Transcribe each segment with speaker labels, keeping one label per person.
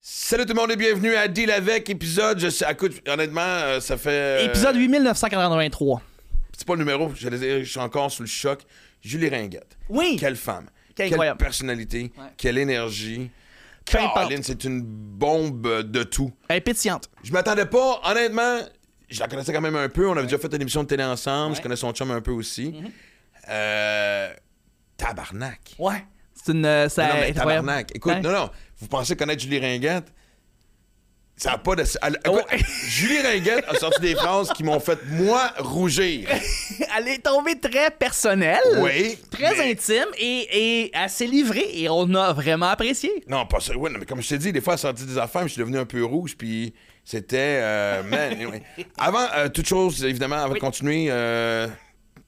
Speaker 1: Salut tout le monde et bienvenue à Deal avec épisode. Je sais, écoute, honnêtement, euh, ça fait. euh,
Speaker 2: Épisode 8983.
Speaker 1: C'est pas le numéro, je, je suis encore sous le choc. Julie Ringuette.
Speaker 2: Oui!
Speaker 1: Quelle femme.
Speaker 2: Quelle
Speaker 1: Quelle
Speaker 2: incroyable.
Speaker 1: personnalité.
Speaker 2: Ouais.
Speaker 1: Quelle énergie.
Speaker 2: Peu importe.
Speaker 1: Caroline, c'est une bombe de tout.
Speaker 2: Elle est pétillante.
Speaker 1: Je m'attendais pas, honnêtement, je la connaissais quand même un peu. On avait déjà fait une émission de télé ensemble. Je
Speaker 2: Ouais. Mm-hmm.
Speaker 1: connais son chum un peu aussi. Euh, Tabarnak.
Speaker 2: Ouais. C'est une. euh, ça-
Speaker 1: Non, mais
Speaker 2: elle est incroyable. Hein?
Speaker 1: tabarnak. Écoute,
Speaker 2: Ouais.
Speaker 1: non, non. Vous pensez connaître Julie Ringuette? Ça n'a pas de. elle- écoute,
Speaker 2: Ouais.
Speaker 1: Julie Ringuette a sorti des phrases qui m'ont fait, moi, rougir.
Speaker 2: Elle est tombée très personnelle.
Speaker 1: Oui.
Speaker 2: Très
Speaker 1: mais-
Speaker 2: intime et, et elle s'est livrée et on a vraiment apprécié.
Speaker 1: Non, pas ça. Oui, non, mais comme je t'ai dit, des fois, elle sortit des affaires, mais je suis devenu un peu rouge, puis c'était. euh, man, anyway. Avant euh, toute chose, évidemment, avant de
Speaker 2: Oui.
Speaker 1: continuer, euh,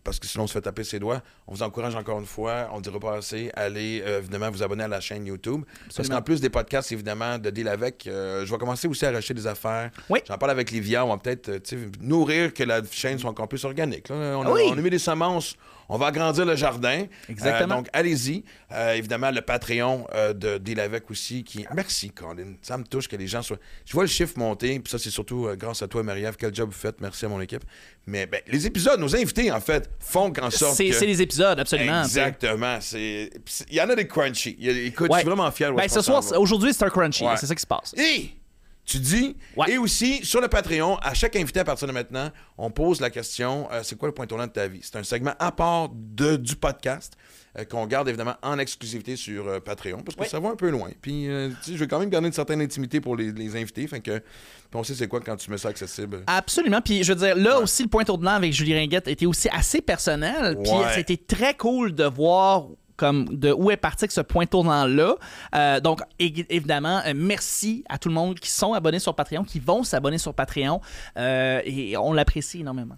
Speaker 1: parce que sinon, on se fait taper ses doigts, on vous encourage encore une fois, on ne dira pas assez, allez, euh, évidemment, vous abonner à la chaîne YouTube. Parce qu'en plus des podcasts, évidemment, de deal avec, euh, je vais commencer aussi à racheter des affaires.
Speaker 2: Oui.
Speaker 1: J'en parle avec Livia, on va peut-être euh, tu sais, nourrir que la chaîne soit encore plus organique. là. On, a,
Speaker 2: Ah oui.
Speaker 1: on a mis des semences. On va agrandir le jardin.
Speaker 2: Exactement.
Speaker 1: Euh, donc, allez-y. Euh, évidemment, le Patreon euh, de Deal Avec aussi. Qui... Merci, Colin. Ça me touche que les gens soient. Je vois le chiffre monter. Puis ça, c'est surtout euh, grâce à toi, Marie-Ève. Quel job vous faites. Merci à mon équipe. Mais ben, les épisodes, nos invités, en fait, font en sorte.
Speaker 2: C'est
Speaker 1: que...
Speaker 2: c'est les épisodes, absolument.
Speaker 1: Exactement. C'est... puis c'est- Il y en a des crunchy. Il y a- Écoute, je
Speaker 2: Ouais.
Speaker 1: suis vraiment fier. de
Speaker 2: Ben,
Speaker 1: ce
Speaker 2: ce
Speaker 1: qu'on
Speaker 2: soir,
Speaker 1: s'en
Speaker 2: c'est-
Speaker 1: va.
Speaker 2: aujourd'hui, c'est un crunchy.
Speaker 1: Ouais.
Speaker 2: C'est ça qui se passe.
Speaker 1: Et tu dis,
Speaker 2: Ouais.
Speaker 1: et aussi sur le Patreon, à chaque invité à partir de maintenant, on pose la question euh, c'est quoi le point tournant de ta vie C'est un segment à part de, du podcast euh, qu'on garde évidemment en exclusivité sur euh, Patreon parce que
Speaker 2: Ouais.
Speaker 1: ça va un peu loin. Puis euh, tu sais, je veux quand même garder une certaine intimité pour les, les invités. Fait que, puis on sait c'est quoi quand tu mets ça accessible.
Speaker 2: Ah. Absolument. Puis je veux dire, là
Speaker 1: Ouais.
Speaker 2: aussi, le point tournant avec Julie Ringuette était aussi assez personnel. Puis
Speaker 1: Ouais.
Speaker 2: c'était très cool de voir comme de où est parti que ce point tournant-là. Euh, donc, é- évidemment, euh, merci à tout le monde qui sont abonnés sur Patreon, qui vont s'abonner sur Patreon. Euh, et on l'apprécie énormément.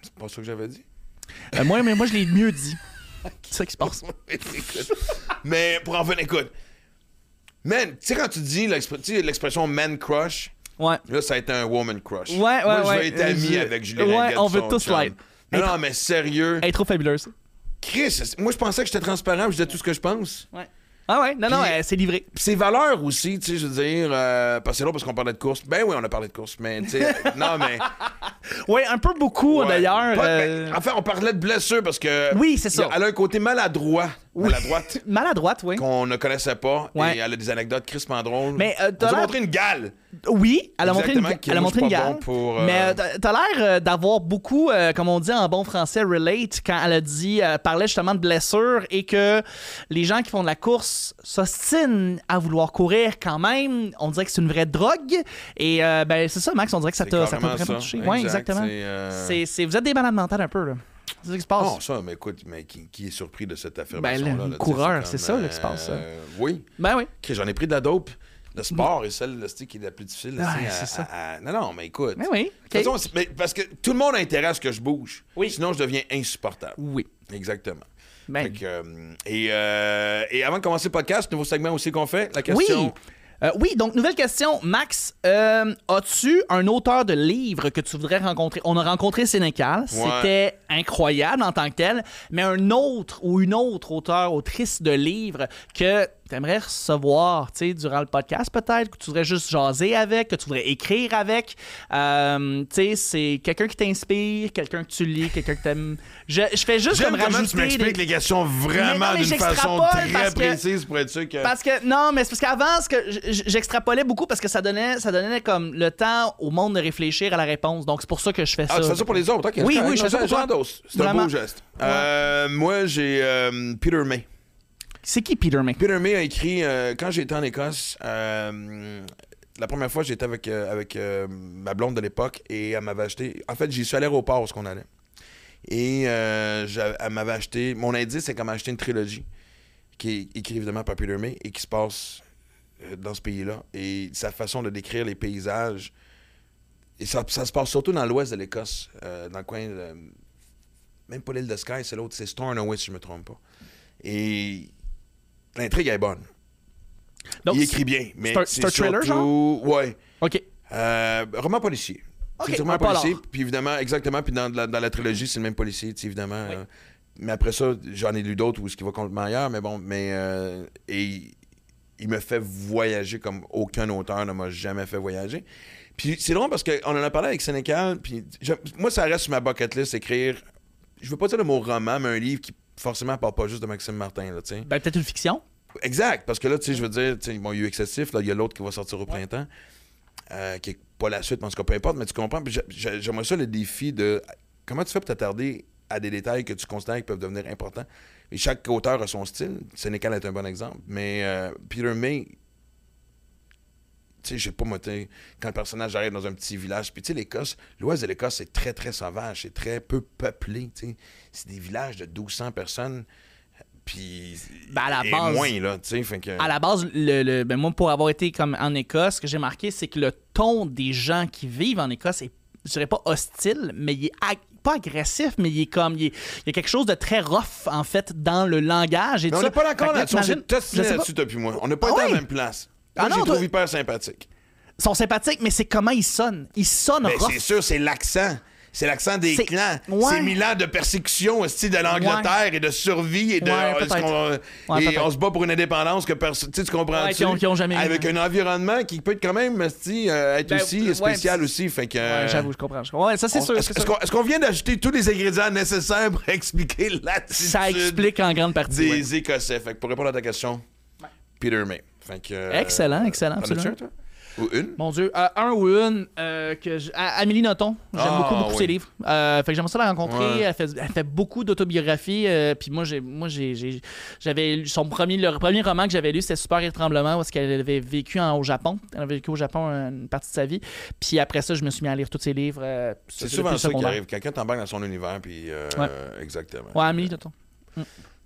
Speaker 1: C'est pas ça que j'avais dit.
Speaker 2: Euh, moi, mais moi, je l'ai mieux dit. C'est ça qui se passe.
Speaker 1: Écoute, Mais pour en venir, écoute. Man, tu sais, quand tu dis l'expr- tu sais, l'expression man crush,
Speaker 2: Ouais.
Speaker 1: Là, ça a été un woman crush.
Speaker 2: Ouais, ouais,
Speaker 1: Moi, je veux
Speaker 2: ouais.
Speaker 1: être ami
Speaker 2: Je-
Speaker 1: avec Julie
Speaker 2: Ouais,
Speaker 1: Ringuette,
Speaker 2: on veut
Speaker 1: son
Speaker 2: tous
Speaker 1: chum.
Speaker 2: l'être.
Speaker 1: Non,
Speaker 2: Être-
Speaker 1: non, mais sérieux.
Speaker 2: Elle est trop fabuleuse.
Speaker 1: Chris, c'est- moi, je pensais que j'étais transparent, je disais tout ce que je pense.
Speaker 2: Ouais. Ah ouais, non, non,
Speaker 1: Puis-
Speaker 2: elle s'est livrée.
Speaker 1: Puis ses valeurs aussi, tu sais, je veux dire, euh, parce que c'est là parce qu'on parlait de course. Ben oui, on a parlé de course, mais tu sais, non, mais.
Speaker 2: Ouais, un peu beaucoup
Speaker 1: ouais,
Speaker 2: d'ailleurs.
Speaker 1: pas-
Speaker 2: euh,
Speaker 1: ben, enfin, on parlait de blessure parce que.
Speaker 2: Oui, c'est ça.
Speaker 1: Elle a un côté maladroit, maladroite,
Speaker 2: Maladroite, oui.
Speaker 1: qu'on ne connaissait pas.
Speaker 2: Ouais.
Speaker 1: Et elle a des anecdotes crispement drôles.
Speaker 2: Mais, euh,
Speaker 1: on
Speaker 2: t'as Ah,
Speaker 1: a
Speaker 2: l'air-
Speaker 1: montré une gale.
Speaker 2: Oui, elle a montré une,
Speaker 1: Exactement, qui
Speaker 2: elle a
Speaker 1: est
Speaker 2: montré une
Speaker 1: pas
Speaker 2: gale.
Speaker 1: bon pour, euh,
Speaker 2: Mais euh, t'as- t'as l'air euh, d'avoir beaucoup, euh, comme on dit en bon français, relate quand elle a dit, euh, parlait justement de blessures et que les gens qui font de la course s'ostinent à vouloir courir quand même. On dirait que c'est une vraie drogue. Et euh, ben c'est ça, Max, on dirait que ça
Speaker 1: C'est
Speaker 2: t'a ça t'a
Speaker 1: carrément
Speaker 2: vraiment
Speaker 1: ça.
Speaker 2: touché.
Speaker 1: Exact,
Speaker 2: Oui, exactement.
Speaker 1: c'est, euh,
Speaker 2: C'est- c'est- vous êtes des malades mentales un peu, là. Ah, C'est ça qui se passe.
Speaker 1: Non, Oh, ça, mais écoute, mais qui, qui est surpris de cette affirmation-là?
Speaker 2: Ben, le
Speaker 1: là, tu sais,
Speaker 2: coureur,
Speaker 1: comme,
Speaker 2: c'est ça, là, qui se passe,
Speaker 1: euh, oui.
Speaker 2: Ben oui.
Speaker 1: Ok, J'en ai pris de la dope. Le sport est celle là, c'est qui est la plus difficile. là,
Speaker 2: Ouais,
Speaker 1: tu sais,
Speaker 2: c'est
Speaker 1: à-
Speaker 2: ça.
Speaker 1: à- à- Non, non, mais écoute.
Speaker 2: Ben oui, ok.
Speaker 1: De toute façon, c'est- mais parce que tout le monde a intérêt à ce que je bouge.
Speaker 2: Oui.
Speaker 1: Sinon, je deviens insupportable.
Speaker 2: Oui.
Speaker 1: Exactement.
Speaker 2: Ben.
Speaker 1: Fait que, euh, et, euh, et avant de commencer le podcast, nouveau segment aussi qu'on fait, la question.
Speaker 2: Oui. Euh, oui, donc nouvelle question, Max. Euh, As-tu un auteur de livre que tu voudrais rencontrer On a rencontré Sénécal, c'était incroyable en tant que tel, mais un autre ou une autre auteur, autrice de livre que tu aimerais recevoir, tu sais, durant le podcast peut-être, que tu voudrais juste jaser avec, que tu voudrais écrire avec. Euh, tu sais, c'est quelqu'un qui t'inspire, quelqu'un que tu lis, quelqu'un que t'aimes. Je, je fais juste
Speaker 1: J'aime
Speaker 2: comme
Speaker 1: comment
Speaker 2: rajouter
Speaker 1: tu m'expliques
Speaker 2: des-
Speaker 1: les questions
Speaker 2: Mais non,
Speaker 1: vraiment
Speaker 2: mais
Speaker 1: d'une façon
Speaker 2: j'extrapole
Speaker 1: très
Speaker 2: parce que-
Speaker 1: précise pour être sûr que.
Speaker 2: parce que non, mais c'est parce qu'avant, ce que j- j- j'extrapolais beaucoup parce que ça donnait, ça donnait comme le temps au monde de réfléchir à la réponse. Donc c'est pour ça que je fais ça.
Speaker 1: Ah, tu fais ça pour les autres, ok. C'est
Speaker 2: Oui, oui,
Speaker 1: correct.
Speaker 2: je fais ça pour toi.
Speaker 1: J'endosse. C'est un
Speaker 2: Vraiment.
Speaker 1: beau geste. Euh, moi, j'ai euh, Peter May.
Speaker 2: C'est qui Peter May
Speaker 1: Peter May a écrit, euh, quand j'étais en Écosse, euh, la première fois, j'étais avec, euh, avec euh, ma blonde de l'époque et elle m'avait acheté. En fait, j'y suis allé au port où ce qu'on allait. Et euh, j'a- elle m'avait acheté. Mon indice, c'est qu'elle m'a acheté une trilogie qui est écrite évidemment par Peter May et qui se passe euh, dans ce pays-là. Et sa façon de décrire les paysages. Et ça, ça se passe surtout dans l'ouest de l'Écosse, euh, dans le coin. euh, même pas l'île de Skye, c'est l'autre, c'est Stornoway, si je me trompe pas. Et L'intrigue est bonne.
Speaker 2: Donc,
Speaker 1: il écrit bien, mais
Speaker 2: c'est un-
Speaker 1: c'est
Speaker 2: c'est un thriller,
Speaker 1: surtout... Ouais.
Speaker 2: Ok.
Speaker 1: Euh, roman policier.
Speaker 2: Ok,
Speaker 1: c'est un roman
Speaker 2: un polar.
Speaker 1: policier, puis évidemment, exactement, puis dans la, dans la trilogie, c'est le même policier, tu sais, évidemment.
Speaker 2: Oui.
Speaker 1: euh, mais après ça, j'en ai lu d'autres où ce qui va complètement ailleurs, mais bon, mais... euh, et il me fait voyager comme aucun auteur ne m'a jamais fait voyager. Puis c'est drôle parce qu'on en a parlé avec Sénécal. Puis je- moi, ça reste sur ma bucket list, écrire, je veux pas dire le mot roman, mais un livre qui forcément parle pas juste de Maxime Martin, là, tu sais.
Speaker 2: Ben, peut-être une fiction.
Speaker 1: Exact, parce que là, tu sais, je veux dire, tu sais, bon, il y a eu excessif, là, il y a l'autre qui va sortir au printemps, euh, qui est pas la suite, mais en tout cas, peu importe, mais tu comprends. Puis j'a- j'a- j'aimerais ça le défi de comment tu fais pour t'attarder à des détails que tu considères qui peuvent devenir importants. Et chaque auteur a son style. Sénécal est un bon exemple, mais euh, Peter May, tu sais, j'ai pas moté. Quand le personnage arrive dans un petit village, puis tu sais, l'Écosse, l'Ouest de l'Écosse, c'est très, très sauvage, c'est très peu peuplé, tu sais. C'est des villages de 1200 personnes, puis.
Speaker 2: Ben, à la
Speaker 1: et
Speaker 2: base-
Speaker 1: moins, là, tu sais. Fait que.
Speaker 2: À la base, le, le- ben, moi, pour avoir été comme en Écosse, ce que j'ai marqué, c'est que le ton des gens qui vivent en Écosse est, je dirais pas hostile, mais il est ag- pas agressif, mais il est comme, il, est- il y a quelque chose de très rough, en fait, dans le langage et
Speaker 1: Mais
Speaker 2: tout
Speaker 1: on
Speaker 2: ça.
Speaker 1: n'est pas
Speaker 2: Fait
Speaker 1: d'accord
Speaker 2: que là,
Speaker 1: là-dessus. On s'est
Speaker 2: t'imagines-
Speaker 1: tostiné
Speaker 2: je sais pas,
Speaker 1: là-dessus, toi puis moi. On n'a pas
Speaker 2: Ah
Speaker 1: été à
Speaker 2: ouais?
Speaker 1: la même place.
Speaker 2: Ah
Speaker 1: Moi,
Speaker 2: non,
Speaker 1: j'ai
Speaker 2: toi-
Speaker 1: trouvé hyper sympathique.
Speaker 2: Ils sont sympathiques, mais c'est comment ils sonnent. Ils sonnent
Speaker 1: Mais
Speaker 2: rough.
Speaker 1: Ben, c'est sûr, c'est l'accent. C'est l'accent des
Speaker 2: C'est-
Speaker 1: clans.
Speaker 2: Ouais.
Speaker 1: C'est mille ans de persécution aussi de l'Angleterre et de survie et de.
Speaker 2: Ouais,
Speaker 1: est-ce
Speaker 2: peut-être.
Speaker 1: qu'on-
Speaker 2: Ouais,
Speaker 1: et
Speaker 2: peut-être.
Speaker 1: on se bat pour une indépendance que perso- tu sais, tu comprends
Speaker 2: Ouais, qui ont- qui ont jamais eu. hein.
Speaker 1: Avec un environnement qui peut être quand même esti, euh, être
Speaker 2: Ben,
Speaker 1: aussi
Speaker 2: ouais,
Speaker 1: spécial
Speaker 2: c'est-
Speaker 1: aussi. Fait que.
Speaker 2: Ouais, J'avoue, je comprends. je comprends. Ouais, ça, c'est
Speaker 1: on-
Speaker 2: sûr.
Speaker 1: Est-ce
Speaker 2: c'est
Speaker 1: est-ce
Speaker 2: sûr.
Speaker 1: qu'on est-ce qu'on vient d'ajouter tous les ingrédients nécessaires pour expliquer l'attitude
Speaker 2: Ça explique en grande partie.
Speaker 1: des
Speaker 2: ouais.
Speaker 1: Écossais? Fait que pour répondre à ta question, Peter May. Fait que, euh,
Speaker 2: Excellent, excellent,
Speaker 1: t'en as-tu
Speaker 2: absolument.
Speaker 1: un, toi? Ou une?
Speaker 2: Mon Dieu, Euh, un ou une euh, que je- Ah, Amélie Nothomb, j'aime
Speaker 1: Ah,
Speaker 2: beaucoup beaucoup
Speaker 1: oui.
Speaker 2: ses livres. Euh, fait que j'aimerais ça la rencontrer.
Speaker 1: Ouais.
Speaker 2: Elle, fait, elle fait beaucoup d'autobiographies. euh, puis moi, j'ai, moi, j'ai, j'ai- j'avais lu- son premier, le premier roman que j'avais lu, c'était Super et tremblement, parce qu'elle avait vécu en- au Japon. Elle avait vécu au Japon euh, une partie de sa vie. Puis après ça, je me suis mis à lire tous ses livres. euh,
Speaker 1: C'est
Speaker 2: depuis
Speaker 1: souvent
Speaker 2: le
Speaker 1: ça qui
Speaker 2: secondaire.
Speaker 1: arrive. Quelqu'un t'embarque dans son univers, puis euh, exactement.
Speaker 2: Ouais, Amélie Nothomb.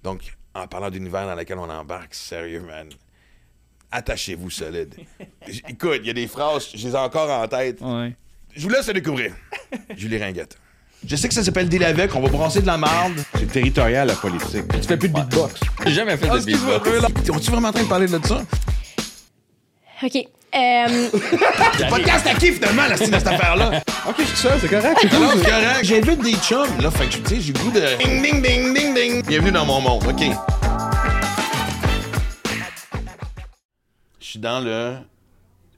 Speaker 1: Donc, en parlant d'univers dans lequel on embarque, sérieux, man, attachez-vous solide. J- Écoute, il y a des phrases, je les ai encore en tête.
Speaker 2: Ouais.
Speaker 1: Je vous laisse le découvrir. Julie Ringuette. Je sais que ça s'appelle Deal avec, on va brasser de la marde.
Speaker 3: C'est territorial, la politique. Tu fais plus de beatbox. J'ai jamais fait de beatbox.
Speaker 1: On est vraiment en train de parler de ça?
Speaker 4: OK. Euh,
Speaker 1: Le podcast à qui finalement, la style de cette affaire-là?
Speaker 3: Ok, je suis seul, c'est correct. c'est
Speaker 1: Non,
Speaker 3: cool.
Speaker 1: c'est correct. J'invite des chums, là, fait que, tu sais, j'ai le goût de... Ding, ding, ding, ding, ding. Bienvenue dans mon monde, OK. Je suis dans le...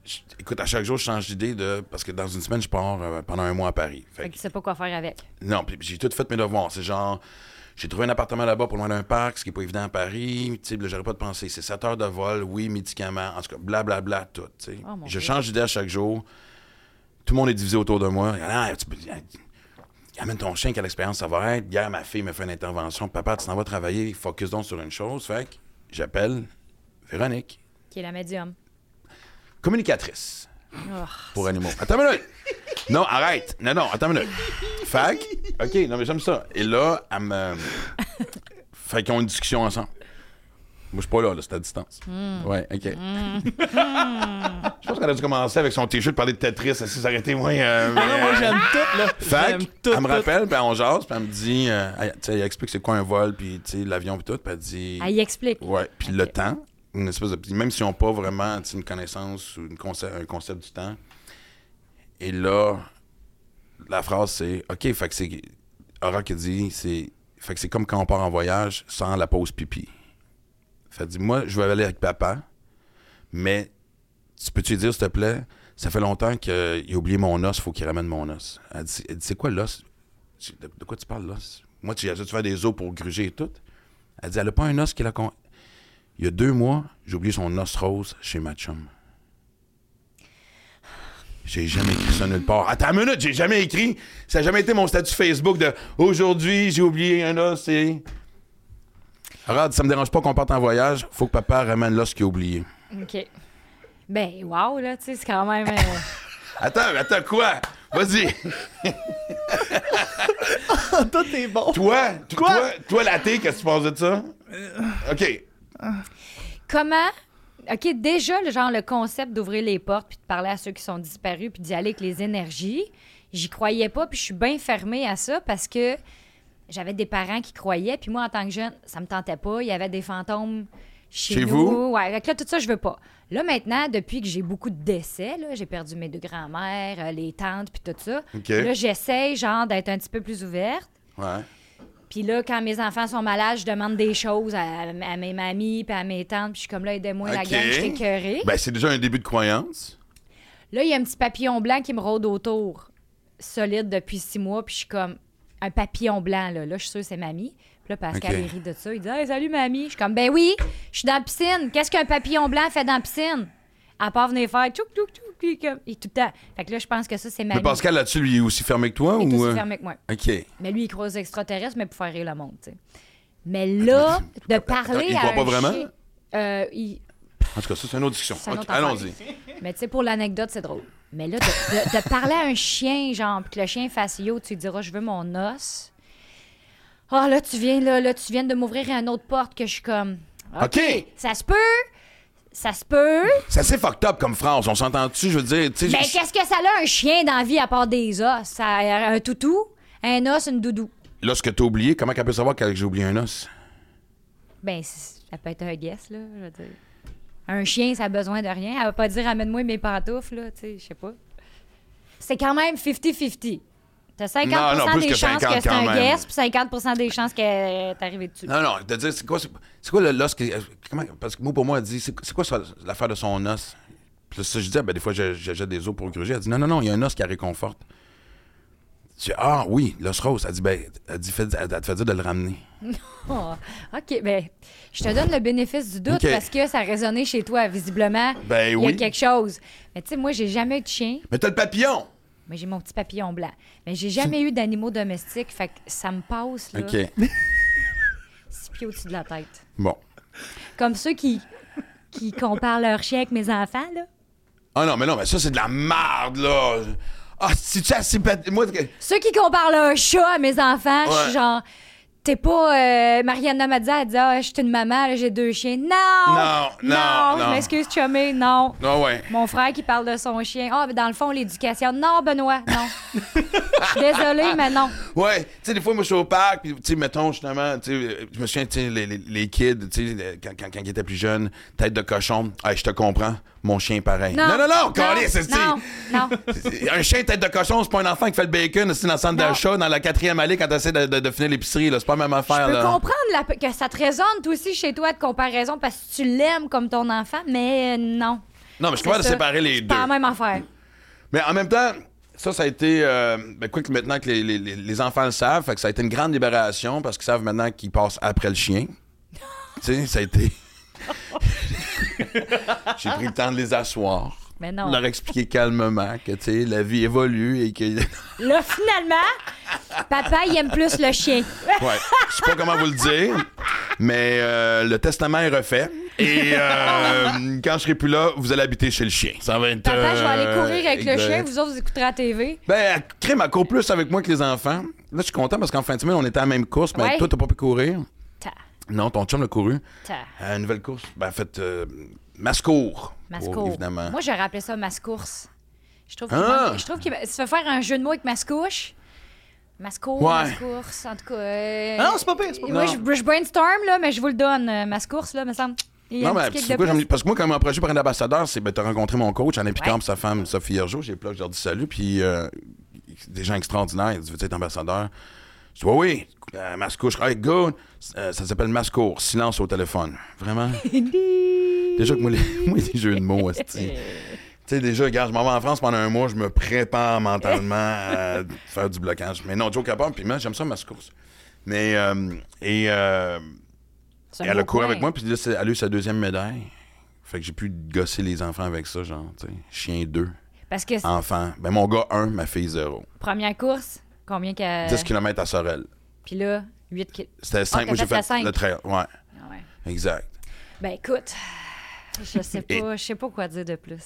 Speaker 1: je- Écoute, à chaque jour, je change d'idée de... Parce que dans une semaine, je pars euh, pendant un mois à Paris. Fait
Speaker 4: fait que
Speaker 1: que-
Speaker 4: tu sais pas quoi faire avec.
Speaker 1: non, puis j'ai tout fait mes devoirs. C'est genre, j'ai trouvé un appartement là-bas pour loin d'un parc, ce qui est pas évident à Paris. Tu sais, là, j'aurais pas de penser. C'est 7 heures de vol, oui, médicaments, en tout cas, blablabla, tout. tu sais.
Speaker 4: Oh, mon
Speaker 1: je
Speaker 4: Dieu.
Speaker 1: change d'idée à chaque jour. Tout le monde est divisé autour de moi. Il y en a, tu peux- ah, Amène ton chien, quelle expérience ça va être. Hier, ma fille me fait une intervention. Papa, tu t'en vas travailler, focus donc sur une chose. Fait que j'appelle Véronique,
Speaker 4: Qui est la médium.
Speaker 1: communicatrice
Speaker 2: Ah.
Speaker 4: Oh,
Speaker 1: pour animaux. Attends une minute. Non, arrête. Non, non, attends une minute. Fac. OK, non, mais j'aime ça. Et là, elle me. Fait qu'ils ont une discussion ensemble. Moi, je suis pas là, là c'est à distance.
Speaker 2: Hmm.
Speaker 1: Ouais, OK. je pense qu'elle a dû commencer avec son t-shirt, parler de Tetris, elle s'est arrêtée, moi. euh, mais,
Speaker 2: Ah, moi,
Speaker 1: euh,
Speaker 2: j'aime tout, là.
Speaker 1: fait,
Speaker 2: J'aime tout,
Speaker 1: elle me
Speaker 2: tout.
Speaker 1: rappelle, puis on jase, puis elle me dit, euh, elle, tu sais, elle explique c'est quoi un vol, puis tu sais, l'avion, puis tout, puis elle dit.
Speaker 4: Elle y Ah, explique.
Speaker 1: Ouais, puis le
Speaker 4: Ok.
Speaker 1: temps, une espèce de. Même s'ils n'ont pas vraiment tu sais, une connaissance ou une conce- un concept du temps. Et là, la phrase c'est OK, fait que c'est. Aura qui dit, c'est. Fait que c'est comme quand on part en voyage sans la pause pipi. Fait dit, moi, je vais aller avec papa, mais tu peux-tu lui dire, s'il te plaît, ça fait longtemps qu'il a oublié mon os, faut qu'il ramène mon os. Elle dit, elle dit, c'est quoi l'os? Je dis, De, de quoi tu parles, l'os? Moi, tu as dû te faire des os pour gruger et tout. Elle dit, elle a pas un os qu'elle a... con- Il y a deux mois, j'ai oublié son os rose chez ma chum. J'ai jamais écrit ça nulle part. Attends une minute, j'ai jamais écrit. Ça n'a jamais été mon statut Facebook de « Aujourd'hui, j'ai oublié un os et... » Regarde, ça me dérange pas qu'on parte en voyage. Faut que papa ramène l'os qu'il a oublié.
Speaker 4: OK. Ben, wow, là, tu sais, c'est quand même. euh,
Speaker 1: Attends, mais attends quoi? Vas-y.
Speaker 2: Tout est bon.
Speaker 1: Toi, t-
Speaker 2: Quoi?
Speaker 1: toi, toi l'athée, qu'est-ce que tu penses de ça? OK.
Speaker 4: Comment. OK, déjà, le genre, le concept d'ouvrir les portes puis de parler à ceux qui sont disparus puis d'y aller avec les énergies, j'y croyais pas puis je suis bien fermée à ça parce que j'avais des parents qui croyaient puis moi, en tant que jeune, ça me tentait pas. Il y avait des fantômes chez,
Speaker 1: Chez
Speaker 4: nous.
Speaker 1: vous?
Speaker 4: Ouais, avec là, tout ça, je veux pas. Là, maintenant, depuis que j'ai beaucoup de décès, là, j'ai perdu mes deux grands-mères, euh, les tantes puis tout ça,
Speaker 1: OK.
Speaker 4: là, j'essaie, genre, d'être un petit peu plus ouverte.
Speaker 1: Ouais.
Speaker 4: Puis là, quand mes enfants sont malades, je demande des choses à, à mes mamies puis à mes tantes. Puis je suis comme là, aidez-moi la
Speaker 1: Ok.
Speaker 4: gang, je suis écœurée. Ben
Speaker 1: Ben, c'est déjà un début de croyance.
Speaker 4: Là, il y a un petit papillon blanc qui me rôde autour, solide depuis six mois, puis je suis comme un papillon blanc, là. Là, je suis sûre que c'est mamie. Puis là, Pascal,
Speaker 1: Ok.
Speaker 4: il rit de ça. Il dit Hey, salut, mamie. Je suis comme Ben oui, je suis dans la piscine. Qu'est-ce qu'un papillon blanc fait dans la piscine À part venir faire tchouk, tchouk, tchouk, puis comme. Et tout le temps. Fait que là, je pense que ça, c'est mamie.
Speaker 1: Mais Pascal, là-dessus, lui, il est aussi fermé que toi
Speaker 4: Il est
Speaker 1: ou.
Speaker 4: aussi
Speaker 1: euh,
Speaker 4: fermé que moi.
Speaker 1: OK.
Speaker 4: Mais lui, il croit aux extraterrestres, mais pour faire rire le monde, tu sais. Mais là, de parler
Speaker 1: il
Speaker 4: à.
Speaker 1: croit
Speaker 4: un
Speaker 1: pas vraiment?
Speaker 4: chien- Euh, il-
Speaker 1: En tout cas, ça, c'est une autre discussion.
Speaker 4: C'est une
Speaker 1: Ok,
Speaker 4: autre affaire.
Speaker 1: Allons-y.
Speaker 4: Mais tu sais, pour l'anecdote, c'est drôle. Mais là, de, de- de parler à un chien, genre, puis que le chien fasse yo, tu lui diras, je veux mon os. Ah, là, tu viens, là, là, tu viens de m'ouvrir une autre porte que je suis comme.
Speaker 1: OK.
Speaker 4: Ça se peut! Ça se peut!
Speaker 1: Ça, c'est fucked up comme phrase. On s'entend-tu? Je veux dire, tu sais.
Speaker 4: Mais
Speaker 1: je-
Speaker 4: qu'est-ce que ça a un chien dans la vie à part des os? Ça a un toutou, un os, une doudou.
Speaker 1: Lorsque t'as oublié, comment qu'elle peut savoir que j'ai oublié un os?
Speaker 4: Ben, c- ça peut être un guess, là, je veux dire. Un chien, ça a besoin de rien. Elle va pas dire amène-moi mes pantoufles, là, tu sais, je sais pas. C'est quand même 50-50. T'as 50
Speaker 1: Non, non, plus
Speaker 4: des
Speaker 1: que
Speaker 4: chances
Speaker 1: 50
Speaker 4: que c'est un
Speaker 1: quand même.
Speaker 4: guess, puis 50 des chances que euh, t'es arrivé dessus.
Speaker 1: Non, non, de dire, c'est quoi, c'est c'est quoi le l'os? que- euh, Comment, parce que moi, pour moi, elle dit, c'est c'est quoi ça, l'affaire de son os? Puis là, ça, je dis, ah, ben, des fois, je- je jette des os pour gruger. Elle dit, non, non, non, il y a un os qui la réconforte. Je dis, ah oui, l'os rose. Elle dit, ben, elle, dit, fais- elle te fait dire de le ramener.
Speaker 4: Ah, OK, ben, je te donne le bénéfice du doute
Speaker 1: OK.
Speaker 4: parce que ça a résonné chez toi, visiblement.
Speaker 1: Ben
Speaker 4: Il y a
Speaker 1: oui.
Speaker 4: quelque chose. Mais tu sais, moi, j'ai jamais eu de chien,
Speaker 1: Mais t'as le papillon!
Speaker 4: mais j'ai mon petit papillon blanc. Mais j'ai jamais eu d'animaux domestiques, fait que ça me passe, là,
Speaker 1: OK.
Speaker 4: six pieds au-dessus de la tête.
Speaker 1: bon.
Speaker 4: Comme ceux qui, qui comparent leur chien avec mes enfants, là.
Speaker 1: Ah non, mais non, mais ça, c'est de la merde, là! Ah, si tu as si pat- Moi, que-
Speaker 4: Ceux qui comparent leur chat à mes enfants, je suis
Speaker 1: Ouais.
Speaker 4: genre... T'es pas... euh, Mariana m'a dit, elle dit, ah, je suis une maman, là, j'ai deux chiens. Non!
Speaker 1: Non, non, non.
Speaker 4: Je m'excuse, chumé, non.
Speaker 1: Ah ouais.
Speaker 4: Mon frère qui parle de son chien. Ah, mais dans le fond, l'éducation. Non, Benoît, non. Je suis désolée, mais non.
Speaker 1: Ouais, tu sais, des fois, moi, je suis au parc, puis, tu sais, mettons, justement, tu sais, euh, je me souviens, tu sais, les, les- les kids, tu sais, le- quand, quand, quand ils étaient plus jeunes, tête de cochon, ah, je te comprends, mon chien est pareil. Non, non, non, câlisse, c'est
Speaker 4: Non, non.
Speaker 1: c'est- Un chien tête de cochon, c'est pas un enfant qui fait le bacon, c'est dans le centre
Speaker 4: Non.
Speaker 1: d'achat, dans la quatrième allée, quand t'essaies de, de, de finir l'épicerie, là, c'est pas la même affaire,
Speaker 4: Je peux
Speaker 1: Ah, là.
Speaker 4: comprendre la- que ça te résonne, toi aussi, chez toi, de comparaison, parce que tu l'aimes comme ton enfant, mais euh, non.
Speaker 1: Non, mais je suis capable de
Speaker 4: C'est ça.
Speaker 1: séparer les
Speaker 4: C'est
Speaker 1: deux.
Speaker 4: pas la même affaire.
Speaker 1: Mais en même temps, ça, ça a été. euh, ben, quoi que maintenant que les, les- les- les enfants le savent, fait que ça a été une grande libération parce qu'ils savent maintenant qu'ils passent après le chien. tu sais, ça a été. J'ai pris le temps de les asseoir.
Speaker 4: Mais non.
Speaker 1: Leur expliquer calmement que, tu sais, la vie évolue et que.
Speaker 4: Là, finalement, papa, il aime plus le chien.
Speaker 1: Ouais. Je sais pas comment vous le dire, mais euh, le testament est refait. Et euh, quand je serai plus là, vous allez habiter chez le chien. Ça va être.
Speaker 4: Papa, je vais aller
Speaker 1: euh,
Speaker 4: courir avec le
Speaker 1: exact.
Speaker 4: chien, vous autres, vous écouterez la TV.
Speaker 1: Ben, Crime, elle court plus avec moi que les enfants. Là, je suis content parce qu'en fin de semaine, on était à la même course, mais
Speaker 4: Ouais.
Speaker 1: toi, t'as pas pu courir.
Speaker 4: Ta,
Speaker 1: Non, ton chum l'a couru.
Speaker 4: ta,
Speaker 1: À la nouvelle course, ben, en fait, euh, Mascour.
Speaker 4: mascour.
Speaker 1: Oh, évidemment.
Speaker 4: Moi, j'aurais appelé ça mascourse. Je trouve qu'il
Speaker 1: Ah!
Speaker 4: manque- je trouve qu'il se fait faire un jeu de mots avec mascouche. Mascour,
Speaker 1: Ouais.
Speaker 4: mascourse, en tout cas. euh,
Speaker 2: Ah non, c'est pas pire, c'est pas pire.
Speaker 4: Moi, je, je brainstorm, là, mais je vous le donne, euh, mascourse, là, me semble. Il y a
Speaker 1: non,
Speaker 4: un
Speaker 1: mais
Speaker 4: petit kick
Speaker 1: c'est
Speaker 4: de
Speaker 1: pourquoi
Speaker 4: plus.
Speaker 1: j'aime- parce que moi, quand on m'a approché par un ambassadeur, c'est ben, t'as rencontré mon coach, Anna Picard,
Speaker 4: Ouais.
Speaker 1: puis sa femme, Sophie Hergeau. J'ai plug, je leur dis salut, puis euh, des gens extraordinaires. Ils disent, veux-tu être ambassadeur? Je dis, oui, oui. Euh, Mascour, je dis, hey, good. Euh, ça s'appelle Mascour, silence au téléphone. Vraiment? déjà que moi, les, moi, les jeux de mots, esti. Tu sais, déjà, regarde, je m'en vais en France pendant un mois, je me prépare mentalement à faire du blocage. Mais non, joke à part, puis moi, j'aime ça, ma course. Mais, euh, et, euh,
Speaker 4: C'est un
Speaker 1: et elle
Speaker 4: beau
Speaker 1: a couru
Speaker 4: point.
Speaker 1: avec moi, puis là, c'est- elle a eu sa deuxième médaille. Fait que j'ai pu gosser les enfants avec ça, genre, tu sais, chien 2,
Speaker 4: Parce que c'est-
Speaker 1: enfant. Ben, mon gars 1, ma fille 0.
Speaker 4: première course, combien qu'à.
Speaker 1: 10 km à Sorel.
Speaker 4: Puis là, 8 km.
Speaker 1: C'était 5,
Speaker 4: t'as
Speaker 1: moi, j'ai
Speaker 4: fait la
Speaker 1: fait,
Speaker 4: cinq.
Speaker 1: le trail. Ouais,
Speaker 4: ouais.
Speaker 1: exact.
Speaker 4: Ben écoute, je sais pas, je sais pas quoi dire de plus.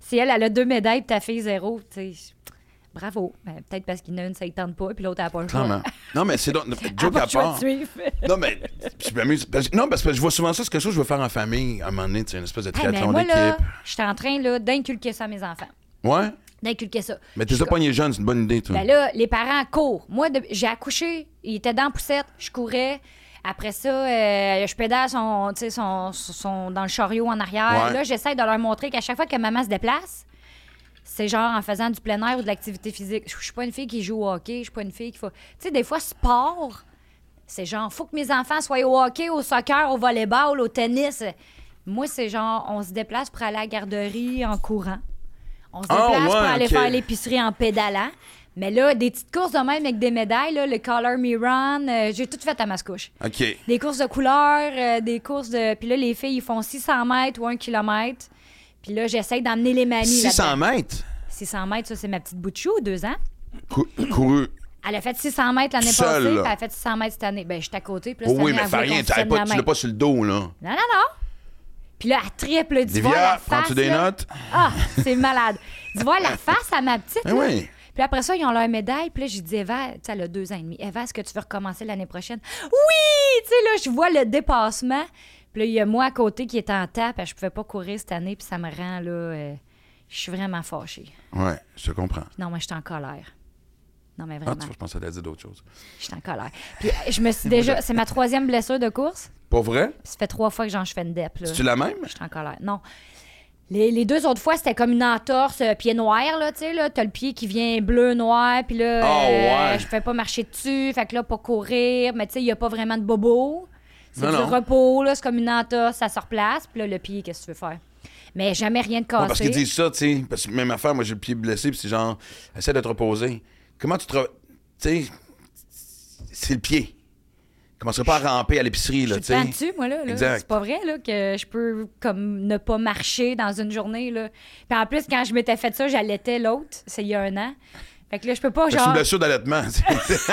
Speaker 4: Si elle, elle a deux médailles, puis ta fille zéro, tu sais, bravo. Ben, peut-être parce qu'il y en a une, ça ne tente pas, puis l'autre, elle n'a pas le choix.
Speaker 1: Clairement. Non, mais c'est donc.
Speaker 4: Elle a
Speaker 1: Joke
Speaker 4: pas
Speaker 1: à
Speaker 4: le choix de
Speaker 1: part.
Speaker 4: suivre.
Speaker 1: Non, mais je m'amuse. parce que- Non, parce que je vois souvent ça, c'est quelque chose que je veux faire en famille à un moment donné, tu sais, une espèce de
Speaker 4: Hey, Ah, mais
Speaker 1: triathlon
Speaker 4: moi, là,
Speaker 1: d'équipe.
Speaker 4: je suis en train là, d'inculquer ça à mes enfants.
Speaker 1: Ouais?
Speaker 4: D'inculquer ça.
Speaker 1: Mais
Speaker 4: Je
Speaker 1: t'es
Speaker 4: suis
Speaker 1: pas pogné jeune, c'est une bonne idée, toi.
Speaker 4: Ben là, les parents courent. Moi, de- j'ai accouché, il était dans la poussette, je courais. Après ça, euh, je pédale son, tu sais, son, son- dans le chariot en arrière.
Speaker 1: Ouais.
Speaker 4: Là, j'essaie de leur montrer qu'à chaque fois que maman se déplace, c'est genre en faisant du plein air ou de l'activité physique. Je je suis pas une fille qui joue au hockey, je suis pas une fille qui faut. Tu sais, des fois, sport, C'est genre, faut que mes enfants soient au hockey, au soccer, au volleyball, au tennis. Moi, c'est genre, on se déplace pour aller à la garderie en courant. On se
Speaker 1: Ah,
Speaker 4: déplace pour
Speaker 1: ouais,
Speaker 4: aller
Speaker 1: ok.
Speaker 4: faire l'épicerie en pédalant. Mais là, des petites courses de même avec des médailles, là, le Color Me Run, euh, j'ai tout fait à ma couche.
Speaker 1: OK.
Speaker 4: Des courses de couleurs, euh, des courses de. Puis là, les filles, ils font 600 mètres ou 1 km. Puis là, j'essaie d'emmener les mamies.
Speaker 1: 600
Speaker 4: là-dedans.
Speaker 1: mètres
Speaker 4: 600 mètres, ça, c'est ma petite bout de chou, deux ans.
Speaker 1: cou- couru.
Speaker 4: Elle a fait 600 mètres l'année
Speaker 1: Seule,
Speaker 4: passée,
Speaker 1: là.
Speaker 4: puis elle a fait 600 mètres cette année. Ben, j'étais à côté, puis là,
Speaker 1: Oh
Speaker 4: cette
Speaker 1: oui,
Speaker 4: année,
Speaker 1: mais
Speaker 4: elle
Speaker 1: fais
Speaker 4: voulait
Speaker 1: rien,
Speaker 4: qu'on se tienne
Speaker 1: t'as pas-
Speaker 4: la
Speaker 1: tu l'as
Speaker 4: main.
Speaker 1: pas sur le dos, là.
Speaker 4: Non, non, non. Puis là, elle triple, tu vois la
Speaker 1: Livia,
Speaker 4: face.
Speaker 1: prends-tu des
Speaker 4: là.
Speaker 1: notes?
Speaker 4: Ah, c'est malade. Tu vois la face à ma petite.
Speaker 1: Eh
Speaker 4: là.
Speaker 1: oui.
Speaker 4: Puis après ça, ils ont leur médaille. Puis là, j'ai dit, Eva, tu sais, elle a deux ans et demi. Eva, est-ce que tu veux recommencer l'année prochaine? Oui! Tu sais, là, je vois le dépassement. Puis là, il y a moi à côté qui est en tape. Je pouvais pas courir cette année. Puis ça me rend, là, euh, je suis vraiment fâchée.
Speaker 1: Ouais, je te comprends.
Speaker 4: Non, mais je suis en colère. Non, mais
Speaker 1: Ah,
Speaker 4: vraiment,
Speaker 1: tu vois, je pensais à dire d'autres choses.
Speaker 4: je suis en colère. Puis euh, je me suis déjà... C'est ma troisième blessure de course.
Speaker 1: Pas vrai?
Speaker 4: Puis ça fait trois fois que j'en je fais une dep, là.
Speaker 1: C'est-tu la même?
Speaker 4: Je suis en colère. Non. Les, les deux autres fois, c'était comme une entorse euh, pied noir, là, tu sais, là. T'as le pied qui vient bleu, noir, puis là, euh,
Speaker 1: Ah, ouais.
Speaker 4: je fais pas marcher dessus, fait que là, pas courir, mais tu sais, il y a pas vraiment de bobo. C'est
Speaker 1: Non,
Speaker 4: du
Speaker 1: non.
Speaker 4: repos, là, c'est comme une entorse, ça se replace, puis là, le pied, qu'est-ce que tu veux faire? Mais jamais rien de cassé.
Speaker 1: Ouais, parce qu'ils disent ça, tu sais. Parce que même affaire, moi, j'ai le pied blessé, puis c'est genre, essaie de te reposer. Comment tu te. re- Tu sais, c'est le pied. Commencerai pas à ramper à l'épicerie,
Speaker 4: je
Speaker 1: là,
Speaker 4: suis
Speaker 1: tu
Speaker 4: tout le temps
Speaker 1: sais.
Speaker 4: dessus, moi, là. là.
Speaker 1: Exact.
Speaker 4: C'est pas vrai, là, que je peux, comme, ne pas marcher dans une journée, là. Puis en plus, quand je m'étais fait ça, j'allaitais l'autre, c'est il y a un an. Fait que là, je peux pas,
Speaker 1: Fait que C'est une
Speaker 4: genre...
Speaker 1: blessure d'allaitement. tu sais.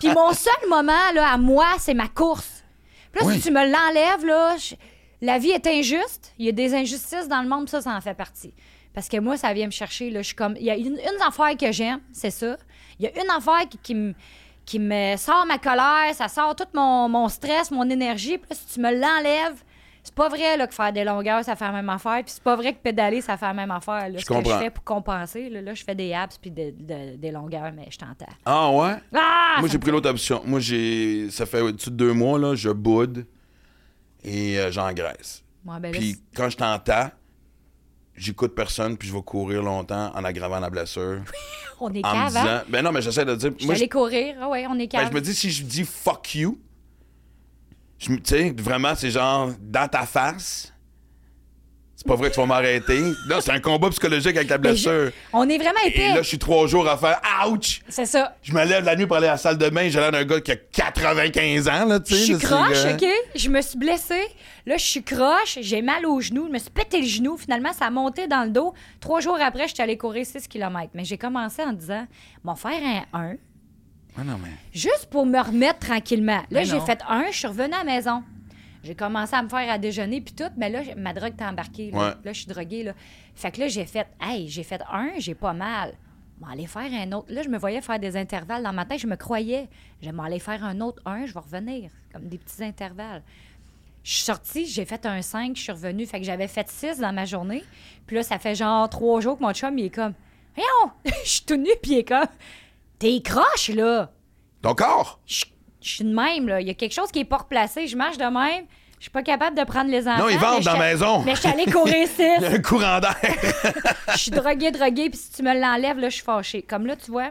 Speaker 4: Puis mon seul moment là, à moi, c'est ma course. Puis là,
Speaker 1: Oui.
Speaker 4: si tu me l'enlèves, là, je- la vie est injuste. Il y a des injustices dans le monde, ça, ça en fait partie. Parce que moi, ça vient me chercher. Là, je suis comme... Il y a une, une affaire que j'aime, c'est ça. Il y a une affaire qui, qui me qui me sort ma colère, ça sort tout mon, mon stress, mon énergie. Puis là, si tu me l'enlèves, c'est pas vrai là, que faire des longueurs, ça fait la même affaire. Puis c'est pas vrai que pédaler, ça fait la même affaire. Là. Ce que je
Speaker 1: comprends.
Speaker 4: fais pour compenser, là, là, je fais des abs puis de- de- des longueurs, mais je t'entends.
Speaker 1: ah ouais?
Speaker 4: Ah!
Speaker 1: Moi,
Speaker 4: Ça
Speaker 1: j'ai
Speaker 4: me
Speaker 1: pris l'autre option. Moi, j'ai. Ça fait au-dessus de deux mois, là, je boude et euh, j'engraisse.
Speaker 4: Ouais, ben là,
Speaker 1: puis quand je t'entends, j'écoute personne, puis je vais courir longtemps en aggravant la blessure.
Speaker 4: On est
Speaker 1: en me
Speaker 4: cave, hein?
Speaker 1: disant. Ben non, mais j'essaie de dire.
Speaker 4: Je suis
Speaker 1: moi, je-
Speaker 4: allée courir. Ah ouais, on est
Speaker 1: ben,
Speaker 4: cave.
Speaker 1: je me dis, si je dis fuck you, je me- tu sais, vraiment, c'est genre dans ta face. C'est pas vrai que tu vas m'arrêter. Là, c'est un combat psychologique avec la
Speaker 4: Ben, je-
Speaker 1: blessure.
Speaker 4: On est vraiment
Speaker 1: Et
Speaker 4: épais.
Speaker 1: là, je suis trois jours à faire ouch!
Speaker 4: C'est ça.
Speaker 1: Je me lève la nuit pour aller à la salle de bain, j'ai l'air d'un gars qui a 95 ans, là, tu
Speaker 4: Je
Speaker 1: sais.
Speaker 4: suis
Speaker 1: là, c'est,
Speaker 4: croche,
Speaker 1: euh,
Speaker 4: OK? Je me suis blessée. Là, je suis croche. J'ai mal au genou. Je me suis pété le genou. Finalement, ça a monté dans le dos. Trois jours après, je suis allée courir 6 km. Mais j'ai commencé en disant, m'en faire un 1,
Speaker 1: Ouais, Ah, non, mais-
Speaker 4: juste pour me remettre tranquillement. Là,
Speaker 2: Mais
Speaker 4: j'ai
Speaker 2: non.
Speaker 4: fait un, je suis revenue à la maison. J'ai commencé à me faire à déjeuner puis tout, mais là, j'ai- ma drogue t'a embarquée. Là,
Speaker 1: Ouais.
Speaker 4: Là, je suis droguée. Là. Fait que là, j'ai fait, hey, j'ai fait un, j'ai pas mal. Je vais aller faire un autre. Là, je me voyais faire des intervalles dans ma tête, je me croyais. Je vais aller faire un autre un, je vais revenir, comme des petits intervalles. Je suis sortie, j'ai fait un 5, je suis revenue. Fait que j'avais fait 6 dans ma journée. Puis là, ça fait genre trois jours que mon chum, il est comme, voyons, je suis tout nu, puis il est comme, t'es croche, là
Speaker 1: Ton corps!
Speaker 4: je je suis de même, là. Il y a quelque chose qui est pas replacé. Je marche de même. Je suis pas capable de prendre les enfants.
Speaker 1: Non, ils vendent
Speaker 4: mais je
Speaker 1: dans
Speaker 4: suis-
Speaker 1: la maison.
Speaker 4: Mais je suis allée courir
Speaker 1: Il y a
Speaker 4: six.
Speaker 1: un courant d'air!
Speaker 4: Je suis droguée, droguée. Puis si tu me l'enlèves, là, je suis fâchée. Comme là, tu vois,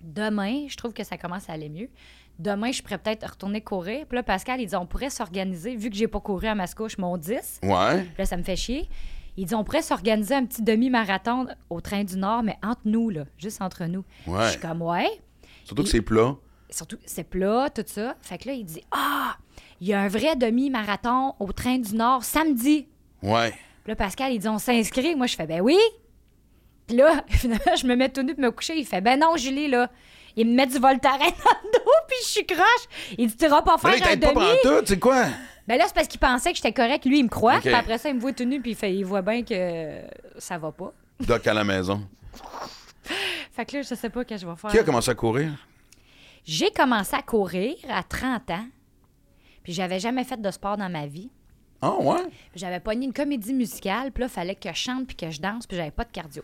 Speaker 4: demain, je trouve que ça commence à aller mieux. Demain, je pourrais peut-être retourner courir. Puis là, Pascal, il dit, on pourrait s'organiser. Vu que j'ai pas couru à Mascouche, mon 10.
Speaker 1: ouais.
Speaker 4: Puis là, ça me fait chier. Ils dit, on pourrait s'organiser un petit demi-marathon au train du Nord, mais entre nous, là, juste entre nous.
Speaker 1: Ouais.
Speaker 4: Je suis comme, ouais.
Speaker 1: Surtout que c'est plat.
Speaker 4: surtout, c'est plat, tout ça. Fait que là, il dit Ah, il y a un vrai demi-marathon au train du Nord samedi.
Speaker 1: Ouais.
Speaker 4: Puis Là, Pascal, il dit On s'inscrit. Moi, je fais Ben oui. Puis là, finalement, je me mets tout nu pour me coucher. Il fait Ben non, Julie, là. Il me met du Voltaren dans le dos, puis je suis croche. Il dit T'iras pas
Speaker 1: Mais
Speaker 4: faire
Speaker 1: là, il
Speaker 4: un
Speaker 1: t'aide pas pendant
Speaker 4: demi.
Speaker 1: tout, tu sais quoi?
Speaker 4: Ben là, c'est parce qu'il pensait que j'étais correct. Lui, il me croit.
Speaker 1: Ok.
Speaker 4: Puis après ça, il me voit tout nu, puis il, fait, il voit bien que ça va pas.
Speaker 1: Doc à la maison.
Speaker 4: Fait que là, je sais pas que je vais faire.
Speaker 1: Qui a commencé à courir?
Speaker 4: J'ai commencé à courir à 30 ans, puis j'avais jamais fait de sport dans ma vie.
Speaker 1: Ah, ouais?
Speaker 4: Puis J'avais pogné une comédie musicale, puis là, fallait que je chante puis que je danse, puis j'avais pas de cardio.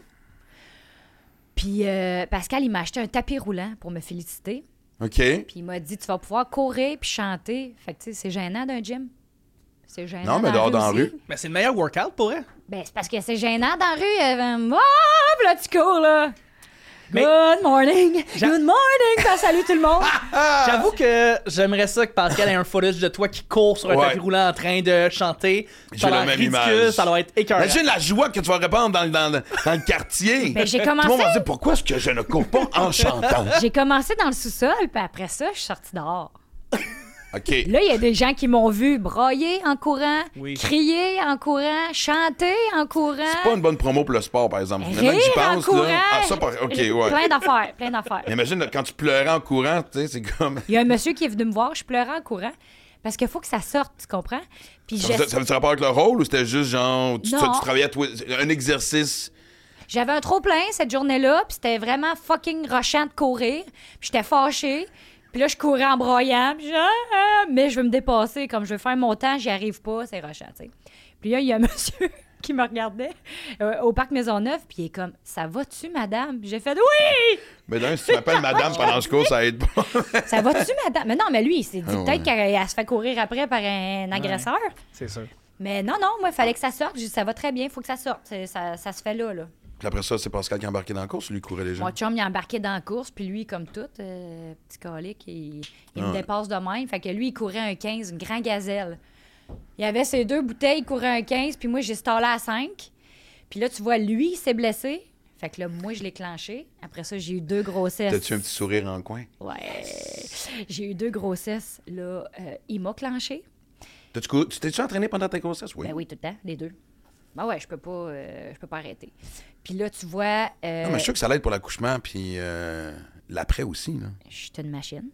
Speaker 4: Puis euh, Pascal, il m'a acheté un tapis roulant pour me féliciter.
Speaker 1: OK.
Speaker 4: Puis il m'a dit, tu vas pouvoir courir puis chanter. Fait que, tu sais, c'est gênant d'un gym. C'est gênant.
Speaker 1: Non, mais dehors dans la
Speaker 4: aussi.
Speaker 1: rue.
Speaker 2: Mais c'est le meilleur workout pour elle.
Speaker 4: Oh, Ben, c'est parce que c'est gênant dans la rue. euh, euh, Ah, puis là, tu cours, là.
Speaker 2: Mais-
Speaker 4: Good morning!
Speaker 2: J'a-
Speaker 4: Good morning! Ben, salut tout le monde!
Speaker 2: J'avoue que j'aimerais ça que Pascal ait un footage de toi qui court sur un
Speaker 1: Ouais.
Speaker 2: tapis roulant en train de chanter.
Speaker 1: J'ai
Speaker 2: Ça va
Speaker 1: la
Speaker 2: être
Speaker 1: même
Speaker 2: ridicule,
Speaker 1: image.
Speaker 2: ça va être écœurant.
Speaker 1: Imagine la joie que tu vas répandre dans, le- dans, le- dans le quartier.
Speaker 4: Ben, j'ai
Speaker 1: Tout le monde
Speaker 4: commencé.
Speaker 1: va dire pourquoi est-ce que je ne cours pas en chantant.
Speaker 4: J'ai commencé dans le sous-sol, puis après ça, je suis sortie dehors.
Speaker 1: OK.
Speaker 4: Là, il y a des gens qui m'ont vu broyer en courant,
Speaker 2: Oui.
Speaker 4: crier en courant, chanter en courant.
Speaker 1: C'est pas une bonne promo pour le sport, par exemple. Maintenant que
Speaker 4: rire
Speaker 1: j'y
Speaker 4: en
Speaker 1: pense,
Speaker 4: courant.
Speaker 1: là. Ah, ça, par- OK, ouais.
Speaker 4: Plein d'affaires, plein d'affaires.
Speaker 1: Mais Imagine là, quand tu pleurais en courant, tu sais, c'est comme.
Speaker 4: Il y a un monsieur qui est venu me voir, je pleurais en courant parce qu'il faut que ça sorte, tu comprends? Puis
Speaker 1: Ça
Speaker 4: j'ess-
Speaker 1: faisait- ça avait-tu rapport avec le rôle ou c'était juste genre. Tu, tu-
Speaker 4: Non.
Speaker 1: tu travaillais à toi- un exercice.
Speaker 4: j'avais un trop-plein cette journée-là, puis c'était vraiment fucking rochant de courir. Puis j'étais fâchée. Puis là, je courais en broyant. puis je- ah, ah, mais je veux me dépasser. Comme je veux faire mon temps, j'y arrive pas, c'est rochant, tu sais. Puis là, il y a un monsieur qui me regardait euh, au parc Maisonneuve, puis il est comme Ça va-tu, madame? Puis j'ai fait Oui!
Speaker 1: Mais d'un, si tu m'appelles madame pendant ce cours, ça aide pas.
Speaker 4: Ça va-tu, madame? Mais non, mais lui, il s'est dit
Speaker 2: Ah
Speaker 4: peut-être qu'elle elle se fait courir après par un agresseur.
Speaker 2: C'est sûr.
Speaker 4: Mais non, non, moi, il fallait que ça sorte. J'ai dit, ça va très bien, il faut que ça sorte. C'est- Ça, ça se fait là, là.
Speaker 1: Puis après ça, c'est Pascal qui a embarqué dans la course, lui courait les gens.
Speaker 4: Mon chum, il a embarqué dans la course, puis lui, comme tout, euh, petit colique, il, il me dépasse de même. Fait que lui, il courait un 15, une grande gazelle. Il avait ses deux bouteilles, il courait un 15, puis moi, j'ai stallé à 5. Puis là, tu vois, lui, il s'est blessé. Fait que là, moi, je l'ai clenché. Après ça, j'ai eu deux grossesses.
Speaker 1: T'as-tu un petit sourire en coin?
Speaker 4: Ouais. J'ai eu deux grossesses, là. euh, il m'a clenché.
Speaker 1: T'as-tu cou- Tu t'es-tu entraîné pendant ta grossesse? Oui.
Speaker 4: Ben oui, tout le temps, les deux. Ben ouais, je peux pas, euh, je peux pas arrêter. Puis là, tu vois, euh,
Speaker 1: Non, Ah, mais je suis sûr que ça l'aide pour l'accouchement, puis euh, l'après aussi. Là.
Speaker 4: je suis une machine.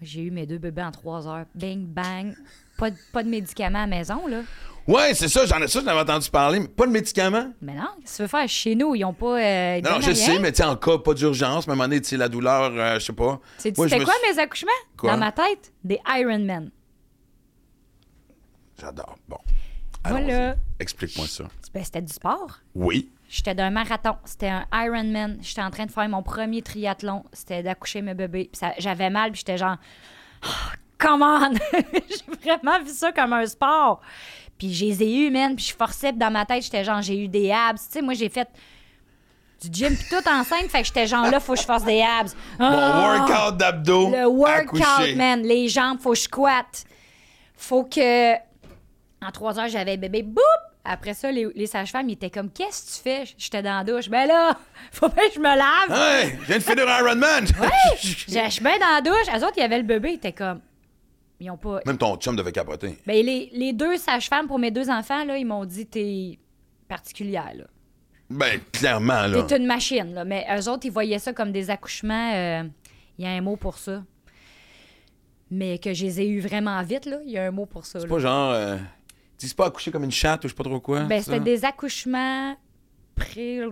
Speaker 4: J'ai eu mes deux bébés en trois heures. Bing, bang. Pas de, pas de médicaments à la maison, là.
Speaker 1: Ouais, c'est ça, j'en ai ça, j'en avais entendu parler, mais pas de médicaments.
Speaker 4: Mais non, qu'est-ce que tu veux faire chez nous? Ils ont pas. euh, ils
Speaker 1: Non, non,
Speaker 4: donnent
Speaker 1: je
Speaker 4: rien.
Speaker 1: sais, mais tu sais, en cas, pas d'urgence, mais à un moment donné, tu sais, la douleur, euh, je sais pas.
Speaker 4: C'est dit,
Speaker 1: Moi, je
Speaker 4: c'était
Speaker 1: me
Speaker 4: quoi
Speaker 1: suis-
Speaker 4: mes accouchements?
Speaker 1: Quoi?
Speaker 4: Dans ma tête, des Iron Man.
Speaker 1: J'adore. Bon.
Speaker 4: Voilà.
Speaker 1: Allons-y. Explique-moi ça.
Speaker 4: Ben, c'était du sport.
Speaker 1: Oui.
Speaker 4: J'étais d'un marathon. C'était un Ironman. J'étais en train de faire mon premier triathlon. C'était d'accoucher mes bébés. Puis ça- J'avais mal, puis j'étais genre, Ah, come on! j'ai vraiment vu ça comme un sport. Puis je les ai eus, man. Puis je forçais, puis dans ma tête, j'étais genre, j'ai eu des abs. Tu sais, moi, j'ai fait du gym, puis tout enceinte. Fait que j'étais genre, là, faut que je force des abs.
Speaker 1: Mon
Speaker 4: Ah!
Speaker 1: workout d'abdos.
Speaker 4: Le workout,
Speaker 1: accouché.
Speaker 4: man. Les jambes, faut que je squatte. Faut que. En trois heures, j'avais bébé. Boum! Après ça, les, les sages-femmes, ils étaient comme Qu'est-ce que tu fais? J'étais dans la douche. Ben là, faut bien que je me lave.
Speaker 1: Ouais, je viens de finir Iron Man.
Speaker 4: J'ai- Je suis bien dans la douche. Eux autres, il y avait le bébé. Ils étaient comme. Ils ont pas.
Speaker 1: Même ton chum devait capoter.
Speaker 4: Ben, les, les deux sages-femmes pour mes deux enfants, là, ils m'ont dit T'es particulière, là.
Speaker 1: Ben, clairement, là.
Speaker 4: T'es une machine, là. Mais eux autres, ils voyaient ça comme des accouchements. euh, Il y a un mot pour ça. Mais que je les ai eus vraiment vite, là. Il y a un mot pour ça.
Speaker 1: C'est
Speaker 4: là.
Speaker 1: pas genre. Euh, dis pas accouché comme une chatte ou je sais pas trop quoi.
Speaker 4: Ben,
Speaker 1: Ah, ça?
Speaker 4: c'était des accouchements pré... Je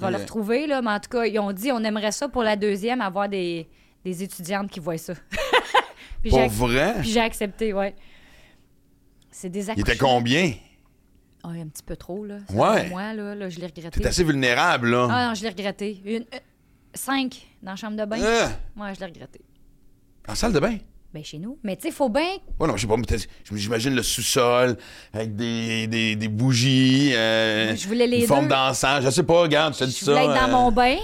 Speaker 4: vais le
Speaker 1: Ok.
Speaker 4: retrouver, là. Mais en tout cas, ils ont dit on aimerait ça pour la deuxième, avoir des, des étudiantes qui voient ça. puis j'ai
Speaker 1: Pour
Speaker 4: ac-
Speaker 1: vrai?
Speaker 4: puis j'ai accepté, ouais. C'est des
Speaker 1: Il
Speaker 4: accouchements.
Speaker 1: était combien?
Speaker 4: Ah, un petit peu trop, là. Ça,
Speaker 1: Ouais.
Speaker 4: pour Moi, là, là, je l'ai regretté.
Speaker 1: T'es assez vulnérable, là.
Speaker 4: Ah non, je l'ai regretté. Une... euh, Cinq dans la chambre de bain.
Speaker 1: Ah,
Speaker 4: Moi, je l'ai regretté.
Speaker 1: en salle de bain?
Speaker 4: Ben, chez nous. Mais tu sais, faut bien...
Speaker 1: Ouais, non, je sais pas, mais peut-être- j'imagine le sous-sol avec des, des, des bougies, euh,
Speaker 4: Je voulais les
Speaker 1: une forme
Speaker 4: deux.
Speaker 1: d'encens, je sais pas, regarde, tu te dis
Speaker 4: Je
Speaker 1: ça.
Speaker 4: voulais être dans
Speaker 1: euh,
Speaker 4: mon bain.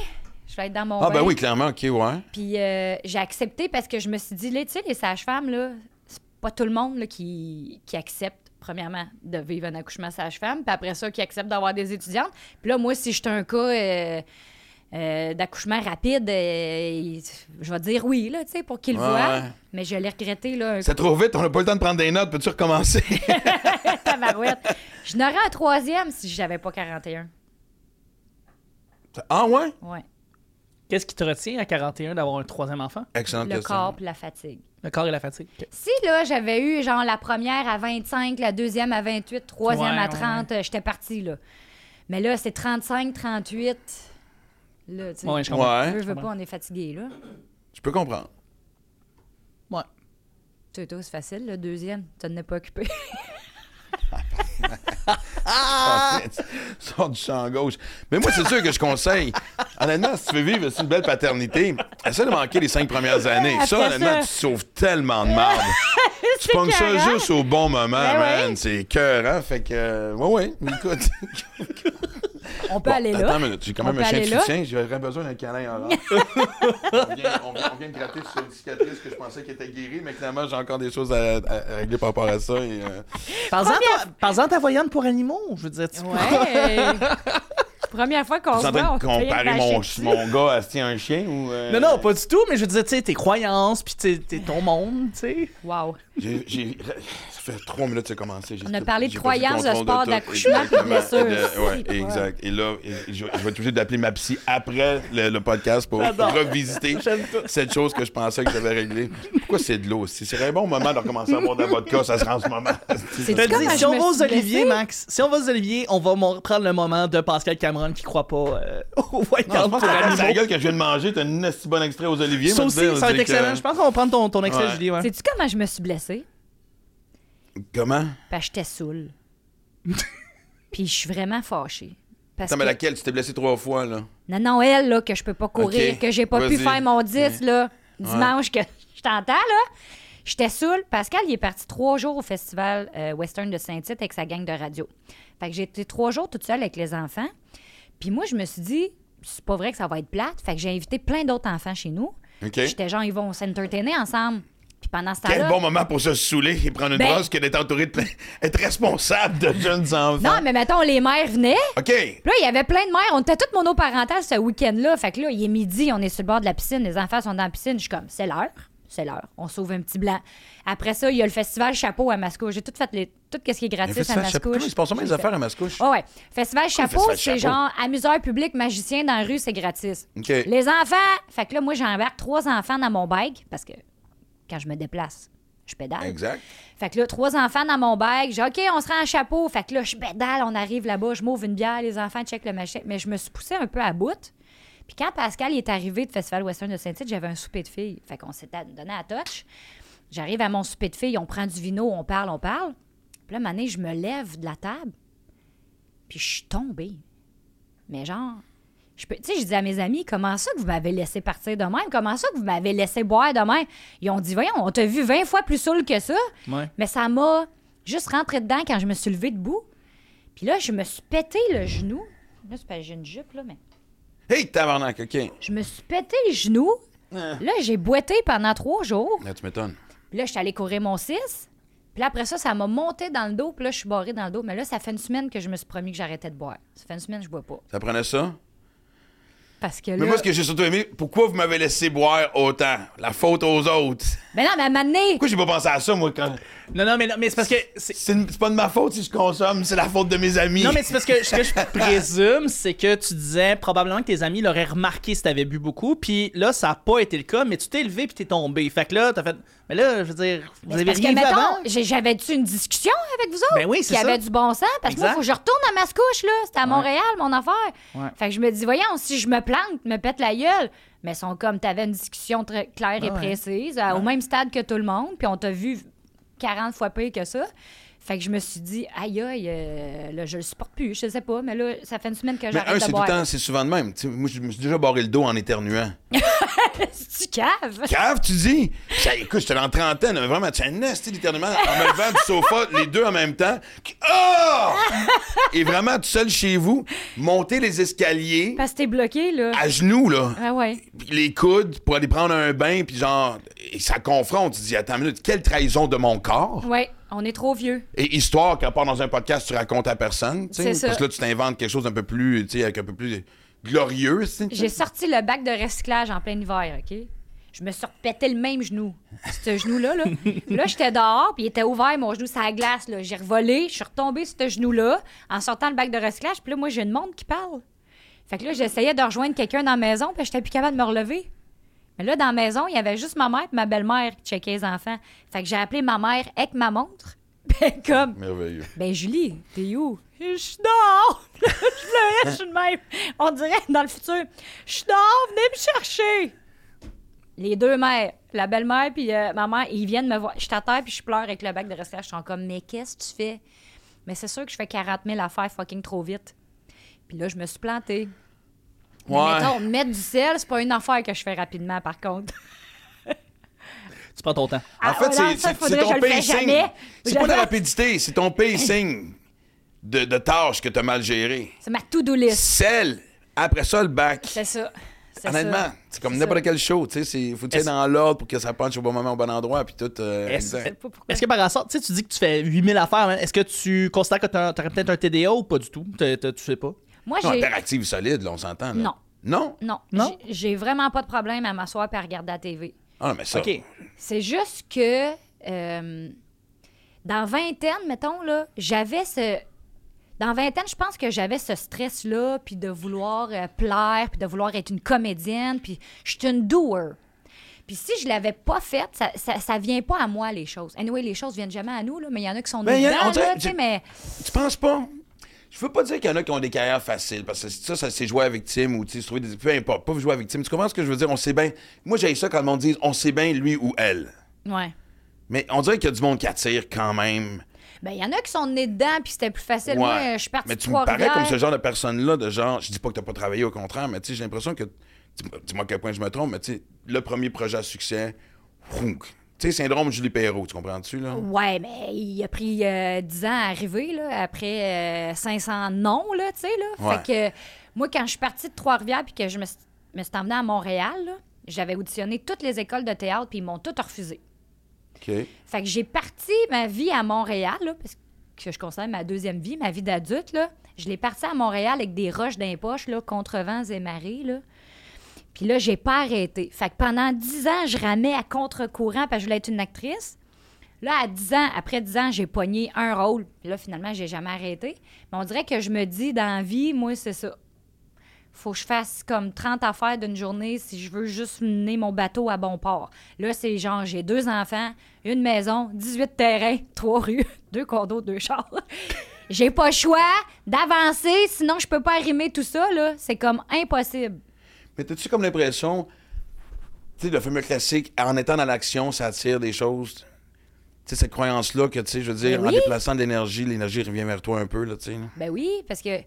Speaker 4: Je voulais être dans mon
Speaker 1: Ah
Speaker 4: bain.
Speaker 1: ben oui, clairement, ok, ouais.
Speaker 4: Puis euh, j'ai accepté parce que je me suis dit, là, tu sais, les sages-femmes, là, c'est pas tout le monde là, qui, qui accepte, premièrement, de vivre un accouchement sage-femme, puis après ça, qui accepte d'avoir des étudiantes. Puis là, moi, si j'étais un cas euh, euh, d'accouchement rapide, euh, il- je vais dire oui, là, tu sais, pour qu'ils le
Speaker 1: Ouais,
Speaker 4: voient.
Speaker 1: ouais.
Speaker 4: Mais je l'ai regretté, là, un
Speaker 1: C'est trop vite, on n'a pas le temps de prendre des notes, peux-tu recommencer?
Speaker 4: tabarouette. Je n'aurais un troisième si j'avais pas 41.
Speaker 1: ah ouais?
Speaker 4: Ouais.
Speaker 2: Qu'est-ce qui te retient à 41 d'avoir un troisième enfant?
Speaker 1: Excellente
Speaker 4: Le
Speaker 1: question.
Speaker 4: corps puis la fatigue.
Speaker 2: Le corps et la fatigue.
Speaker 4: Si là, j'avais eu genre la première à 25, la deuxième à 28, troisième
Speaker 2: Ouais,
Speaker 4: à 30, euh, j'étais partie là. Mais là, c'est 35, 38. Là, tu sais,
Speaker 2: Ouais, je comprends.
Speaker 4: je veux,
Speaker 1: Ouais,
Speaker 4: veux pas, on est fatigué là.
Speaker 1: je peux comprendre.
Speaker 2: Ouais.
Speaker 4: Tu sais, toi, c'est facile, le deuxième, tu n'en es pas occupé. Ah!
Speaker 1: Sors du champ gauche. Mais moi, c'est sûr que je conseille. Honnêtement, si tu veux vivre une belle paternité, essaie de manquer les cinq premières années. Ça,
Speaker 4: Après
Speaker 1: honnêtement,
Speaker 4: ça-
Speaker 1: tu te sauves tellement de marde. tu pognes ça
Speaker 4: carré.
Speaker 1: juste au bon moment,
Speaker 4: Ben
Speaker 1: man.
Speaker 4: oui.
Speaker 1: C'est cœur, hein? Fait que, euh, ouais, ouais. Écoute.
Speaker 4: On peut
Speaker 1: Bon,
Speaker 4: aller
Speaker 1: Attends
Speaker 4: là.
Speaker 1: une minute, j'ai quand
Speaker 4: On
Speaker 1: même
Speaker 4: peut
Speaker 1: un chien de
Speaker 4: aller là.
Speaker 1: soutien, j'aurais besoin d'un câlin en l'air. on, vient, on vient- on vient de gratter sur une cicatrice que je pensais qu'elle était guérie, mais finalement, j'ai encore des choses à, à- à régler par rapport à ça. Et, euh,
Speaker 2: Par exemple, par exemple, ta voyante pour animaux, je veux dire. tu-
Speaker 4: Ouais. Première fois qu'on
Speaker 1: Tu es
Speaker 4: se
Speaker 1: en train
Speaker 4: voit, on
Speaker 1: de
Speaker 4: se fait
Speaker 1: comparer
Speaker 4: lâcher
Speaker 1: mon,
Speaker 4: dessus.
Speaker 1: mon gars à ce tien un chien ou. euh,
Speaker 2: Non, non, pas du tout, mais je veux dire, tu sais, tes croyances, puis t'es- t'es ton monde, tu sais.
Speaker 4: Wow.
Speaker 1: J'ai- j'ai- Ça fait trois minutes que c'est commencé. j'ai
Speaker 4: On a
Speaker 1: tout-
Speaker 4: parlé de
Speaker 1: j'ai pas pris le
Speaker 4: croyances, de
Speaker 1: contrôle
Speaker 4: sport,
Speaker 1: tout.
Speaker 4: d'accouchement, puis de
Speaker 1: Exactement.
Speaker 4: blessures.
Speaker 1: Et de- ouais, exact. Et là, et je, je vais être obligé d'appeler ma psy après le, le podcast pour
Speaker 2: J'adore.
Speaker 1: revisiter cette chose que je pensais que j'avais réglée. Pourquoi c'est de l'eau aussi? C'est un bon moment de recommencer à boire de la vodka, ça se rend en ce moment.
Speaker 4: C'est
Speaker 2: T'as
Speaker 4: comme
Speaker 2: dit,
Speaker 4: quand
Speaker 2: si
Speaker 4: je
Speaker 2: on
Speaker 4: me
Speaker 2: va aux
Speaker 4: suis
Speaker 2: Olivier,
Speaker 4: blessée.
Speaker 2: Max, si on va aux Olivier, on va mon- prendre le moment de Pascal Cameron qui croit pas euh, aux
Speaker 1: Non,
Speaker 2: voyantes
Speaker 1: je pense
Speaker 2: pour
Speaker 1: que la
Speaker 2: animaux.
Speaker 1: gueule que je viens de manger, t'as un si bon extrait aux oliviers.
Speaker 2: Ça
Speaker 1: me
Speaker 2: aussi,
Speaker 1: dire,
Speaker 2: ça va
Speaker 1: c'est
Speaker 2: être
Speaker 1: que-
Speaker 2: excellent. Je pense qu'on va prendre ton, ton extrait,
Speaker 1: Ouais.
Speaker 2: Julie. Ouais.
Speaker 4: Sais-tu comment je me suis blessée?
Speaker 1: Comment?
Speaker 4: Parce que j'étais saoule. Puis je suis vraiment fâchée. Parce
Speaker 1: Attends, mais
Speaker 4: que-
Speaker 1: laquelle? Tu t'es blessé trois fois, là.
Speaker 4: Non, non, elle, là, que je peux pas courir,
Speaker 1: Ok,
Speaker 4: que j'ai pas pu
Speaker 1: vas-y.
Speaker 4: faire mon 10, là, dimanche, que je t'entends, là. J'étais saoule. Pascal, il est parti trois jours au festival euh, Western de Saint-Tite avec sa gang de radio. Fait que j'ai été trois jours toute seule avec les enfants. Puis moi, je me suis dit, c'est pas vrai que ça va être plate. Fait que j'ai invité plein d'autres enfants chez nous.
Speaker 1: OK.
Speaker 4: J'étais genre, ils vont s'entertainer ensemble. Puis pendant ce temps-là...
Speaker 1: Quel bon moment pour se saouler et prendre une
Speaker 4: Ben-
Speaker 1: brosse que d'être entouré de plein... être responsable de jeunes enfants.
Speaker 4: Non, mais mettons, les mères venaient.
Speaker 1: OK.
Speaker 4: Puis là, il y avait plein de mères. On était toutes monoparentales ce week-end-là. Fait que là, il est midi, on est sur le bord de la piscine, les enfants sont dans la piscine. Je suis comme, c'est l'heure, c'est l'heure. On sauve un petit blanc. Après ça, il y a le festival Chapeau à Mascouche. J'ai tout fait, les... tout ce qui est gratis à Mascouche. J'ai fait.
Speaker 1: à Mascouche?
Speaker 4: Ah ouais. Festival Chapeau,
Speaker 1: Festival
Speaker 4: c'est
Speaker 1: Chapeau?
Speaker 4: genre amuseur public, magicien dans la rue, c'est gratis.
Speaker 1: OK.
Speaker 4: Les enfants! Fait que là, moi, j'embarque trois enfants dans mon bike parce que quand je me déplace, je pédale.
Speaker 1: Exact.
Speaker 4: Fait que là, trois enfants dans mon bac. J'ai OK, on se rend en chapeau. Fait que là, je pédale, on arrive là-bas, je m'ouvre une bière, les enfants checkent le machin. Mais je me suis poussée un peu à bout. Puis quand Pascal il est arrivé de Festival Western de Saint-Tite, j'avais un souper de filles. Fait qu'on s'était donné à touch. J'arrive à mon souper de filles, on prend du vino, on parle, on parle. Puis là, mané, je me lève de la table. Puis je suis tombée. Mais genre, je peux, tu sais, je dis à mes amis, comment ça que vous m'avez laissé partir de même? Comment ça que vous m'avez laissé boire de même? Ils ont dit, voyons, on t'a vu 20 fois plus saoul que ça.
Speaker 2: Ouais.
Speaker 4: Mais ça m'a juste rentré dedans quand je me suis levée debout. Puis là, je me suis pété le genou. Là, c'est pas j'ai une jupe, là, mais.
Speaker 1: Hey, tabarnak, OK.
Speaker 4: Je me suis pété le genou.
Speaker 1: Ah.
Speaker 4: Là, j'ai boité pendant trois jours.
Speaker 1: Là, tu m'étonnes.
Speaker 4: Puis là, je suis allée courir mon 6. Puis là, après ça, ça m'a monté dans le dos. Puis là, je suis barrée dans le dos. Mais là, ça fait une semaine que je me suis promis que j'arrêtais de boire. Ça fait une semaine que je bois pas.
Speaker 1: Ça prenait ça?
Speaker 4: Parce que là.
Speaker 1: Mais moi, ce que j'ai surtout aimé, pourquoi vous m'avez laissé boire autant? La faute aux autres.
Speaker 4: Mais non, mais à un moment donné,
Speaker 1: Pourquoi j'ai pas pensé à ça, moi, quand...
Speaker 2: Non, non, mais, non, mais c'est parce que. c'est-
Speaker 1: C'est une- c'est pas de ma faute si je consomme, c'est la faute de mes amis.
Speaker 2: Non, mais c'est parce que ce que je présume, c'est que tu disais probablement que tes amis l'auraient remarqué si t'avais bu beaucoup. Puis là, ça n'a pas été le cas, mais tu t'es levé puis t'es tombé. Fait que là, t'as fait. Mais là, je veux dire, vous
Speaker 4: Mais c'est
Speaker 2: avez
Speaker 4: parce
Speaker 2: rien
Speaker 4: que,
Speaker 2: vu
Speaker 4: mettons,
Speaker 2: avant.
Speaker 4: j'ai- j'avais-tu une discussion avec vous autres?
Speaker 2: Ben oui, c'est
Speaker 4: Qui
Speaker 2: ça.
Speaker 4: avait du bon sens? Parce que
Speaker 2: Exact.
Speaker 4: moi, il faut que je retourne à Mascouche, là. C'était à Montréal, mon affaire.
Speaker 2: Ouais.
Speaker 4: Fait que je me dis, voyons, si je me plante, me pète la gueule. Mais ils sont comme, t'avais une discussion très claire
Speaker 2: ouais.
Speaker 4: et précise, euh, au même stade que tout le monde, puis on t'a vu 40 fois pire que ça. Fait que je me suis dit, aïe, aïe, euh, là, je le supporte plus, je sais pas, mais là, ça fait une semaine que
Speaker 1: Mais un,
Speaker 4: j'arrête
Speaker 1: c'est
Speaker 4: de
Speaker 1: tout le
Speaker 4: boire.
Speaker 1: temps, c'est souvent de même. Tu sais, moi, je me suis déjà barré le dos en éternuant.
Speaker 4: Tu caves?
Speaker 1: Cave, tu dis? Ça, écoute, j'étais en trentaine, mais vraiment, tu as un nasty d'éternuement en me levant du sofa, les deux en même temps. Ah! Et vraiment, tout seul chez vous, monter les escaliers
Speaker 4: Parce que t'es bloqué, là.
Speaker 1: à genoux, là.
Speaker 4: Ah ouais.
Speaker 1: Puis les coudes pour aller prendre un bain, puis genre, et ça confronte. Tu dis, attends une minute, quelle trahison de mon corps?
Speaker 4: Ouais, on est trop vieux.
Speaker 1: Et histoire qu'à part dans un podcast, tu racontes à personne. tu sais,
Speaker 4: C'est ça.
Speaker 1: Parce que là, tu t'inventes quelque chose d'un peu plus, tu sais, avec un peu plus glorieux. tu sais.
Speaker 4: J'ai sorti le bac de recyclage en plein hiver, OK? Je me suis repété le même genou. Ce genou-là, là. là, j'étais dehors, puis il était ouvert, mon genou, ça glace, là. J'ai revolé, je suis retombée sur ce genou-là en sortant le bac de recyclage, puis là, moi, j'ai une montre qui parle. Fait que là, j'essayais de rejoindre quelqu'un dans la maison, puis j'étais plus capable de me relever. Mais là, dans la maison, il y avait juste ma mère et ma belle-mère qui checkaient les enfants. Fait que j'ai appelé ma mère avec ma montre. Ben, comme,
Speaker 1: Merveilleux.
Speaker 4: ben Julie, t'es où? Je suis dehors! je pleurais, je suis de même. On dirait dans le futur, je suis dehors, venez me chercher! Les deux mères, la belle-mère puis euh, ma mère, ils viennent me voir. Je suis à terre puis je pleure avec le bac de recyclage. Je suis comme, mais qu'est-ce que tu fais? Mais c'est sûr que je fais 40 000 affaires fucking trop vite. Puis là, je me suis plantée. Mais
Speaker 1: Ouais.
Speaker 4: mettons, mettre du sel, c'est pas une affaire que je fais rapidement, par contre.
Speaker 2: Tu prends ton temps.
Speaker 1: En
Speaker 4: Ah,
Speaker 1: fait,
Speaker 4: ouais, non,
Speaker 1: c'est-
Speaker 4: ça,
Speaker 1: c'est
Speaker 4: faudrait
Speaker 1: c'est
Speaker 4: que
Speaker 1: ton
Speaker 4: je le
Speaker 1: pire
Speaker 4: fasse
Speaker 1: signe.
Speaker 4: jamais.
Speaker 1: C'est
Speaker 4: Je
Speaker 1: pas
Speaker 4: le
Speaker 1: la
Speaker 4: fais-
Speaker 1: rapidité, c'est ton pire signe. de, de tâches que tu as mal gérées.
Speaker 4: C'est ma to-do list.
Speaker 1: Celle, après ça, le bac.
Speaker 4: C'est ça. C'est
Speaker 1: Honnêtement,
Speaker 4: ça.
Speaker 1: c'est comme
Speaker 4: C'est
Speaker 1: n'importe
Speaker 4: ça.
Speaker 1: quel show, tu sais, c'est- faut que tu sois
Speaker 2: Est-ce-
Speaker 1: dans l'ordre pour que ça punche au bon moment, au bon endroit, puis tout. euh,
Speaker 2: Est-ce-
Speaker 1: exact.
Speaker 4: Je sais pas pourquoi.
Speaker 2: Est-ce que par hasard, tu sais, tu dis que tu fais 8000 affaires, mais est-ce que tu considères que t'as- t'aurais peut-être un TDA ou pas du tout? T'as- t'as- Tu sais pas.
Speaker 4: Moi,
Speaker 1: Non,
Speaker 4: j'ai.
Speaker 1: interactive solide, là, on s'entend. là.
Speaker 4: Non.
Speaker 1: Non?
Speaker 4: Non.
Speaker 2: Non?
Speaker 4: J'ai- J'ai vraiment pas de problème à m'asseoir et à regarder la TV.
Speaker 1: Ah, non, mais ça.
Speaker 2: OK.
Speaker 4: C'est juste que euh, dans vingtaine, mettons, là, j'avais ce. Dans vingtaine, je pense que j'avais ce stress-là, puis de vouloir euh, plaire, puis de vouloir être une comédienne, puis je suis une doer. Puis si je l'avais pas faite, ça, ça, ça vient pas à moi, les choses. Anyway, les choses viennent jamais à nous, là, mais il y en a qui sont
Speaker 1: Ben, il y en a-
Speaker 4: dedans,
Speaker 1: on dirait-
Speaker 4: là, tu sais,
Speaker 1: j'ai-
Speaker 4: mais...
Speaker 1: Tu penses pas? Je veux pas dire qu'il y en a qui ont des carrières faciles, parce que ça, ça c'est jouer à victime ou tu sais, se trouver des. Peu importe, pas jouer à victime. Tu comprends ce que je veux dire? On sait bien. Moi, j'ai ça quand le monde dit on sait bien lui ou elle.
Speaker 4: Ouais.
Speaker 1: Mais on dirait qu'il y a du monde qui attire quand même.
Speaker 4: Ben, il y en a qui sont nés dedans, puis c'était plus facile. Moi,
Speaker 1: Ouais.
Speaker 4: euh, je suis partie
Speaker 1: Mais
Speaker 4: de
Speaker 1: tu me parais
Speaker 4: Trois-Rivières.
Speaker 1: comme ce genre de personne-là, de genre, je dis pas que t'as pas travaillé, au contraire, mais tu sais, j'ai l'impression que. dis-moi- Dis-moi à quel point je me trompe, mais tu sais, le premier projet à succès, frounk. Tu sais, syndrome Julie Perrault, tu comprends-tu, là?
Speaker 4: Ouais, mais il a pris euh, 10 ans à arriver, là, après euh, 500 noms, là, tu sais, là.
Speaker 1: Ouais.
Speaker 4: Fait que moi, quand je suis partie de Trois-Rivières puis que je me, suis- me suis emmenée à Montréal, là, j'avais auditionné toutes les écoles de théâtre puis ils m'ont toutes refusé.
Speaker 1: OK.
Speaker 4: Fait que j'ai parti ma vie à Montréal, là, parce que je considère ma deuxième vie, ma vie d'adulte, là. Je l'ai partie à Montréal avec des roches dans les poches, là, contre vents et marées, là. Puis là, j'ai pas arrêté. Fait que pendant dix ans, je ramais à contre-courant parce que je voulais être une actrice. Là, à 10 ans, après 10 ans, j'ai pogné un rôle. Puis là, finalement, j'ai jamais arrêté. Mais on dirait que je me dis, dans la vie, moi, c'est ça. Faut que je fasse comme 30 affaires d'une journée si je veux juste mener mon bateau à bon port. Là, c'est genre, j'ai deux enfants, une maison, 18 terrains, trois rues, deux condos, deux chars. j'ai pas le choix d'avancer, sinon je peux pas arrimer tout ça, là. C'est comme impossible.
Speaker 1: Mais t'as-tu comme l'impression, tu sais, le fameux classique, en étant dans l'action, ça attire des choses? Tu sais, cette croyance-là que, tu sais, je veux dire,
Speaker 4: Ben
Speaker 1: en
Speaker 4: oui.
Speaker 1: déplaçant de l'énergie, l'énergie revient vers toi un peu, là, tu sais. là.
Speaker 4: Ben oui, parce que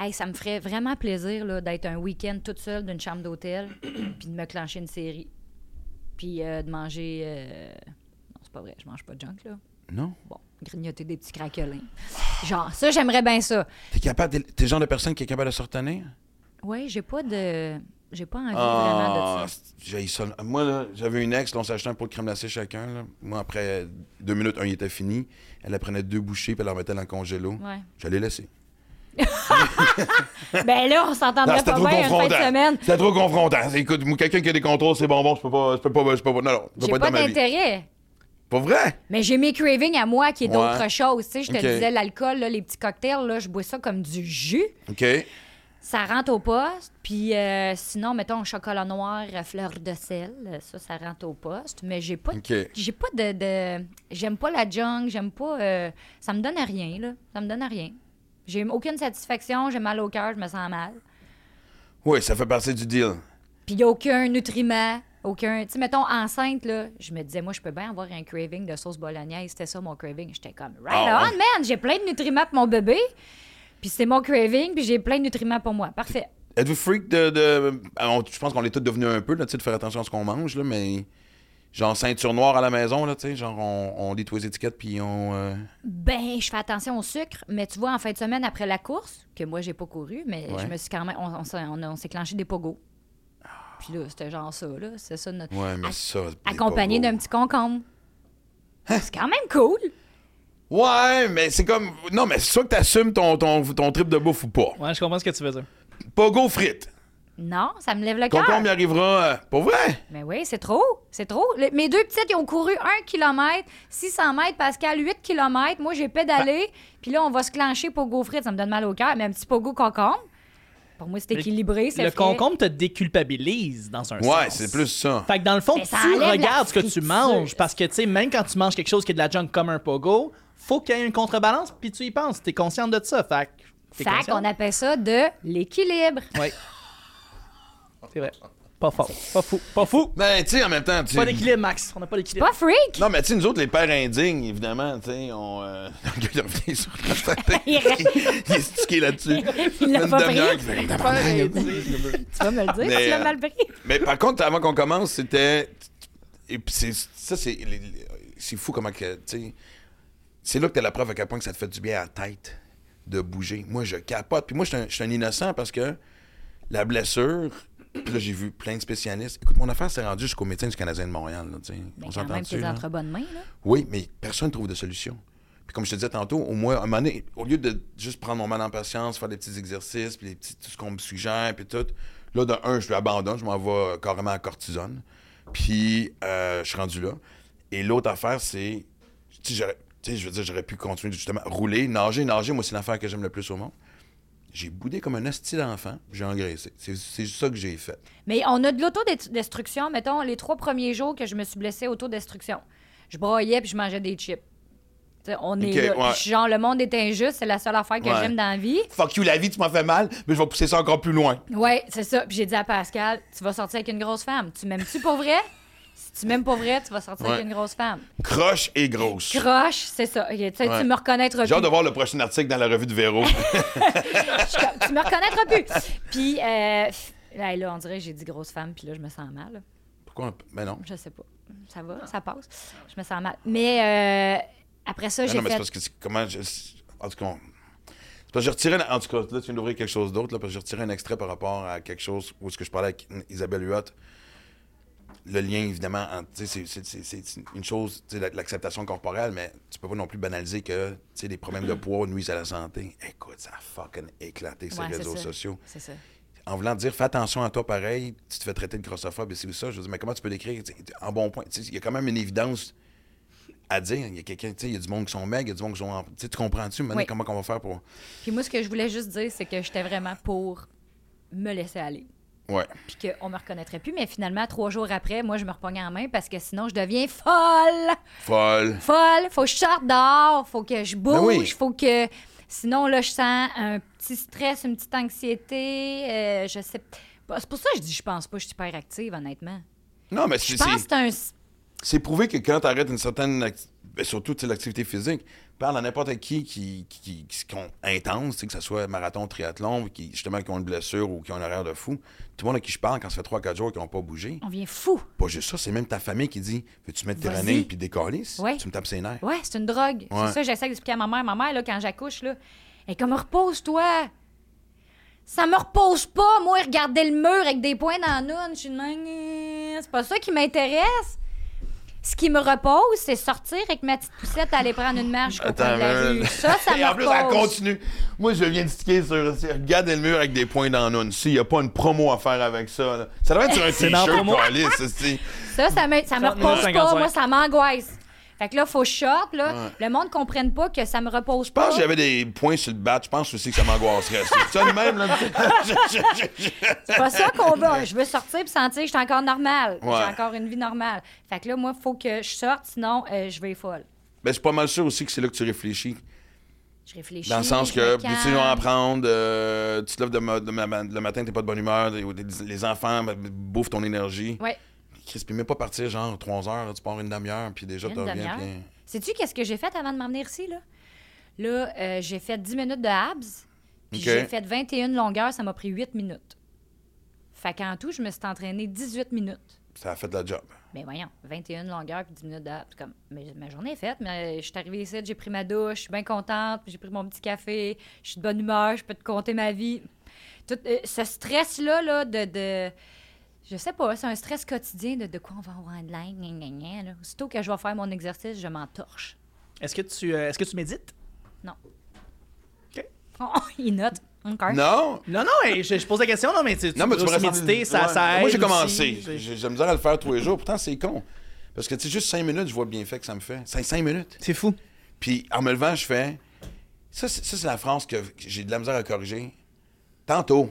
Speaker 4: hey, ça me ferait vraiment plaisir là, d'être un week-end toute seule d'une chambre d'hôtel, puis de me clencher une série, puis euh, de manger. euh, Non, c'est pas vrai, je mange pas de junk là.
Speaker 1: Non?
Speaker 4: Bon, grignoter des petits craquelins. Genre, ça j'aimerais bien ça.
Speaker 1: T'es capable, de- t'es le genre de personne qui est capable de se retenir?
Speaker 4: Ouais, j'ai pas de, j'ai pas envie vraiment
Speaker 1: Ah,
Speaker 4: de ça.
Speaker 1: j'ai ça. Moi, là, j'avais une ex, là, on s'achetait un pot de crème glacée chacun, là. Moi, après deux minutes, un, il était fini. Elle prenait deux bouchées, puis elle en mettait dans le congélo.
Speaker 4: Ouais.
Speaker 1: Je l'ai laissé.
Speaker 4: Ben là, on
Speaker 1: Non,
Speaker 4: s'entendrait
Speaker 1: c'était
Speaker 4: pas
Speaker 1: trop
Speaker 4: bien une fin
Speaker 1: confrontant.
Speaker 4: de semaine.
Speaker 1: C'était trop confrontant. Écoute, moi, quelqu'un qui a des contrôles, c'est bonbon, je peux pas, je peux pas, je peux pas. Non, non, je
Speaker 4: J'ai
Speaker 1: peux pas
Speaker 4: pas
Speaker 1: être dans ma vie.
Speaker 4: d'intérêt.
Speaker 1: Pas vrai?
Speaker 4: Mais j'ai mes cravings à moi qui est
Speaker 1: Ouais.
Speaker 4: d'autres choses. Tu sais, je te
Speaker 1: Ok.
Speaker 4: disais l'alcool, là, les petits cocktails, là, je bois ça comme du jus.
Speaker 1: OK.
Speaker 4: Ça rentre au poste, puis euh, sinon, mettons, chocolat noir, euh, fleur de sel, euh, ça, ça rentre au poste. Mais j'ai pas, de-
Speaker 1: OK.
Speaker 4: j'ai pas de, de- j'aime pas la junk, j'aime pas, euh, ça me donne rien là, ça me donne rien. J'ai aucune satisfaction, j'ai mal au cœur, je me sens mal.
Speaker 1: Oui, ça fait partie du deal.
Speaker 4: Puis y a aucun nutriment, aucun, tu sais, mettons enceinte là, je me disais moi, je peux bien avoir un craving de sauce bolognaise, c'était ça mon craving. J'étais comme, right
Speaker 1: Ah,
Speaker 4: on
Speaker 1: ouais.
Speaker 4: man, j'ai plein de nutriments pour mon bébé, puis c'est mon craving, puis j'ai plein de nutriments pour moi, parfait.
Speaker 1: Êtes-vous freak de. de- Ah, on- je pense qu'on est tous devenus un peu, là, tu sais, de faire attention à ce qu'on mange, là, mais. Genre ceinture noire à la maison, là, tu sais, genre on, on lit tous les étiquettes, puis on. euh,
Speaker 4: Ben, je fais attention au sucre, mais tu vois, en fin de semaine après la course, que moi, j'ai pas couru, mais
Speaker 1: Ouais.
Speaker 4: je me suis quand même. On, on s'est- on a- on s'est clenché des pogos. Puis là, c'était genre ça, là. C'est ça notre.
Speaker 1: Ouais, mais
Speaker 4: Ac-
Speaker 1: ça. c'est Hein?
Speaker 4: Accompagné
Speaker 1: pas
Speaker 4: d'un
Speaker 1: beau.
Speaker 4: petit concombre. C'est quand même cool.
Speaker 1: Ouais, mais c'est comme. Non, mais c'est sûr que t'assumes ton, ton, ton trip de bouffe ou pas.
Speaker 2: Ouais, je comprends ce que tu veux dire.
Speaker 1: Pogo frites.
Speaker 4: Non, ça me lève le cœur.
Speaker 1: Concombre y arrivera. euh, Pour vrai?
Speaker 4: Mais oui, c'est trop. C'est trop. Le- mes deux petites, ils ont couru 1 km, 600 mètres, Pascal, 8 km. Moi, j'ai pédalé.
Speaker 1: Ben.
Speaker 4: Puis là, on va se clencher pogo frites. Ça me donne mal au cœur. Mais un petit pogo concombre. Pour moi, c'est
Speaker 2: Le-
Speaker 4: équilibré. c'est
Speaker 2: Le
Speaker 4: frais.
Speaker 2: concombre te déculpabilise dans un sens.
Speaker 1: Ouais, c'est plus ça.
Speaker 2: Fait que dans le fond,
Speaker 4: Mais ça
Speaker 2: tu
Speaker 4: enlève la
Speaker 2: regardes ce que tu
Speaker 4: friture.
Speaker 2: manges parce que, tu sais, même quand tu manges quelque chose qui est de la junk comme un pogo, faut qu'il y ait une contrebalance puis tu y penses. T'es consciente de ça. Fait que. t'es
Speaker 4: Fait
Speaker 2: consciente.
Speaker 4: qu'on appelle ça de l'équilibre.
Speaker 2: Ouais. C'est vrai. Pas fort. Pas fou. Pas fou.
Speaker 1: Ben, tu sais, en même temps, tu.
Speaker 2: Pas d'équilibre, Max. On n'a pas d'équilibre.
Speaker 4: Pas freak!
Speaker 1: Non, mais tu sais, nous autres, les pères indignes, évidemment, tu sais, on. Euh... Le gars, il revient sur le constaté.
Speaker 4: Il reste-
Speaker 1: Il est stické là-dessus.
Speaker 4: Il l'a
Speaker 1: Une
Speaker 4: pas
Speaker 1: demi-heure
Speaker 4: pris.
Speaker 1: qu'il fait,
Speaker 4: Tu vas me le dire,
Speaker 1: Mais,
Speaker 4: tu l'as
Speaker 1: euh,
Speaker 4: mal pris.
Speaker 1: Mais par contre, avant qu'on commence, c'était. Et puis c'est- ça, c'est. les- les- C'est fou comment que. tu sais, C'est là que t'as la preuve à quel point que ça te fait du bien à la tête. de bouger. Moi, je capote. Puis moi, je suis un- je suis un, innocent parce que la blessure, puis là, j'ai vu plein de spécialistes. Écoute, mon affaire s'est rendue jusqu'au médecin du Canadien de Montréal. là, tu sais.
Speaker 4: Ben,
Speaker 1: on
Speaker 4: quand
Speaker 1: s'entend
Speaker 4: même,
Speaker 1: dessus.
Speaker 4: t'es entre bonnes mains, là.
Speaker 1: Oui, mais personne ne trouve de solution. Puis comme je te disais tantôt, au moins, à un moment donné, au lieu de juste prendre mon mal en patience, faire des petits exercices, puis les petits, tout ce qu'on me suggère, puis tout, là, de un, je l'abandonne, je m'en vais euh, carrément à cortisone. Puis euh, je suis rendu là. Et l'autre affaire, c'est, tu sais, j'aurais- tu sais, je veux dire, j'aurais pu continuer justement, rouler, nager, nager, moi, c'est l'affaire que j'aime le plus au monde. J'ai boudé comme un hostile enfant, j'ai engraissé. C'est c'est ça que j'ai fait.
Speaker 4: Mais on a de l'autodestruction. Mettons, les trois premiers jours que je me suis blessée, autodestruction. Je broyais puis je mangeais des chips. T'sais, on est
Speaker 1: Ok,
Speaker 4: là.
Speaker 1: ouais.
Speaker 4: Puis Genre, le monde est injuste, c'est la seule affaire que
Speaker 1: Ouais.
Speaker 4: j'aime dans la vie.
Speaker 1: Fuck you, la vie, tu m'as fait mal, mais je vais pousser ça encore plus loin.
Speaker 4: Ouais, c'est ça. Puis j'ai dit à Pascal, tu vas sortir avec une grosse femme. Tu m'aimes-tu pour vrai? Si tu m'aimes pour vrai, tu vas sortir
Speaker 1: Ouais.
Speaker 4: avec une grosse femme.
Speaker 1: Croche et grosse.
Speaker 4: Croche, c'est ça. Ok, tu sais,
Speaker 1: Ouais.
Speaker 4: Tu me reconnaîtras
Speaker 1: J'ai
Speaker 4: plus.
Speaker 1: hâte de voir le prochain article dans la revue de Véro.
Speaker 4: Je suis comme, tu me reconnaîtras plus. Puis euh, f- là, là, on dirait que j'ai dit grosse femme, puis là, je me sens mal.
Speaker 1: Pourquoi? un p- Ben non.
Speaker 4: Je sais pas. Ça va, ça passe. Je me sens mal. Mais euh, après ça,
Speaker 1: Ben
Speaker 4: j'ai
Speaker 1: non, mais c'est
Speaker 4: fait.
Speaker 1: parce que c'est- comment. je- c'est- en tout cas, on- c'est parce que j'ai retiré. un- En tout cas, là, tu viens d'ouvrir quelque chose d'autre, là, parce que j'ai retiré un extrait par rapport à quelque chose où ce que je parlais avec Isabelle Huot. Le lien, évidemment, entre- tu sais, c'est- c'est c'est- c'est une chose, tu sais, la- l'acceptation corporelle, mais tu peux pas non plus banaliser que tu sais, les problèmes de poids nuisent à la santé. Écoute, ça a fucking éclaté ces
Speaker 4: Ouais, c'est
Speaker 1: réseaux
Speaker 4: ça.
Speaker 1: sociaux.
Speaker 4: C'est ça.
Speaker 1: en voulant dire fais attention à toi pareil, tu te fais traiter de grossophobe et c'est ça. Je veux dire, mais comment tu peux l'écrire tu sais, en bon point? Tu sais, Il y a quand même une évidence à dire. Il y a quelqu'un, tu sais, il y a du monde qui sont maigres, il y a du monde qui sont. en- Tu sais, tu comprends-tu maintenant
Speaker 4: Oui.
Speaker 1: comment on va faire pour.
Speaker 4: Puis moi, ce que je voulais juste dire, c'est que j'étais vraiment pour me laisser aller.
Speaker 1: Ouais.
Speaker 4: Puis qu'on me reconnaîtrait plus. Mais finalement, trois jours après, moi, je me repognais en main parce que sinon, je deviens folle.
Speaker 1: Folle.
Speaker 4: Folle. Faut que je sorte dehors. Faut que je bouge.
Speaker 1: Ben oui.
Speaker 4: Faut que. Sinon, là, je sens un petit stress, une petite anxiété. euh, je sais. pas. C'est pour ça que je dis, je pense pas, que je suis hyper active, honnêtement.
Speaker 1: Non, mais
Speaker 4: Je
Speaker 1: c'est-
Speaker 4: pense que
Speaker 1: c'est
Speaker 4: c'est un.
Speaker 1: c'est prouvé que quand tu arrêtes une certaine. acti- ben, surtout, tu sais, l'activité physique, parle à n'importe qui qui, qui, qui, qui sont intenses, tu sais, que ce soit marathon, triathlon, qui, justement, qui ont une blessure ou qui ont un horaire de fou. Tout le monde à qui je parle, quand ça fait 3-4 jours qu'ils n'ont pas bougé,
Speaker 4: On vient fou.
Speaker 1: Pas juste ça, c'est même ta famille qui dit Veux-tu mettre tes
Speaker 4: Vas-y.
Speaker 1: running puis des calices
Speaker 4: Ouais.
Speaker 1: Tu me tapes ses nerfs.
Speaker 4: Ouais, c'est une drogue.
Speaker 1: Ouais.
Speaker 4: C'est ça que j'essaie d'expliquer à ma mère. Ma mère, là, quand j'accouche, là, elle est comme repose-toi. Ça me repose pas, moi, regarder le mur avec des points dans la noune. Je suis de même, euh, C'est pas ça qui m'intéresse. Ce qui me repose, c'est sortir avec ma petite poussette, aller prendre une marche au coin de la
Speaker 1: Attends,
Speaker 4: rue.
Speaker 1: man.
Speaker 4: Ça, ça
Speaker 1: Et
Speaker 4: me
Speaker 1: en plus, elle
Speaker 4: repose.
Speaker 1: continue. Moi, je viens de sticker sur. sur- Regardez le mur avec des points dans l'une. S'il n'y a pas une promo à faire avec ça, là. ça devrait être sur un
Speaker 2: C'est dans
Speaker 1: t-shirt,
Speaker 2: promo.
Speaker 1: calice. esti.
Speaker 4: Ça, ça me, ça me
Speaker 2: 30
Speaker 4: repose pas.
Speaker 2: 55.
Speaker 4: Moi, ça m'angoisse. Fait que là, faut que je sorte, là. Le monde comprenne pas que ça me repose
Speaker 1: Je
Speaker 4: pas.
Speaker 1: pense que j'avais des points sur le bat. Je pense aussi que ça m'angoisserait. C'est ça de même, là. Je- je- je- je-
Speaker 4: C'est pas ça qu'on veut. Je veux sortir puis sentir que je suis encore normale.
Speaker 1: Ouais.
Speaker 4: J'ai encore une vie normale. Fait que là, moi, il faut que je sorte, sinon, euh, je vais être folle.
Speaker 1: Ben, je suis pas mal sûr aussi que c'est là que tu réfléchis.
Speaker 4: Je réfléchis.
Speaker 1: Dans le sens
Speaker 4: je
Speaker 1: que
Speaker 4: me
Speaker 1: tu
Speaker 4: calme.
Speaker 1: sais, en prendre, euh, tu te lèves de ma- de ma- le matin, t'es pas de bonne humeur, les, les enfants ben, bouffent ton énergie.
Speaker 4: Ouais.
Speaker 1: Chris, puis même pas partir genre 3 heures, tu pars une demi-heure, puis déjà
Speaker 4: Une
Speaker 1: tu reviens.
Speaker 4: demi-heure.
Speaker 1: puis-
Speaker 4: Sais-tu qu'est-ce que j'ai fait avant de m'emmener ici, là? Là, euh, j'ai fait 10 minutes de abs, puis
Speaker 1: Ok.
Speaker 4: j'ai fait 21 longueurs, ça m'a pris 8 minutes. Fait qu'en tout, je me suis entraînée 18 minutes.
Speaker 1: Ça a fait la job.
Speaker 4: Mais voyons, 21 longueurs puis 10 minutes de abs. Comme, mais ma journée est faite, mais je suis arrivée ici, j'ai pris ma douche, je suis bien contente, j'ai pris mon petit café, je suis de bonne humeur, je peux te compter ma vie. Tout euh, ce stress-là, là, de, de. Je sais pas, c'est un stress quotidien de de quoi on va avoir de l'air, gna, gna, gna, là. Aussitôt que je vais faire mon exercice, je m'entorche.
Speaker 2: Est-ce que tu, euh, est-ce que tu médites?
Speaker 4: Non.
Speaker 2: OK.
Speaker 4: Oh, il note. OK.
Speaker 1: Non!
Speaker 2: Non, non, hey, je, je pose la question, non, mais tu, tu
Speaker 1: Non, mais tu
Speaker 2: peux aussi
Speaker 1: pourrais
Speaker 2: méditer,
Speaker 1: faire-
Speaker 2: ça,
Speaker 1: Ouais.
Speaker 2: ça aide
Speaker 1: Moi, j'ai
Speaker 2: aussi.
Speaker 1: commencé. J'ai j'ai de la misère à le faire tous les jours. Pourtant, c'est con. Parce que, tu sais, juste 5 minutes, je vois le bienfait que ça me fait. 5 minutes.
Speaker 2: C'est fou.
Speaker 1: Puis en me levant, je fais. Ça, c'est ça, c'est la phrase que j'ai de la misère à corriger. Tantôt.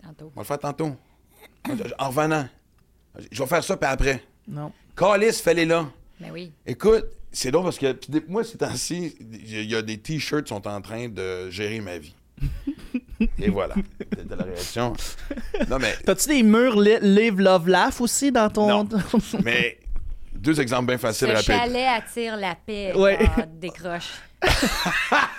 Speaker 4: Tantôt.
Speaker 1: On va le faire tantôt. En revenant. Je vais faire ça, puis après.
Speaker 2: Non.
Speaker 1: Calice, fais-les là.
Speaker 4: Ben oui.
Speaker 1: Écoute, c'est drôle parce que puis des- moi, ces temps-ci, il y a- il y, a des t-shirts qui sont en train de gérer ma vie. Et voilà. C'était la réaction. Non, mais,
Speaker 2: T'as-tu des murs li- Live Love Laugh aussi dans ton.
Speaker 1: Non. mais deux exemples bien
Speaker 4: Ce
Speaker 1: faciles, rapides.
Speaker 4: chalet attire la paix.
Speaker 2: Ouais.
Speaker 4: Ah, décroche.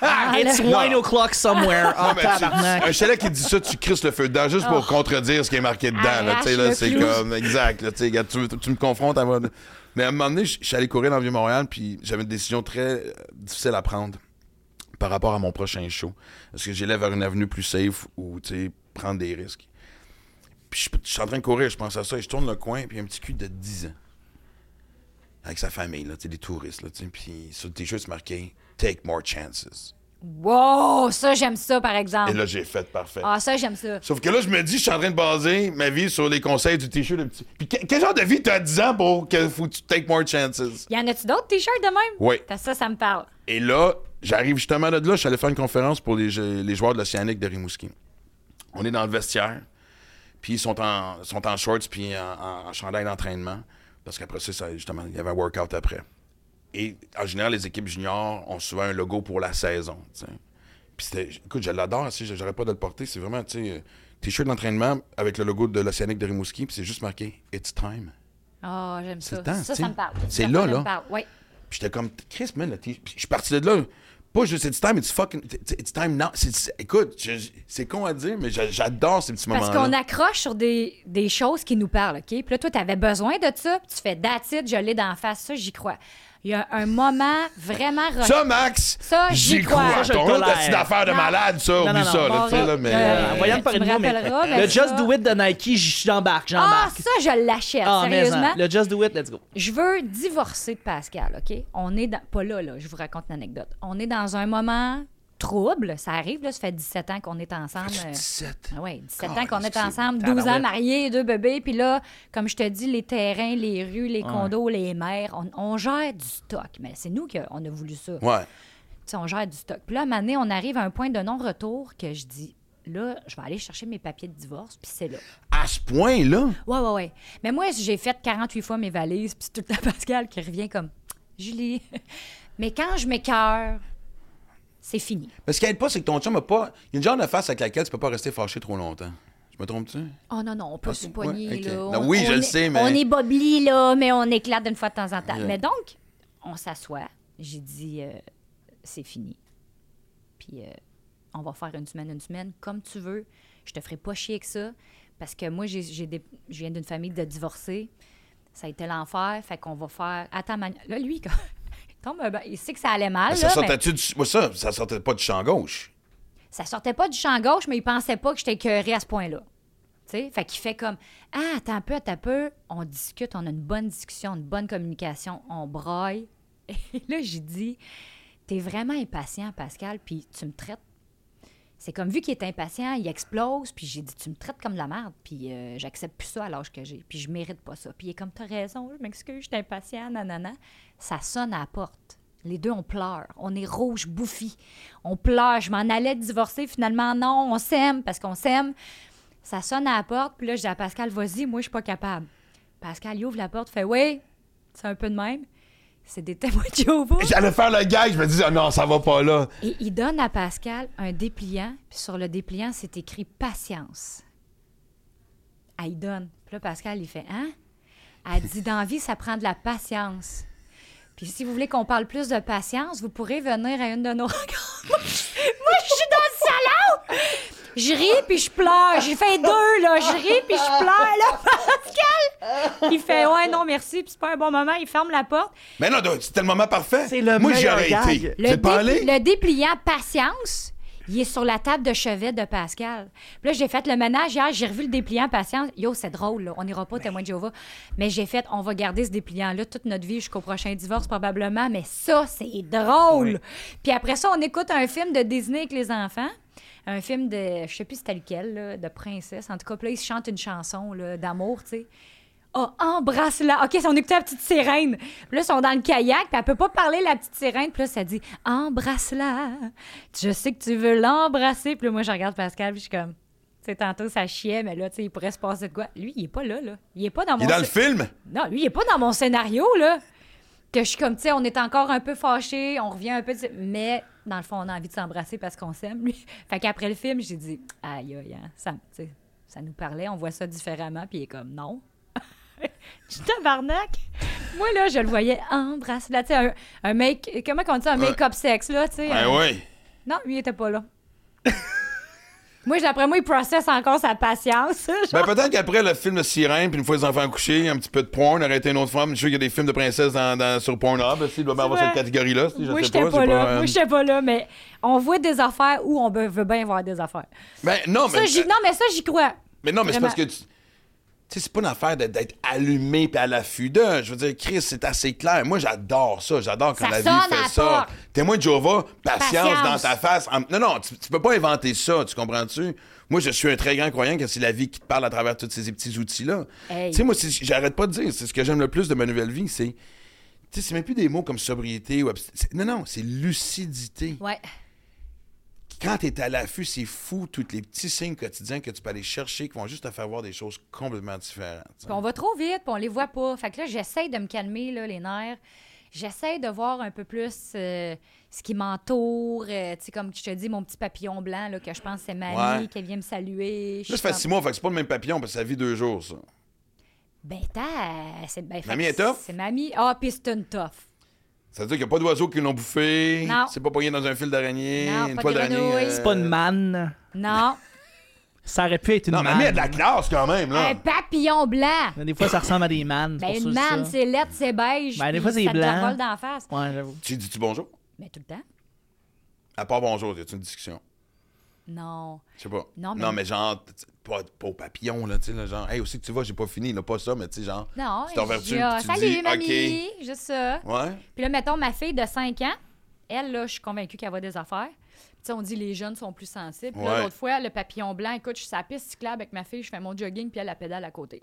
Speaker 4: Ah, là,
Speaker 2: It's wine o'clock somewhere. Oh,
Speaker 1: Non, mais tu-
Speaker 2: tabarnak.
Speaker 1: un chalet qui dit ça, tu crisses le feu dedans juste pour contredire ce qui est marqué dedans. là,
Speaker 4: Arrache
Speaker 1: tu sais, là,
Speaker 4: Oh. Ah, le
Speaker 1: c'est
Speaker 4: clou.
Speaker 1: comme exact. là, tu sais, regarde, tu, tu me confrontes à moi. Mais à un moment donné, je je suis allé courir dans le Vieux-Montréal, puis j'avais une décision très euh, difficile à prendre. par rapport à mon prochain show. Est-ce que j'élève vers une avenue plus safe ou, tu sais, prendre des risques? Puis je, je suis en train de courir, je pense à ça, et je tourne le coin, puis un petit cul de 10 ans. Avec sa famille, là, tu sais, des touristes, là, tu sais, puis sur le t-shirt, c'est marqué « Take more chances
Speaker 4: Wow, ça, j'aime ça, par ».
Speaker 1: Et
Speaker 4: exemple.
Speaker 1: là, j'ai fait parfait.
Speaker 4: Ah, ça, j'aime ça.
Speaker 1: Sauf que là, je me dis, je suis en train de baser ma vie sur les conseils du t-shirt de petit. Puis que- quel genre de vie t'as à 10 ans pour que faut que tu take more chances?
Speaker 4: Y en a-tu d'autres t-shirts de même?
Speaker 1: Oui.
Speaker 4: Parce que Ça, ça me parle.
Speaker 1: Et là, j'arrive justement de là. Je suis allé faire une conférence pour les, jeux- les joueurs de l'Océanique de Rimouski. On est dans le vestiaire. Puis ils sont en, sont en shorts puis en, en- en chandail d'entraînement. Parce qu'après ça, ça, justement, il y avait un workout après. Et en général, les équipes juniors ont souvent un logo pour la saison. tu sais. Puis c'était- écoute, je l'adore, si j'arrête pas de le porter. C'est vraiment, tu sais, euh, t-shirt d'entraînement avec le logo de l'Océanique de Rimouski. Puis c'est juste marqué It's time.
Speaker 4: Ah, j'aime
Speaker 1: C'est
Speaker 4: ça.
Speaker 1: le temps,
Speaker 4: ça,
Speaker 1: tu sais.
Speaker 4: ça me parle.
Speaker 1: C'est
Speaker 4: Ça,
Speaker 1: là,
Speaker 4: ça
Speaker 1: là.
Speaker 4: me parle. Oui.
Speaker 1: Puis j'étais comme, Chris, man, le t- Puis je suis parti de là. Pas juste it's time, it's fucking. It's, it's time now. C'est- c'est- écoute, je- je- c'est con à dire, mais j'a- j'adore ces petits
Speaker 4: Parce
Speaker 1: moments-là.
Speaker 4: qu'on accroche sur des, des choses qui nous parlent, OK? Puis là, toi, t'avais besoin de ça, puis tu fais « That's it, je l'ai d'en face. » Ça, j'y crois. Il y a un moment vraiment... rock-
Speaker 1: Ça, Max!
Speaker 4: Ça, j'y crois.
Speaker 2: Ça, je
Speaker 1: Ton
Speaker 2: le
Speaker 1: autre
Speaker 2: tolère.
Speaker 1: petite affaire de
Speaker 4: Non.
Speaker 1: malade, ça, oublie
Speaker 2: non,
Speaker 1: ça, là,
Speaker 4: bon,
Speaker 1: tu sais, là,
Speaker 4: euh,
Speaker 1: mais.
Speaker 4: euh,
Speaker 2: En voyant
Speaker 4: tu
Speaker 2: par
Speaker 4: me
Speaker 2: une mais
Speaker 4: rappelleras, mais
Speaker 2: le Just
Speaker 4: ça-
Speaker 2: Do It de Nike, j- j'embarque,
Speaker 4: Ah,
Speaker 2: j'embarque.
Speaker 4: ça, je l'achète,
Speaker 2: Ah, mais
Speaker 4: sérieusement.
Speaker 2: en, le Just Do It, let's go.
Speaker 4: Je veux divorcer de Pascal, OK? On est dans... Pas là, là, je vous raconte une anecdote. On est dans un moment trouble. Ça arrive, là, ça fait 17 ans qu'on est ensemble. euh,
Speaker 1: 17.
Speaker 4: Ah ouais, 17
Speaker 1: Caliste,
Speaker 4: ans qu'on est
Speaker 1: c'est-
Speaker 4: ensemble,
Speaker 1: Ah,
Speaker 4: 12
Speaker 1: ben
Speaker 4: ans
Speaker 1: ouais.
Speaker 4: mariés, deux bébés. Puis là, comme je te dis, les terrains, les rues, les condos, les mers, on, on gère du stock. Mais c'est nous qu'on a voulu ça.
Speaker 1: euh, Ouais.
Speaker 4: Tu sais, on gère du stock. Puis là, à un moment donné, on arrive à un point de non-retour que je dis, là, je vais aller chercher mes papiers de divorce, puis c'est là.
Speaker 1: À ce point-là,
Speaker 4: Ouais, ouais, ouais. Mais moi, j'ai fait 48 fois mes valises, puis c'est tout le temps Pascal qui revient comme Julie. Mais quand je m'écœure, c'est fini.
Speaker 1: mais ce qui aide pas, c'est que ton chum a pas. Il y a une genre de face avec laquelle tu peux pas rester fâché trop longtemps. Je me trompe-tu?
Speaker 4: Oh non, non, on peut
Speaker 1: Ah,
Speaker 4: se
Speaker 1: ouais,
Speaker 4: poigner,
Speaker 1: ok.
Speaker 4: là.
Speaker 1: Non,
Speaker 4: On-
Speaker 1: oui,
Speaker 4: on
Speaker 1: je le
Speaker 4: est-
Speaker 1: sais, mais-
Speaker 4: On est bobli, là, mais on éclate d'une fois de temps en temps.
Speaker 1: Yeah.
Speaker 4: Mais donc, on s'assoit. J'ai dit, euh, c'est fini. Puis, euh, on va faire une semaine, une semaine, comme tu veux. Je te ferai pas chier avec ça. Parce que moi, j'ai, j'ai des- je viens d'une famille de divorcés. Ça a été l'enfer. Fait qu'on va faire. Attends, man... là, lui, quand... il tombe un ba- il sait que ça allait mal.
Speaker 1: Mais Ben, ça
Speaker 4: là, mais-
Speaker 1: sortait-tu du. ouais, ça, ça sortait pas du champ gauche.
Speaker 4: ça sortait pas du champ gauche, mais il pensait pas que j'étais écœurée à ce point-là. Tu sais, Fait qu'il fait comme Ah, attends un peu, attends un peu. On discute, on a une bonne discussion, une bonne communication, on braille. Et là, j'ai dit T'es vraiment impatient, Pascal, puis tu me traites. C'est comme vu qu'il est impatient, il explose, puis j'ai dit Tu me traites comme de la merde, puis euh, j'accepte plus ça à l'âge que j'ai, puis je mérite pas ça. Puis il est comme T'as raison, je m'excuse, je suis impatient, nanana. Ça sonne à la porte. Les deux, on pleure. On est rouge, bouffi. On pleure. Je m'en allais divorcer. Finalement, non, on s'aime parce qu'on s'aime. Ça sonne à la porte. Puis là, je dis à Pascal, vas-y, moi, je suis pas capable. Pascal, il ouvre la porte, fait, oui, c'est un peu de même. C'est des témoins de Jéhovah.
Speaker 1: J'allais faire le gag, je me disais, Ah non, ça va pas là.
Speaker 4: Et il donne à Pascal un dépliant, puis sur le dépliant, c'est écrit patience. Elle y donne. Puis là, Pascal, il fait Hein? Elle dit Dans la vie, ça prend de la patience. Puis si vous voulez qu'on parle plus de patience, vous pourrez venir à une de nos rencontres. Moi, je suis dans le salon! Je ris puis je pleure. J'ai fait deux, là. Je ris puis je pleure, là, Pascal! Il fait Ouais, non, merci, puis c'est pas un bon moment. Il ferme la porte.
Speaker 1: Mais non, c'était le moment parfait.
Speaker 2: C'est le
Speaker 1: Moi, j'y
Speaker 2: meilleur
Speaker 1: aurais
Speaker 2: gag.
Speaker 1: été.
Speaker 4: Le,
Speaker 1: T'es pas
Speaker 4: dépli-
Speaker 1: allé?
Speaker 4: le dépliant patience, il est sur la table de chevet de Pascal. Puis là, j'ai fait le ménage hier, j'ai revu le dépliant patience. Yo, c'est drôle, là. on n'ira pas au témoin de Jéhovah. Mais j'ai fait, on va garder ce dépliant-là toute notre vie jusqu'au prochain divorce probablement. Mais ça, c'est drôle. Puis après ça, on écoute un film de Disney avec les enfants. Un film de, je sais plus c'était lequel, là, de princesse. En tout cas, puis là, ils chantent une chanson là, d'amour, tu sais. Ah, embrasse-la. OK, on écoutait la petite sirène. Puis là, ils sont dans le kayak, puis elle peut pas parler, la petite sirène. Puis là, ça dit Embrasse-la. Je sais que tu veux l'embrasser. Puis là, moi, je regarde Pascal, puis je suis comme. Tu sais, tantôt, ça chiait, mais là, tu sais, il pourrait se passer de quoi. Lui, il est pas là, là. Il est pas dans mon.
Speaker 1: Il est dans le
Speaker 4: sc-
Speaker 1: film?
Speaker 4: Non, lui, il est pas dans mon scénario, là. Que je suis comme, tu sais, on est encore un peu fâchés, on revient un peu. tu- Mais dans le fond, on a envie de s'embrasser parce qu'on s'aime, lui. Fait qu'après le film, j'ai dit Aïe, aïe, hein, ça, tu sais, ça nous parlait, on voit ça différemment, puis il est comme Non. Tu tabarnak! Moi, là, je le voyais embrasser. Là, tu sais, un, un make. euh, Comment on dit ça? Un make-up sexe, là, tu sais.
Speaker 1: Ben
Speaker 4: un-
Speaker 1: oui.
Speaker 4: Non, lui, il était pas là. Moi, d'après moi, il processe encore sa patience.
Speaker 1: Ben, peut-être qu'après le film de Sirène, puis une fois les enfants couchés, un petit peu de porn, arrêter une autre femme. Je suis sûr qu'il y a des films de princesses dans, dans- sur Pornhub. aussi, Il doit bien avoir
Speaker 4: Ouais.
Speaker 1: cette catégorie-là. si, Je
Speaker 4: Moi,
Speaker 1: sais
Speaker 4: j'étais pas,
Speaker 1: pas. c'est
Speaker 4: là.
Speaker 1: pas, euh,
Speaker 4: Moi, j'étais pas là, mais on voit des affaires où on be- veut bien voir des affaires.
Speaker 1: Ben, non,
Speaker 4: Ça,
Speaker 1: mais.
Speaker 4: j'y- non, mais ça, j'y crois.
Speaker 1: Mais non, mais c'est
Speaker 4: Vraiment.
Speaker 1: parce que. Tu tu sais, c'est pas une affaire de- d'être allumé puis à l'affût d'un. Je veux dire, Chris, c'est assez clair. Moi, j'adore ça. J'adore quand
Speaker 4: Ça
Speaker 1: la vie
Speaker 4: sonne à
Speaker 1: fait
Speaker 4: la
Speaker 1: ça.
Speaker 4: porte.
Speaker 1: Témoin de Jéhovah, patience,
Speaker 4: Patience.
Speaker 1: dans ta face. En- Non, non, tu, tu peux pas inventer ça, tu comprends-tu? Moi, je suis un très grand croyant que c'est la vie qui te parle à travers tous ces petits outils-là.
Speaker 4: Hey.
Speaker 1: Tu sais, moi, c'est- j'arrête pas de dire, c'est ce que j'aime le plus de ma nouvelle vie, c'est... Tu sais, c'est même plus des mots comme sobriété ou... abs- c'est- Non, non, c'est lucidité
Speaker 4: Ouais.
Speaker 1: quand tu es à l'affût, c'est fou tous les petits signes quotidiens que tu peux aller chercher qui vont juste te faire voir des choses complètement différentes. tu sais.
Speaker 4: Puis on va trop vite, puis on les voit pas. Fait que là, j'essaie de me calmer, là, les nerfs. J'essaie de voir un peu plus euh, ce qui m'entoure. Euh, tu sais, comme je te dis, mon petit papillon blanc, là, que je pense que c'est ma
Speaker 1: Ouais.
Speaker 4: amie, qu'elle vient me saluer. Je
Speaker 1: Là,
Speaker 4: suis
Speaker 1: ça fait
Speaker 4: comme,
Speaker 1: six mois, fait que c'est pas le même papillon, parce que ça vit deux jours, ça.
Speaker 4: Ben, t'as. C'est ben, fait
Speaker 1: Mamie
Speaker 4: que
Speaker 1: est tough?
Speaker 4: C'est mamie. Ah, puis c'est une tough.
Speaker 1: Ça veut dire qu'il n'y a pas d'oiseaux qui l'ont bouffé.
Speaker 4: Non.
Speaker 1: C'est pas poigné dans un fil d'araignée,
Speaker 4: Non,
Speaker 1: une
Speaker 4: pas de
Speaker 1: toile d'araignée. euh,
Speaker 4: grenouille.
Speaker 2: C'est pas une manne.
Speaker 4: Non.
Speaker 2: Ça aurait pu être une
Speaker 1: Non, mais
Speaker 2: manne.
Speaker 1: elle a de la classe quand même, là.
Speaker 4: un papillon blanc.
Speaker 2: Mais Des fois, ça ressemble à des mannes.
Speaker 4: Ben,
Speaker 2: c'est
Speaker 4: une
Speaker 2: pour ça,
Speaker 4: manne,
Speaker 2: ça.
Speaker 4: c'est lettre, c'est beige.
Speaker 2: Ben, des
Speaker 4: puis
Speaker 2: fois, c'est
Speaker 4: ça te la
Speaker 2: blanc.
Speaker 4: vole dans la face.
Speaker 2: Ouais, j'avoue.
Speaker 1: Tu dis-tu bonjour?
Speaker 4: Mais tout le temps?
Speaker 1: À part bonjour, y a une discussion?
Speaker 4: Non.
Speaker 1: Je sais pas.
Speaker 4: Non, mais-
Speaker 1: genre, t- t- pas, pas au papillon, là, tu sais, là, genre, hey, aussi que tu vas, j'ai pas fini, là, pas ça, mais tu sais, genre,
Speaker 4: Non.
Speaker 1: tu t'en vertu,
Speaker 4: je dis, ah,
Speaker 1: puis tu
Speaker 4: Salut,
Speaker 1: dis,
Speaker 4: mamie. Juste ça.
Speaker 1: OK. Ouais.
Speaker 4: Puis là, mettons, ma fille de 5 ans, elle, là, je suis convaincue qu'elle voit des affaires. Tu sais, on dit les jeunes sont plus sensibles. Puis
Speaker 1: Ouais.
Speaker 4: là, l'autre fois, le papillon blanc, écoute, je suis sur la piste cyclable avec ma fille, je fais mon jogging, puis elle la pédale à côté.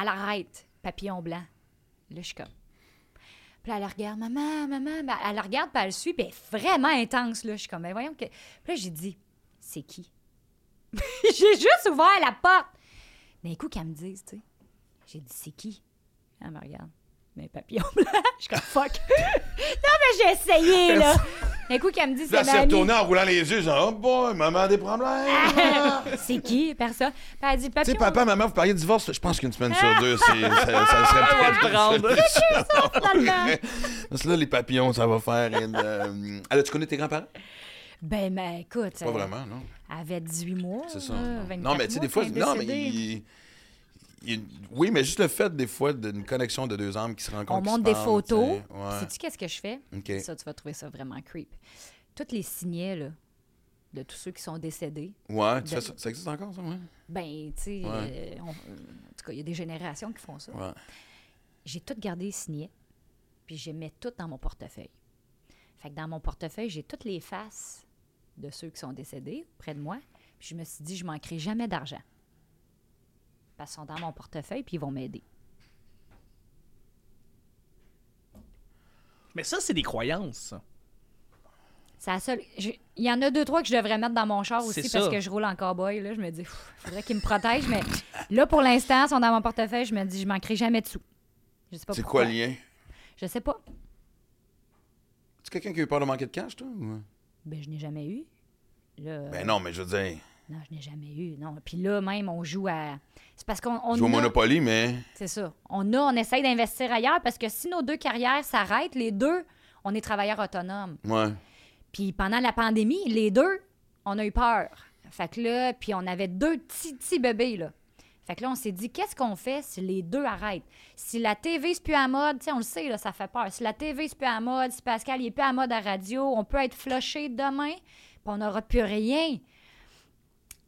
Speaker 4: Elle arrête, papillon blanc. Là, je suis comme. Puis là, elle regarde, maman, maman. Ben, elle la regarde, puis elle suit, puis elle est vraiment intense, là. Je suis comme, mais voyons que. Puis là, j'ai dit, c'est qui? j'ai juste ouvert la porte. D'un coup, qu'elle me dise, tu sais. J'ai dit, c'est qui? Elle me regarde. Mais papillon blanc. Je suis comme, fuck. non, mais j'ai essayé, là. D'un coup, qu'elle me dit,
Speaker 1: Là,
Speaker 4: c'est
Speaker 1: elle s'est
Speaker 4: ma amie.
Speaker 1: retournée en roulant les yeux, genre, oh boy, maman a des problèmes.
Speaker 4: C'est qui? Personne. Puis elle dit,
Speaker 1: Tu
Speaker 4: papillon
Speaker 1: sais, papa, maman, vous parliez de divorce. Je pense qu'une semaine sur deux, c'est, ça, ça serait peut-être
Speaker 4: finalement.
Speaker 1: Parce que là, les papillons, ça va faire une. euh, Alors, tu connais tes grands-parents?
Speaker 4: Ben, mais écoute.
Speaker 1: Pas vraiment, non.
Speaker 4: Elle avait 18 mois.
Speaker 1: C'est ça.
Speaker 4: euh,
Speaker 1: non.
Speaker 4: 24
Speaker 1: non, mais tu sais, des
Speaker 4: mois
Speaker 1: fois.
Speaker 4: quand elle est
Speaker 1: Non, mais
Speaker 4: décédée.
Speaker 1: il- il- Oui, mais juste le fait, des fois, d'une connexion de deux âmes qui se rencontrent.
Speaker 4: On
Speaker 1: qui se
Speaker 4: monte des
Speaker 1: parlent,
Speaker 4: photos.
Speaker 1: tu sais. Ouais.
Speaker 4: Sais-tu qu'est-ce que je fais?
Speaker 1: OK.
Speaker 4: Ça, tu vas trouver ça vraiment creep. Toutes les signets, là, de tous ceux qui sont décédés,
Speaker 1: Ouais, tu fais
Speaker 4: de-
Speaker 1: ça. Ça existe encore, ça, ouais?
Speaker 4: ben, tu sais,
Speaker 1: Ouais.
Speaker 4: euh, on- en tout cas, il y a des générations qui font ça.
Speaker 1: Ouais.
Speaker 4: J'ai tout gardé les signets, puis je les mets tout dans mon portefeuille. Fait que dans mon portefeuille, j'ai toutes les faces de ceux qui sont décédés près de moi. Puis je me suis dit, je manquerai jamais d'argent. Parce qu'ils sont dans mon portefeuille, puis ils vont m'aider.
Speaker 2: Mais ça, c'est des croyances. ça.
Speaker 4: C'est la seule. je- Il y en a deux, trois que je devrais mettre dans mon char aussi
Speaker 2: C'est
Speaker 4: parce
Speaker 2: ça.
Speaker 4: que je roule en cowboy. Là, je me dis, il faudrait qu'ils me protègent. mais là, pour l'instant, ils sont dans mon portefeuille. Je me dis, je manquerai jamais de sous. Je sais pas
Speaker 1: C'est
Speaker 4: pourquoi.
Speaker 1: quoi le lien?
Speaker 4: Je sais pas.
Speaker 1: Tu quelqu'un qui a eu peur de manquer de cash, toi? ou-
Speaker 4: Ben, je n'ai jamais eu. Là,
Speaker 1: Ben non, mais je veux dire,
Speaker 4: non, je n'ai jamais eu. Non. Puis là, même, on joue à. C'est parce qu'on. on
Speaker 1: je joue au
Speaker 4: a-
Speaker 1: Monopoly, mais.
Speaker 4: C'est ça. On a, on essaye d'investir ailleurs parce que si nos deux carrières s'arrêtent, les deux, on est travailleurs autonomes.
Speaker 1: Ouais.
Speaker 4: Puis pendant la pandémie, les deux, on a eu peur. Fait que là, puis on avait deux petits, petits bébés, là. Fait que là, on s'est dit, qu'est-ce qu'on fait si les deux arrêtent? Si la TV, c'est plus à mode, tu sais, on le sait, là, ça fait peur. Si la TV, c'est plus à mode, si Pascal, il est plus à mode à radio, on peut être flushé demain, puis on n'aura plus rien.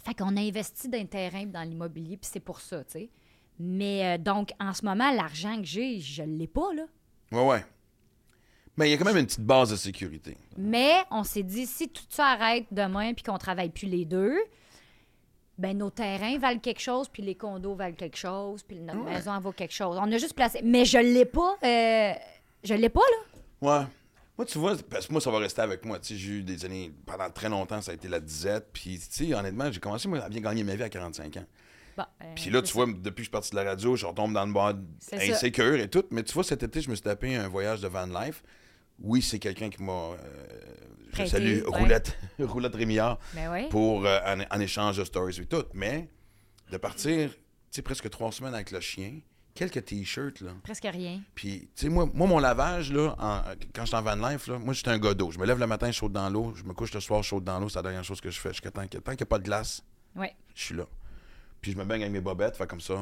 Speaker 4: Fait qu'on a investi dans le terrain, puis dans l'immobilier, puis c'est pour ça, tu sais. Mais euh, donc, en ce moment, l'argent que j'ai, je l'ai pas, là.
Speaker 1: Ouais, ouais. Mais il y a quand même une petite base de sécurité.
Speaker 4: Mais on s'est dit, si tout ça arrête demain puis qu'on travaille plus les deux, ben nos terrains valent quelque chose, puis les condos valent quelque chose, puis notre maison elle vaut quelque chose. On a juste placé. Mais je l'ai pas. euh, Je l'ai pas, là.
Speaker 1: Ouais. Moi, tu vois, parce que moi, ça va rester avec moi. Tu sais, j'ai eu des années, pendant très longtemps, ça a été la disette. Puis, tu sais, honnêtement, j'ai commencé, moi, à bien gagner ma vie à 45 ans.
Speaker 4: Bon, euh,
Speaker 1: Puis là, tu vois, depuis que je suis parti de la radio, je retombe dans le bord
Speaker 4: C'est ça.
Speaker 1: insécure et tout. Mais tu vois, cet été, je me suis tapé un voyage de van life. Oui, c'est quelqu'un qui m'a. euh, je
Speaker 4: Prêté,
Speaker 1: salue
Speaker 4: ouais.
Speaker 1: Roulette, Roulette Rémillard,
Speaker 4: Mais oui.
Speaker 1: pour, euh, en, en échange de stories et tout. Mais de partir, tu sais, presque trois semaines avec le chien, quelques t-shirts, là.
Speaker 4: Presque rien.
Speaker 1: Puis, tu sais, moi, moi, mon lavage, là, en- quand j'étais en van life, là, moi, j'étais un gars d'eau. Je me lève le matin, je saute dans l'eau. Je me couche le soir, je saute dans l'eau. C'est la dernière chose que je fais. Jusqu'à temps que- tant qu'il n'y a pas de glace,
Speaker 4: Ouais,
Speaker 1: je suis là. Puis je me baigne avec mes bobettes, fait comme ça.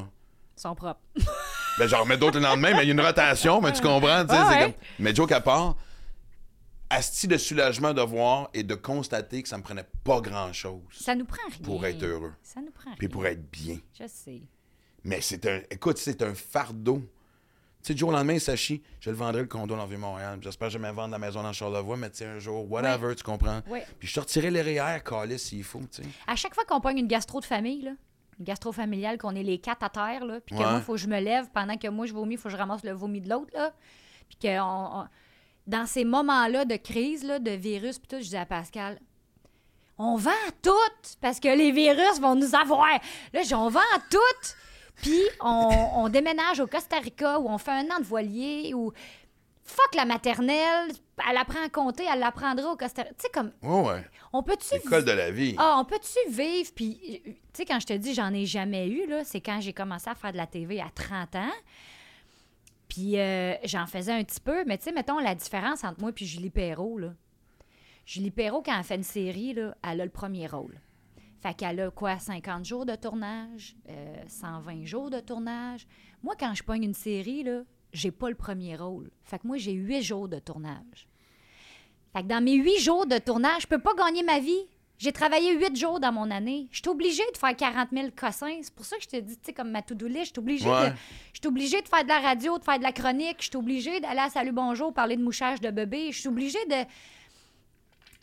Speaker 4: ils sont propres.
Speaker 1: Ben, j'en remets d'autres le lendemain, mais il y a une rotation, mais tu comprends, tu sais,
Speaker 4: Ah
Speaker 1: c'est
Speaker 4: ouais.
Speaker 1: comme... Mais joke à part, asti de soulagement de voir et de constater que ça me prenait pas grand-chose
Speaker 4: Ça nous prend rien.
Speaker 1: pour être heureux,
Speaker 4: Ça nous prend
Speaker 1: puis
Speaker 4: rien.
Speaker 1: pour être bien.
Speaker 4: Je sais.
Speaker 1: Mais c'est un... Écoute, c'est un fardeau. Tu sais, du jour au lendemain, Sachi, je le vendrai le condo dans la ville Montréal. J'espère jamais vendre la maison dans Charlevoix, mais tu sais, un jour, whatever, tu comprends.
Speaker 4: Ouais.
Speaker 1: Puis je sortirai les REER, calé s'il faut, tu sais.
Speaker 4: À chaque fois qu'on pogne une gastro de famille, là, une gastro familiale, qu'on est les quatre à terre, là, puis que
Speaker 1: Ouais.
Speaker 4: moi, il faut que je me lève pendant que moi, je vomis, il faut que je ramasse le vomi de l'autre, là, puis que on- on- dans ces moments-là de crise, là, de virus, puis tout, je disais à Pascal, on vend tout parce que les virus vont nous avoir. Là, je dis, on vend tout. Puis on, on déménage au Costa Rica où on fait un an de voilier ou fuck la maternelle, elle apprend à compter, elle l'apprendra au Costa Rica. Tu sais comme
Speaker 1: Ouais, ouais.
Speaker 4: on peut-tu
Speaker 1: École de la vie.
Speaker 4: ah, on peut-tu vivre? Puis, euh, tu sais, quand je te dis j'en ai jamais eu, là, c'est quand j'ai commencé à faire de la TV à 30 ans. Puis, euh, j'en faisais un petit peu. Mais, tu sais, mettons la différence entre moi et Julie Perrault, là. Julie Perrault, quand elle fait une série, là, elle a le premier rôle. Fait qu'elle a quoi, 50 jours de tournage, euh, 120 jours de tournage. Moi, quand je pogne une série, là, j'ai pas le premier rôle. Fait que moi, j'ai 8 jours de tournage. Fait que dans mes huit jours de tournage, je peux pas gagner ma vie. J'ai travaillé huit jours dans mon année. Je suis obligée de faire 40 000 cossins. C'est pour ça que je te dis, tu sais, comme ma to-do list, je suis obligée,
Speaker 1: Ouais.
Speaker 4: de- je suis obligée de faire de la radio, de faire de la chronique. Je suis obligée d'aller à Salut Bonjour, parler de mouchage de bébé. Je suis obligée de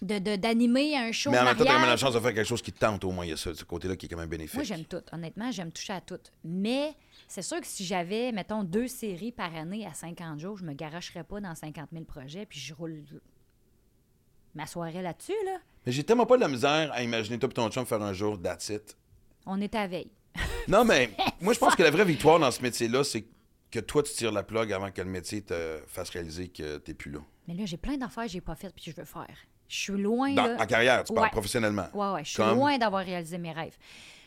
Speaker 4: de- de- d'animer un show
Speaker 1: Mais en même temps, t'as quand même la
Speaker 4: mariage.
Speaker 1: chance de faire quelque chose qui te tente, au moins. Il y a ça, ce côté-là qui est quand même bénéfique.
Speaker 4: Moi, j'aime tout. Honnêtement, j'aime toucher à tout. Mais c'est sûr que si j'avais, mettons, deux séries par année à 50 jours, je me garocherais pas dans 50 000 projets, puis je roule ma soirée là-dessus, là.
Speaker 1: Mais j'ai tellement pas de la misère à imaginer toi et ton chum faire un jour that's it.
Speaker 4: On est à veille.
Speaker 1: Non, mais moi, je pense que la vraie victoire dans ce métier-là, c'est que toi, tu tires la plug avant que le métier te fasse réaliser que t'es plus là.
Speaker 4: Mais là, j'ai plein d'affaires que j'ai pas faites, puis je veux faire. Je suis loin,
Speaker 1: Dans,
Speaker 4: là.
Speaker 1: en carrière, tu parles
Speaker 4: Ouais.
Speaker 1: professionnellement.
Speaker 4: Ouais, ouais, je suis
Speaker 1: Comme-
Speaker 4: loin d'avoir réalisé mes rêves.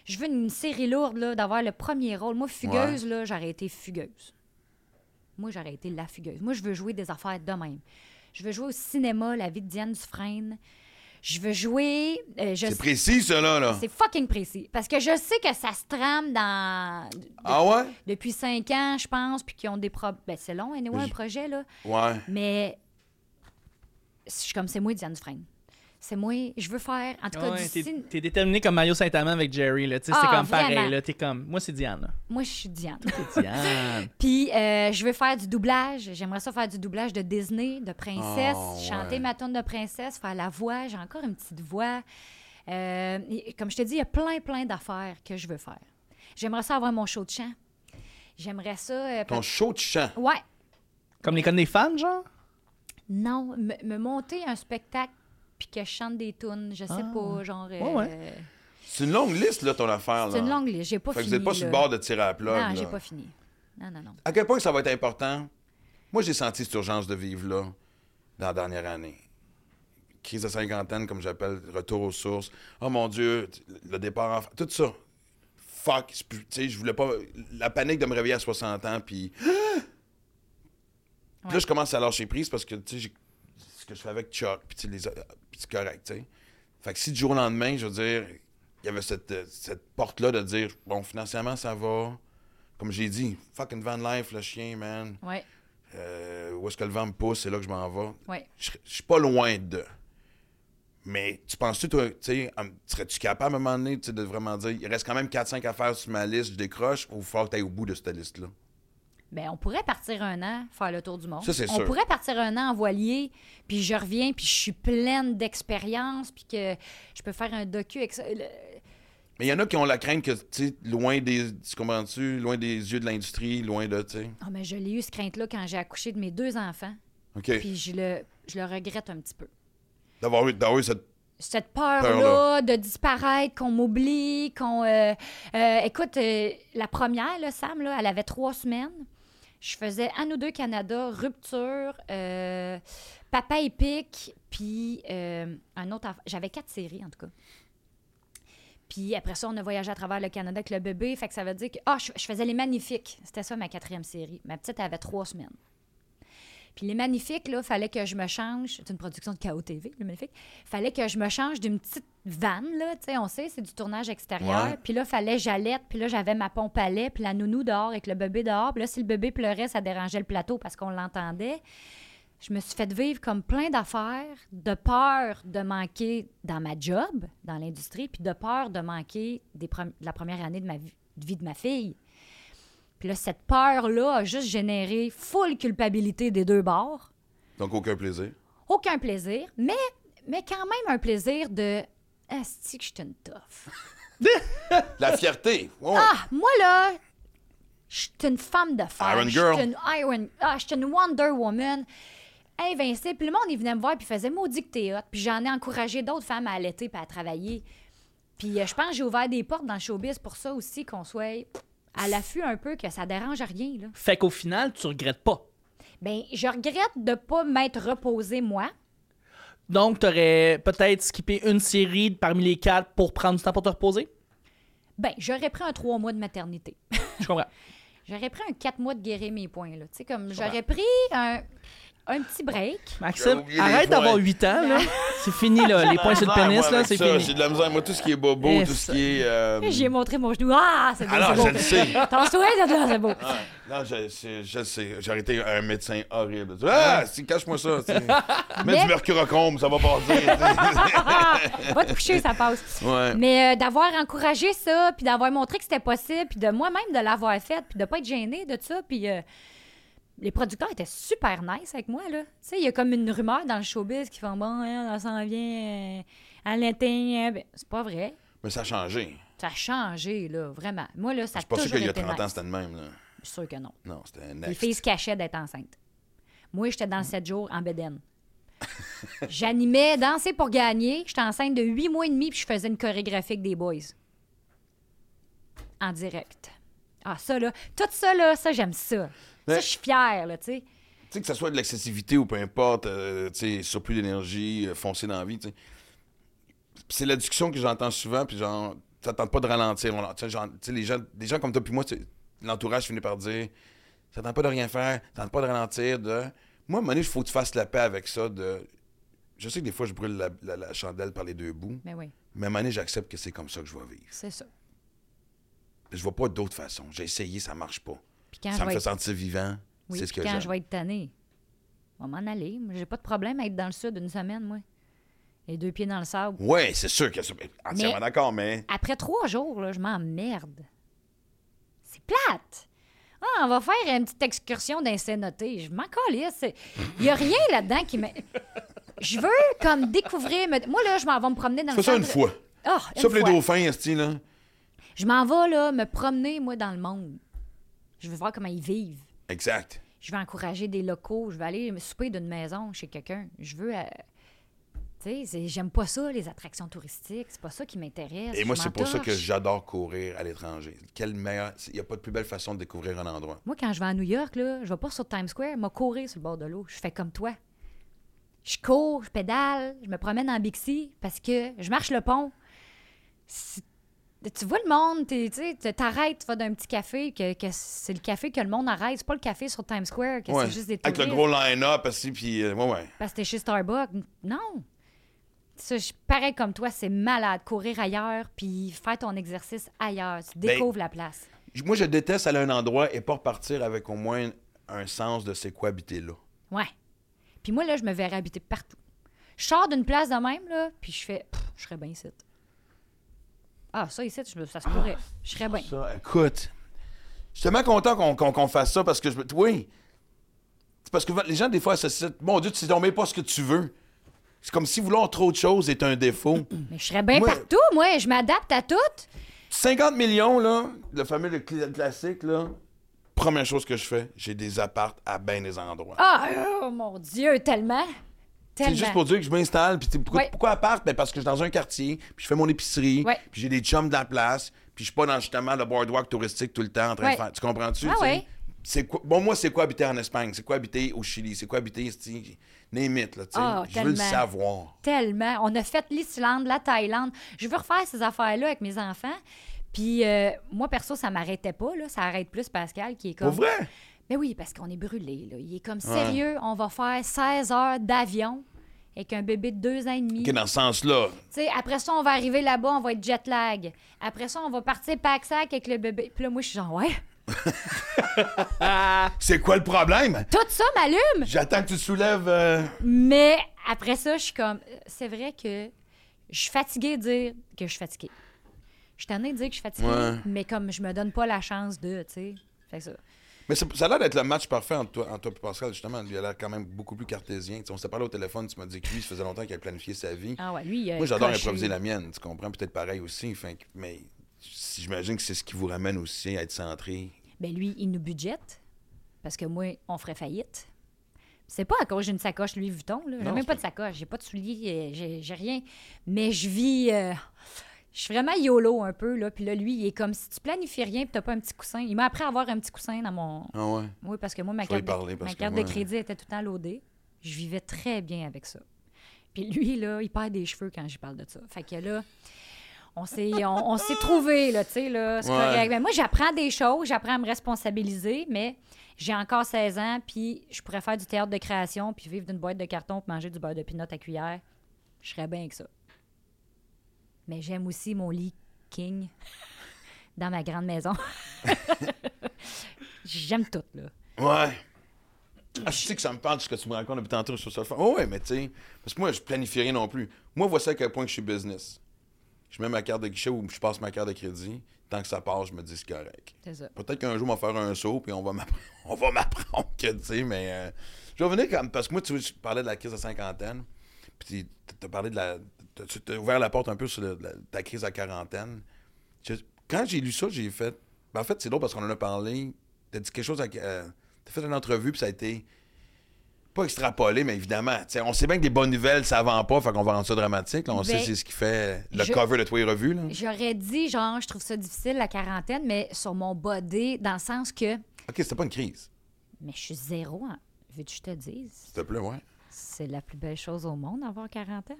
Speaker 4: Je veux une série lourde, là, d'avoir le premier rôle. Moi, fugueuse, là, j'aurais été fugueuse. Moi, j'aurais été la fugueuse. Moi, je veux jouer des affaires de même. Je veux jouer au cinéma, la vie de Diane Dufresne. Je veux jouer. euh, je
Speaker 1: C'est
Speaker 4: sais-
Speaker 1: précis, ça, là. là.
Speaker 4: C'est fucking précis. Parce que je sais que ça se trame dans. de-
Speaker 1: Ah ouais?
Speaker 4: Depuis cinq ans, je pense, puis qu'ils ont des problèmes. Ben, c'est long, anyway, un
Speaker 1: J-
Speaker 4: projet, là.
Speaker 1: Ouais.
Speaker 4: Mais je suis comme, c'est moi, Diane Dufresne. C'est moi, je veux faire. En tout cas,
Speaker 2: Ah Ouais,
Speaker 4: du
Speaker 2: t'es-
Speaker 4: cin-
Speaker 2: T'es déterminé comme Mario Saint-Amand avec Jerry, là. tu sais, c'est
Speaker 4: Ah,
Speaker 2: comme
Speaker 4: vraiment.
Speaker 2: pareil, là. T'es comme. Moi, c'est Diane, là.
Speaker 4: moi, je suis Diane.
Speaker 2: Diane.
Speaker 4: Puis, euh, je veux faire du doublage. J'aimerais ça faire du doublage de Disney, de princesse,
Speaker 1: Ah, ouais.
Speaker 4: chanter ma tune de princesse, faire la voix. J'ai encore une petite voix. Euh, et comme je te dis, il y a plein, plein d'affaires que je veux faire. J'aimerais ça avoir mon show de chant. J'aimerais ça. euh,
Speaker 1: Ton show de chant.
Speaker 4: peut- Ouais.
Speaker 2: Comme les codes des fans, genre?
Speaker 4: Non, me, me monter un spectacle puis que je chante des tunes, je sais
Speaker 1: Ah.
Speaker 4: pas, genre. euh,
Speaker 2: Ouais, ouais.
Speaker 1: C'est une longue liste, là, ton affaire.
Speaker 4: C'est
Speaker 1: là.
Speaker 4: une longue liste. J'ai pas
Speaker 1: Fait que
Speaker 4: fini.
Speaker 1: vous êtes pas sur le
Speaker 4: là.
Speaker 1: bord de tirer à la plug.
Speaker 4: Non,
Speaker 1: là.
Speaker 4: j'ai pas fini. Non, non, non.
Speaker 1: À quel point ça va être important? Moi, j'ai senti cette urgence de vivre là dans la dernière année. Crise de cinquantaine, comme j'appelle, retour aux sources. Oh mon Dieu, le départ en... fa- Tout ça. Fuck. c'est plus- Tu sais, je voulais pas... La panique de me réveiller à 60 ans, puis... Puis là, je commence à lâcher prise parce que, tu sais, j'ai- ce que je fais avec Chuck, puis tu sais, les... autres- puis c'est correct, tu sais. Fait que si du jour au lendemain, je veux dire, il y avait cette, euh, cette porte-là de dire, bon, financièrement, ça va. Comme j'ai dit, fucking van life, le chien, man.
Speaker 4: Ouais,
Speaker 1: Euh, où est-ce que le vent me pousse, c'est là que je m'en vais.
Speaker 4: ouais.
Speaker 1: Je serais- je suis pas loin de. Mais tu penses-tu, toi, tu sais, à me- serais-tu capable à un moment donné tu sais, de vraiment dire, il reste quand même 4-5 affaires sur ma liste, je décroche, ou il faut que tu au bout de cette liste-là?
Speaker 4: Ben, on pourrait partir un an, faire le tour du monde.
Speaker 1: Ça, c'est
Speaker 4: on
Speaker 1: sûr.
Speaker 4: pourrait partir un an en voilier, puis je reviens, puis je suis pleine d'expérience, puis que je peux faire un docu. avec ça. Le-
Speaker 1: Mais il y en a qui ont la crainte que, tu sais, loin des. Tu comprends-tu? Loin des yeux de l'industrie, loin de, tu sais.
Speaker 4: Ah, mais je l'ai eu, cette crainte-là, quand j'ai accouché de mes deux enfants,
Speaker 1: OK.
Speaker 4: puis je le, je le regrette un petit peu.
Speaker 1: D'avoir eu, d'avoir eu cette.
Speaker 4: cette peur-là
Speaker 1: Peur-là.
Speaker 4: de disparaître, qu'on m'oublie, qu'on... euh, euh, écoute, euh, la première, là, Sam, là, elle avait trois semaines. Je faisais un ou deux Canada, rupture, euh, papa épique, puis euh, un autre... aff- J'avais quatre séries, en tout cas. Puis après ça, on a voyagé à travers le Canada avec le bébé. Fait que ça veut dire que ah, je, je faisais les magnifiques. C'était ça ma quatrième série. Ma petite elle avait trois semaines. Puis les magnifiques, là, fallait que je me change. C'est une production de KO TV, les magnifiques. Fallait que je me change d'une petite vanne, là. Tu sais, on sait, c'est du tournage extérieur.
Speaker 1: Ouais.
Speaker 4: Puis là, fallait j'allaite. Puis là, j'avais ma pompe à lait. Puis la nounou dehors avec le bébé dehors. Puis là, si le bébé pleurait, ça dérangeait le plateau parce qu'on l'entendait. Je me suis fait vivre comme plein d'affaires de peur de manquer dans ma job, dans l'industrie, puis de peur de manquer des premi- de la première année de ma vie de, vie de ma fille. Puis là, cette peur-là a juste généré full culpabilité des deux bords
Speaker 1: Donc, aucun plaisir.
Speaker 4: aucun plaisir, mais, mais quand même un plaisir de Asti que je suis une toffe.
Speaker 1: La fierté. Ouais.
Speaker 4: Ah, moi là, je suis une femme de fer.
Speaker 1: Iron
Speaker 4: Je suis
Speaker 1: Girl.
Speaker 4: une Iron Ah, je suis une Wonder Woman. Invincible. Puis le monde, il venait me voir, puis il faisait maudit que t'es hot. Puis j'en ai encouragé d'autres femmes à allaiter puis à travailler. Puis euh, je pense que j'ai ouvert des portes dans le showbiz pour ça aussi, qu'on soit à l'affût un peu, que ça dérange à rien, là.
Speaker 2: Fait qu'au final, tu regrettes pas.
Speaker 4: Ben, je regrette de pas m'être reposée, moi.
Speaker 2: Donc, t'aurais peut-être skippé une série parmi les quatre pour prendre du temps pour te reposer?
Speaker 4: Ben, j'aurais pris un trois mois de maternité.
Speaker 2: Je comprends.
Speaker 4: J'aurais pris un 4 mois de guérir mes points. Là. Tu sais, Comme, j'aurais pris un, un petit break.
Speaker 1: J'avais
Speaker 2: Maxime,
Speaker 1: oublié les
Speaker 2: arrête d'avoir
Speaker 1: points.
Speaker 2: 8 ans, là. C'est fini, là. Les points sur le
Speaker 1: Ah, moi,
Speaker 2: pénis,
Speaker 1: avec
Speaker 2: là, c'est
Speaker 1: ça, J'ai
Speaker 2: fini.
Speaker 1: de la misère. Moi, tout ce qui est bobo,
Speaker 2: Et
Speaker 1: tout ce
Speaker 2: ça-
Speaker 1: qui est. euh,
Speaker 4: Et J'ai montré mon genou. Ah, c'est beau.
Speaker 1: Alors,
Speaker 4: c'est beau.
Speaker 1: je le sais.
Speaker 4: T'en souviens, c'est c'est beau.
Speaker 1: Non, je, je, je sais. J'ai arrêté un médecin horrible. Ah, si, cache-moi ça. tu sais. Mets
Speaker 4: Mais-
Speaker 1: du mercurochrome, ça va passer. tu sais.
Speaker 4: Ah, va te coucher, ça passe.
Speaker 1: ouais.
Speaker 4: Mais euh, d'avoir encouragé ça, puis d'avoir montré que c'était possible, puis de moi-même de l'avoir fait, puis de pas être gênée de ça, puis euh, les producteurs étaient super nice avec moi, là. Tu sais, il y a comme une rumeur dans le showbiz qui font « Bon, hein, on s'en vient euh, à l'été. hein. Ben, c'est pas vrai.
Speaker 1: Mais ça a changé.
Speaker 4: Ça a changé, là, vraiment. Moi, là, ça
Speaker 1: Je
Speaker 4: a
Speaker 1: suis pas sûr
Speaker 4: toujours
Speaker 1: qu'il y a
Speaker 4: été
Speaker 1: 30 ans,
Speaker 4: nice.
Speaker 1: c'était le même. Là.
Speaker 4: Je suis sûre que non.
Speaker 1: Non, c'était un
Speaker 4: Les
Speaker 1: next.
Speaker 4: filles se cachaient d'être enceintes. Moi, j'étais dans le 7 jours en bédaine. J'animais Danser pour gagner. J'étais enceinte de 8 mois et demi puis je faisais une chorégraphie avec des boys. En direct. Ah, ça, là. Tout ça, là, ça, j'aime ça. Ça,
Speaker 1: Mais-
Speaker 4: je suis fière, là, tu sais.
Speaker 1: Tu sais, que ce soit de l'accessivité ou peu importe, euh, tu sais, surplus d'énergie, euh, foncer dans la vie, tu sais. Puis C'est la discussion que j'entends souvent, puis genre, ça tente pas de ralentir. On- tu sais, genre, tu sais, les gens, des gens comme toi puis moi, tu sais, l'entourage finit par dire, ça tente pas de rien faire, ça tente pas de ralentir, de... Moi, à un moment donné, il faut que tu fasses la paix avec ça, de... Je sais que des fois, je brûle la, la- la chandelle par les deux bouts,
Speaker 4: Mais oui,
Speaker 1: mais à un moment donné, j'accepte que c'est comme ça que je vais vivre.
Speaker 4: c'est ça.
Speaker 1: Je vois pas d'autre façon. J'ai essayé, ça marche pas.
Speaker 4: Puis quand
Speaker 1: ça
Speaker 4: je
Speaker 1: me
Speaker 4: vais
Speaker 1: fait
Speaker 4: être...
Speaker 1: sentir vivant.
Speaker 4: oui,
Speaker 1: c'est ce que
Speaker 4: puis quand
Speaker 1: j'aime.
Speaker 4: je vais être tannée, on va m'en aller. Moi, J'ai pas de problème à être dans le sud une semaine, moi. Les deux pieds dans le sable.
Speaker 1: Oui, c'est sûr que c'est entièrement
Speaker 4: Mais-
Speaker 1: d'accord, mais
Speaker 4: Après trois jours, là, je m'emmerde. C'est plate. Ah, on va faire une petite excursion d'un cénoté. Je m'en calisse. Il n'y a rien là-dedans qui me... Je veux comme découvrir... me- Moi, là, je m'en vais me promener dans
Speaker 1: fais
Speaker 4: le
Speaker 1: ça une
Speaker 4: centre-
Speaker 1: fois.
Speaker 4: Ah, une
Speaker 1: Ça, pis les
Speaker 4: fois.
Speaker 1: dauphins, esti, là.
Speaker 4: Je m'en vais, là, me promener, moi, dans le monde. Je veux voir comment ils vivent.
Speaker 1: Exact.
Speaker 4: Je vais encourager des locaux. Je vais aller me souper d'une maison chez quelqu'un. Je veux... euh, Tu sais, c'est- j'aime pas ça, les attractions touristiques. C'est pas ça qui m'intéresse.
Speaker 1: Et moi,
Speaker 4: Je
Speaker 1: c'est pour ça que
Speaker 4: m'entorche.
Speaker 1: j'adore courir à l'étranger. Quelle meilleure. Il n'y a pas de plus belle façon de découvrir un endroit.
Speaker 4: Moi, quand je vais à New York, là, je vais pas sur Times Square, m'a courir sur le bord de l'eau. Je fais comme toi. Je cours, je pédale, je me promène en Bixi parce que je marche le pont. Si- Tu vois le monde, t'es- tu sais, tu t'arrêtes, tu vas d'un petit café, que, que c'est le café que le monde arrête. C'est pas le café sur Times Square, que
Speaker 1: Ouais.
Speaker 4: c'est juste des
Speaker 1: Avec le
Speaker 4: touristes
Speaker 1: gros line-up, aussi, puis. euh, ouais, ouais.
Speaker 4: parce que t'es chez Starbucks. Non! Ça, je- pareil comme toi, c'est malade. Courir ailleurs, puis faire ton exercice ailleurs. Tu
Speaker 1: Ben,
Speaker 4: découvres la place.
Speaker 1: J- Moi, je déteste aller à un endroit et pas repartir avec au moins un sens de c'est quoi habiter là.
Speaker 4: Ouais. Puis moi, là, je me verrais habiter partout. Je sors d'une place de même, là, puis je fais, Pff, je serais bien ici. Ah, ça, ici, je me- ça se pourrait. Je serais bien.
Speaker 1: Ça, écoute. Je suis tellement content qu'on qu'on- qu'on fasse ça parce que je. me- Oui. C'est parce que les gens, des fois, associent. Mon Dieu, tu ne mets pas ce que tu veux. C'est comme si vouloir trop de choses est un défaut.
Speaker 4: Mais je serais bien
Speaker 1: Moi-
Speaker 4: partout, moi. Je m'adapte à tout.
Speaker 1: 50 millions, là, le fameux le cl- classique, là. Première chose que je fais, j'ai des appartes à bien des endroits.
Speaker 4: Ah, oh, mon Dieu, tellement. Tellement.
Speaker 1: c'est juste pour dire que je m'installe. Puis tu sais, pourquoi,
Speaker 4: Ouais.
Speaker 1: pourquoi appart? Ben parce que je suis dans un quartier, puis je fais mon épicerie,
Speaker 4: Ouais.
Speaker 1: puis j'ai des chums de la place, puis je suis pas dans justement le boardwalk touristique tout le temps en train
Speaker 4: Ouais.
Speaker 1: de faire. Tu comprends-tu?
Speaker 4: Ah
Speaker 1: tu sais?
Speaker 4: ouais.
Speaker 1: c'est quoi, bon, moi, c'est quoi habiter en Espagne? C'est quoi habiter au Chili? C'est quoi habiter, tu name it, là, tu sais.
Speaker 4: Ah,
Speaker 1: je veux le
Speaker 4: tellement.
Speaker 1: savoir.
Speaker 4: Tellement. On a fait l'Islande, la Thaïlande. Je veux refaire ces affaires-là avec mes enfants. Puis euh, moi, perso, ça m'arrêtait pas. Là. Ça arrête plus Pascal qui est comme...
Speaker 1: Pour vrai?
Speaker 4: Mais oui, parce qu'on est brûlé. Là. Il est comme sérieux, on va faire 16 heures d'avion avec un bébé de deux ans et demi.
Speaker 1: OK, dans ce sens-là.
Speaker 4: Tu sais, après ça, on va arriver là-bas, on va être jet lag. Après ça, on va partir pack-sac avec le bébé. Puis là, moi, je suis genre, ouais,
Speaker 1: C'est quoi le problème?
Speaker 4: tout ça m'allume.
Speaker 1: J'attends que tu te soulèves. euh,
Speaker 4: Mais après ça, je suis comme, c'est vrai que je suis fatiguée de dire que je suis fatiguée. Je suis tannée de dire que je suis fatiguée,
Speaker 1: Ouais.
Speaker 4: mais comme je me donne pas la chance de, tu sais. Fait que ça.
Speaker 1: Mais ça, ça a l'air d'être le match parfait entre toi, entre toi et Pascal, justement. Il a l'air quand même beaucoup plus cartésien. Tu sais, on s'est parlé au téléphone, tu m'as dit que lui, ça faisait longtemps qu'il a planifié sa vie.
Speaker 4: Ah ouais, lui, il a
Speaker 1: Moi, j'adore
Speaker 4: coché.
Speaker 1: improviser la mienne, tu comprends? Peut-être pareil aussi. Fait que- mais si- j'imagine que c'est ce qui vous ramène aussi à être centré.
Speaker 4: Ben lui, il nous budgète parce que moi, on ferait faillite. C'est pas à cause d'une sacoche Louis Vuitton, là. J'ai
Speaker 1: Non,
Speaker 4: même
Speaker 1: c'est
Speaker 4: pas de sacoche, j'ai pas de souliers, euh, j'ai j'ai rien. Mais je vis. euh, je suis vraiment YOLO un peu, là. Puis là, lui, il est comme si tu planifies rien puis t'as pas un petit coussin. Il m'a appris à avoir un petit coussin dans mon.
Speaker 1: Ah ouais?
Speaker 4: Oui, parce que moi, ma
Speaker 1: Faut y
Speaker 4: carte, de-
Speaker 1: parler, parce
Speaker 4: ma
Speaker 1: que
Speaker 4: carte
Speaker 1: moi-
Speaker 4: de crédit était tout le temps loadée. Je vivais très bien avec ça. Puis lui, là, il perd des cheveux quand j'y parle de ça. Fait que là, on s'est, on, on s'est trouvés, là, tu sais, là. C'est
Speaker 1: Ouais.
Speaker 4: correct. Mais moi, j'apprends des choses, j'apprends à me responsabiliser, mais j'ai encore 16 ans, puis je pourrais faire du théâtre de création, puis vivre d'une boîte de carton, puis manger du beurre de pinot à cuillère. Je serais bien avec ça. Mais j'aime aussi mon lit king dans ma grande maison. j'aime tout, là.
Speaker 1: Ouais. Ah, je sais que ça me parle de ce que tu me racontes depuis tantôt sur ce fond. Oh, ouais, mais tu sais, parce que moi, je planifie rien non plus. Moi, voici à quel point que je suis business. Je mets ma carte de guichet ou je passe ma carte de crédit. Tant que ça part, je me dis c'est correct.
Speaker 4: C'est ça.
Speaker 1: Peut-être qu'un jour, on va faire un saut, puis on va m'appre- on va m'apprendre que, tu sais, mais... euh, je vais revenir comme... Parce que moi, tu vois, je parlais de la crise de cinquantaine, puis tu- t'as parlé de la... t'as- Tu t'as ouvert la porte un peu sur le- la- ta crise à quarantaine. Je- quand j'ai lu ça, j'ai fait... ben, en fait, c'est drôle parce qu'on en a parlé. T'as dit quelque chose... à- euh, t'as fait une entrevue, puis ça a été... Pas extrapolé, mais évidemment. tu sais, on sait bien que des bonnes nouvelles, ça vend pas, fait qu'on va rendre ça dramatique. là. on
Speaker 4: Ben,
Speaker 1: sait c'est ce qui fait le
Speaker 4: je-
Speaker 1: cover de Toi et Revue. Là.
Speaker 4: J'aurais dit, genre, je trouve ça difficile, la quarantaine, mais sur mon body, dans le sens que.
Speaker 1: OK, c'était pas une crise.
Speaker 4: Mais je suis zéro. en- Veux-tu que je te dise?
Speaker 1: S'il te plaît, ouais.
Speaker 4: C'est la plus belle chose au monde, avoir 40 ans.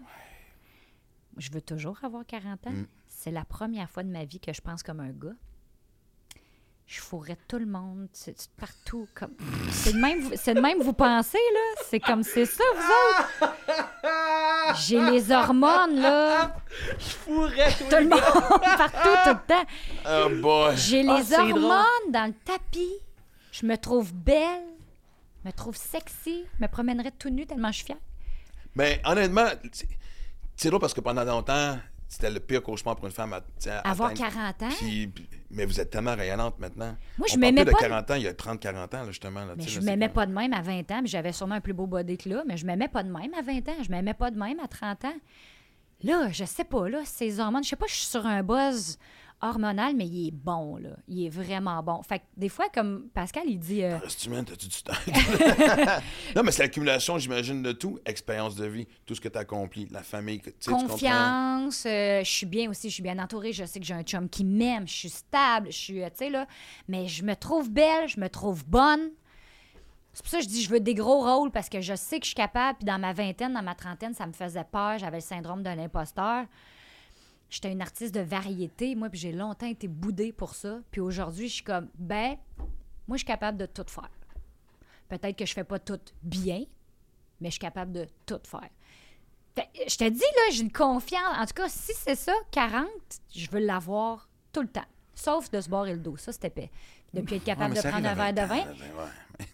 Speaker 4: Je veux toujours avoir 40 ans. C'est la première fois de ma vie que je pense comme un gars. Je fourrais tout le monde, c'est- c'est partout. Comme... C'est de même, vous- c'est de même vous pensez, là. C'est comme c'est ça, vous autres. J'ai les hormones, là.
Speaker 2: Pourrait
Speaker 4: Tout le monde, partout, tout le temps.
Speaker 1: Oh boy!
Speaker 4: J'ai
Speaker 2: Ah,
Speaker 4: les
Speaker 2: c'est drôle.
Speaker 4: hormones dans le tapis. Je me trouve belle, me trouve sexy, me promènerais tout nu tellement je suis fière.
Speaker 1: Mais honnêtement, c'est- c'est drôle parce que pendant longtemps, c'était le pire cauchemar pour une femme à tu sais, à
Speaker 4: Avoir
Speaker 1: atteindre.
Speaker 4: 40 ans?
Speaker 1: Ah, ben, Puis- puis- mais vous êtes tellement rayonnante maintenant.
Speaker 4: Moi, je
Speaker 1: On parle
Speaker 4: m'aimais
Speaker 1: plus
Speaker 4: pas
Speaker 1: de
Speaker 4: de-
Speaker 1: 40 ans, il y a 30-40 ans, là, justement. Là,
Speaker 4: Mais
Speaker 1: tu sais,
Speaker 4: je
Speaker 1: là, c'est
Speaker 4: m'aimais
Speaker 1: comme-
Speaker 4: pas de même à 20 ans, mais j'avais sûrement un plus beau body que là, mais je m'aimais pas de même à 20 ans, je m'aimais pas de même à 30 ans. Là, je sais pas, là, ces hormones, je sais pas, je suis sur un buzz hormonal, mais il est bon, là. Il est vraiment bon. Fait que des fois, comme Pascal, il dit... euh,
Speaker 1: Reste humaine, t'as-tu du temps? non, mais c'est l'accumulation, j'imagine, de tout. Expérience de vie, tout ce que t'as accompli, la famille, que- tu sais, tu comprends?
Speaker 4: confiance, euh, je suis bien aussi, je suis bien entourée, je sais que j'ai un chum qui m'aime, je suis stable, je suis, euh, tu sais, là, mais je me trouve belle, je me trouve bonne. C'est pour ça que je dis je veux des gros rôles parce que je sais que je suis capable. Puis dans ma vingtaine, dans ma trentaine, ça me faisait peur. J'avais le syndrome de l'imposteur. J'étais une artiste de variété, moi, puis j'ai longtemps été boudée pour ça. Puis aujourd'hui, je suis comme, ben, moi, je suis capable de tout faire. Peut-être que je fais pas tout bien, mais je suis capable de tout faire. Fait- Je te dis, là, j'ai une confiance. En tout cas, si c'est ça, 40, je veux l'avoir tout le temps. Sauf de se boire le dos. Ça, c'était épais. Depuis être
Speaker 1: Ouais,
Speaker 4: capable
Speaker 1: mais
Speaker 4: de
Speaker 1: ça
Speaker 4: prendre un
Speaker 1: arrive à
Speaker 4: verre de
Speaker 1: 20
Speaker 4: vin.
Speaker 1: ans, là,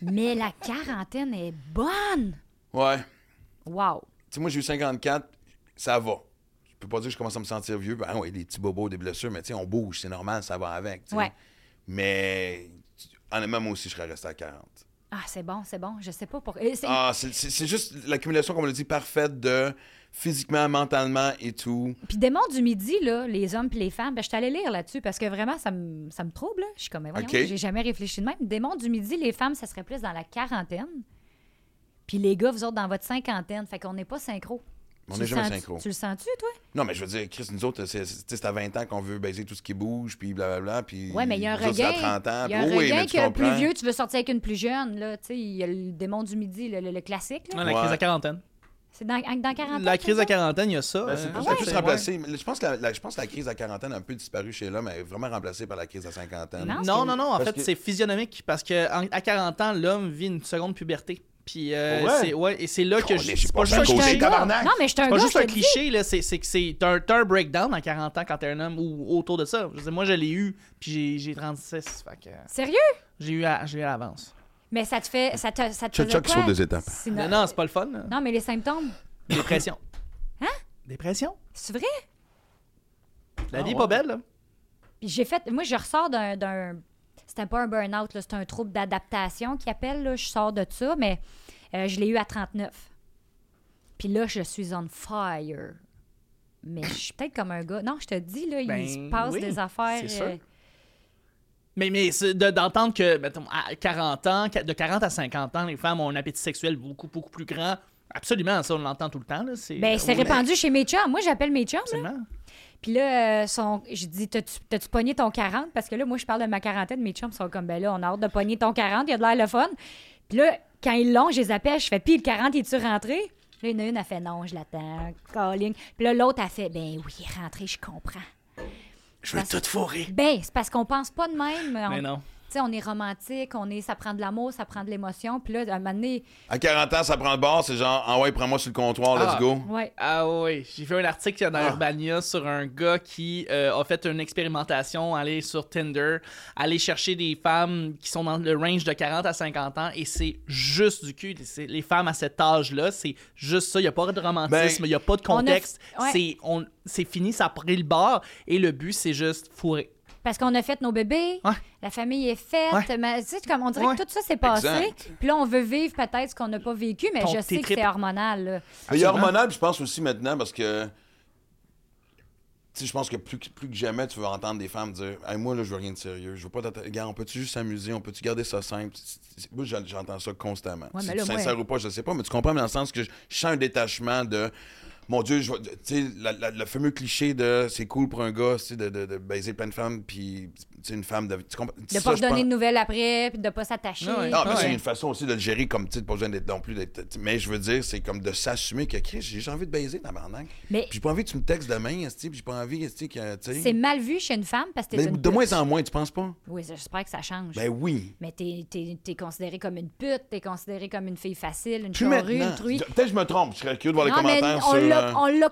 Speaker 4: Mais la quarantaine est bonne!
Speaker 1: ben Ouais. Ouais.
Speaker 4: Wow!
Speaker 1: tu sais, moi, j'ai eu 54, ça va. Je peux pas dire que je commence à me sentir vieux. Ben oui, des petits bobos, des blessures, mais tu sais, on bouge, c'est normal, ça va avec. tu sais.
Speaker 4: Ouais.
Speaker 1: Mais tu- honnêtement, moi aussi, je serais resté à 40.
Speaker 4: Ah, c'est bon, c'est bon. Je sais pas pourquoi. Et c'est-
Speaker 1: Ah, c'est- c'est c'est juste l'accumulation, comme on l'a dit, parfaite de physiquement, mentalement et tout.
Speaker 4: Puis des mondes du midi, là, les hommes puis les femmes, ben, je suis allée lire là-dessus parce que vraiment, ça me, ça me trouble. là. Je suis comme, mais voyons,
Speaker 1: OK.
Speaker 4: j'ai jamais réfléchi de même. Des mondes du midi, les femmes, ça serait plus dans la quarantaine. Puis les gars, vous autres, dans votre cinquantaine. Fait qu'on n'est pas synchro.
Speaker 1: Mais on
Speaker 4: Tu le
Speaker 1: n'est jamais
Speaker 4: sens-
Speaker 1: synchro.
Speaker 4: Tu le sens-tu, toi?
Speaker 1: Non, mais je veux dire, Chris, nous autres, c'est c'est- tu sais, c'est à 20 ans qu'on veut baiser tout ce qui bouge, puis blablabla, puis...
Speaker 4: Oui, mais il y a un
Speaker 1: nous autres, c'est
Speaker 4: regain.
Speaker 1: à 30 ans,
Speaker 4: Il y a un
Speaker 1: puis- oui,
Speaker 4: regain
Speaker 1: mais tu
Speaker 4: que le plus
Speaker 1: comprends.
Speaker 4: vieux, tu veux sortir avec une plus jeune. Là. Tu sais, Il y a le démon du midi, le, le- le classique. là.
Speaker 2: La
Speaker 1: Ouais.
Speaker 2: crise de quarantaine.
Speaker 4: C'est dans, dans 40
Speaker 2: La crise de
Speaker 4: à
Speaker 2: quarantaine, il y a ça.
Speaker 1: Ben,
Speaker 2: hein.
Speaker 1: c'est
Speaker 4: Ah
Speaker 1: plus,
Speaker 4: ouais?
Speaker 1: c'est plus remplacé. Mais Je, pense que la, la- je pense que la crise à quarantaine a un peu disparu chez l'homme, elle est vraiment remplacée par la crise à cinquantaine.
Speaker 4: Non.
Speaker 2: Non, non, non. En
Speaker 1: Parce
Speaker 2: fait,
Speaker 1: que-
Speaker 2: c'est physionomique parce que en- à 40 ans, l'homme vit une seconde puberté. Puis euh,
Speaker 1: Ouais.
Speaker 2: c'est ouais, et c'est là que
Speaker 1: Oh,
Speaker 2: je-
Speaker 1: les,
Speaker 2: c'est pas
Speaker 1: j'ai pas
Speaker 2: juste
Speaker 1: fait
Speaker 2: un
Speaker 1: causer,
Speaker 2: cliché.
Speaker 1: tabarnak.
Speaker 4: Non, mais je suis un
Speaker 2: C'est pas
Speaker 4: gars,
Speaker 2: juste
Speaker 4: je
Speaker 2: un
Speaker 4: te le dis.
Speaker 2: cliché, là, c'est c'est que c'est t'as un, t'as un breakdown à 40 ans quand t'es un homme ou autour de ça. Je veux dire, moi, je l'ai eu, puis j'ai- j'ai 36, fait que
Speaker 4: Sérieux?
Speaker 2: j'ai eu à, j'ai eu à l'avance.
Speaker 4: Mais ça te fait. Ça te, ça te
Speaker 1: Chuck
Speaker 4: faisait
Speaker 1: Chuck
Speaker 4: quoi?
Speaker 1: saute des étapes.
Speaker 4: Sinon-
Speaker 2: Non, non, c'est pas le fun. là.
Speaker 4: Non, mais les symptômes,
Speaker 2: Dépression.
Speaker 4: Hein?
Speaker 2: Dépression.
Speaker 4: c'est vrai?
Speaker 2: La vie est pas belle, là.
Speaker 4: Puis j'ai fait. Moi, je ressors d'un. d'un- C'était pas un burn-out, là, c'était un trouble d'adaptation qui appelle. là. Je sors de ça, mais euh, je l'ai eu à 39. Puis là, je suis on fire. Mais je suis peut-être comme un gars. Non, je te dis, là,
Speaker 2: Ben,
Speaker 4: il se passe
Speaker 2: oui,
Speaker 4: des affaires.
Speaker 2: c'est sûr.
Speaker 4: euh,
Speaker 2: Mais, mais c'est de- d'entendre que, mettons, à 40 ans, qu- de 40 à 50 ans, les femmes ont un appétit sexuel beaucoup, beaucoup plus grand. Absolument, ça, on l'entend tout le temps. Là. C'est,
Speaker 4: Ben, c'est
Speaker 2: Oui,
Speaker 4: répandu chez mes chums. Moi, j'appelle mes chums. là.
Speaker 2: absolument.
Speaker 4: Puis là, euh, son, je dis, t'as-tu t'as-tu pogné ton 40? Parce que là, moi, je parle de ma quarantaine. Mes chums sont comme, ben là, on a hâte de pogner ton 40. Il y a de l'air le fun. Puis là, quand ils l'ont, je les appelle. Je fais, puis le 40, est tu rentré? Là, il y en a une, a fait, non, je l'attends. Calling. Puis là, l'autre, a fait, ben oui, il est rentré, je comprends.
Speaker 2: Je veux tout fourrer.
Speaker 4: Ben, c'est parce qu'on pense pas de même.
Speaker 2: Mais
Speaker 4: On-
Speaker 2: non.
Speaker 4: Tu sais, on est romantique, on est, ça prend de l'amour, ça prend de l'émotion. Puis là, à un moment donné,
Speaker 1: À 40 ans, ça prend le bord, c'est genre, ah ouais, prends-moi sur le comptoir,
Speaker 2: Ah.
Speaker 1: let's go.
Speaker 4: ouais.
Speaker 2: Ah oui, j'ai vu un article dans Urbania sur un gars qui euh, a fait une expérimentation, aller sur Tinder, aller chercher des femmes qui sont dans le range de 40 à 50 ans et c'est juste du cul. C'est- Les femmes à cet âge-là, c'est juste ça. Il n'y a pas de romantisme, il
Speaker 1: Ben,
Speaker 2: n'y a pas de
Speaker 4: On a-
Speaker 2: contexte.
Speaker 4: ouais.
Speaker 2: C'est on- C'est fini, ça a pris le bord et le but, c'est juste fourrer.
Speaker 4: Parce qu'on a fait nos bébés,
Speaker 2: Ouais.
Speaker 4: la famille est faite, mais tu sais, comme on dirait
Speaker 2: Ouais.
Speaker 4: que tout ça s'est passé.
Speaker 1: Exact.
Speaker 4: Puis là, on veut vivre peut-être ce qu'on n'a pas vécu, mais
Speaker 2: Ton-
Speaker 4: je
Speaker 2: tes
Speaker 4: sais que
Speaker 2: tripes.
Speaker 4: c'est hormonal. là.
Speaker 1: Mais il y a hormonal, puis je pense aussi maintenant, parce que. Tu sais, je pense que plus, que- plus que jamais, tu vas entendre des femmes dire Hey, Moi, là, je veux rien de sérieux. Je veux pas t'atta- Regarde, on peut-tu juste s'amuser On peut-tu garder ça simple C'est- c'est- Moi, j'en- j'entends ça constamment.
Speaker 4: Ouais,
Speaker 1: si
Speaker 4: mais
Speaker 1: tu
Speaker 4: là, moi-
Speaker 1: sincère ou pas, je sais pas, mais tu comprends, mais dans le sens que je, je sens un détachement de. Mon Dieu, je vois- tu sais, la- la- le fameux cliché de c'est cool pour un gars tu sais, de, de- de baiser plein de femmes, puis tu sais, une femme de. Tu comprends,
Speaker 4: De
Speaker 1: ça,
Speaker 4: pas
Speaker 1: je
Speaker 4: donner
Speaker 1: pense-
Speaker 4: de nouvelles après, puis de pas s'attacher.
Speaker 2: Ah ouais.
Speaker 1: non, mais c'est
Speaker 2: Ouais.
Speaker 1: une façon aussi de le gérer comme titre, pas besoin d'être non plus. d'être- Mais je veux dire, c'est comme de s'assumer que Chris, j'ai j'ai envie de baiser, tabarnak.
Speaker 4: Mais-
Speaker 1: Puis j'ai pas envie que tu me textes demain, esti, puis j'ai pas envie, esti, que. tu sais.
Speaker 4: C'est mal vu chez une femme parce que t'es
Speaker 1: Mais
Speaker 4: une
Speaker 1: de
Speaker 4: pute.
Speaker 1: moins en moins, tu penses pas?
Speaker 4: Oui, j'espère que ça change.
Speaker 1: Ben oui.
Speaker 4: Mais t'es es, considérée comme une pute, t'es considérée comme une fille facile, une
Speaker 1: Plus
Speaker 4: charrue,
Speaker 1: maintenant.
Speaker 4: une truie.
Speaker 1: Je- Peut-être que je me trompe, je serais curieux de voir
Speaker 4: Non,
Speaker 1: les
Speaker 4: mais
Speaker 1: commentaires
Speaker 4: on
Speaker 1: sur. euh,
Speaker 4: l'a- on l'a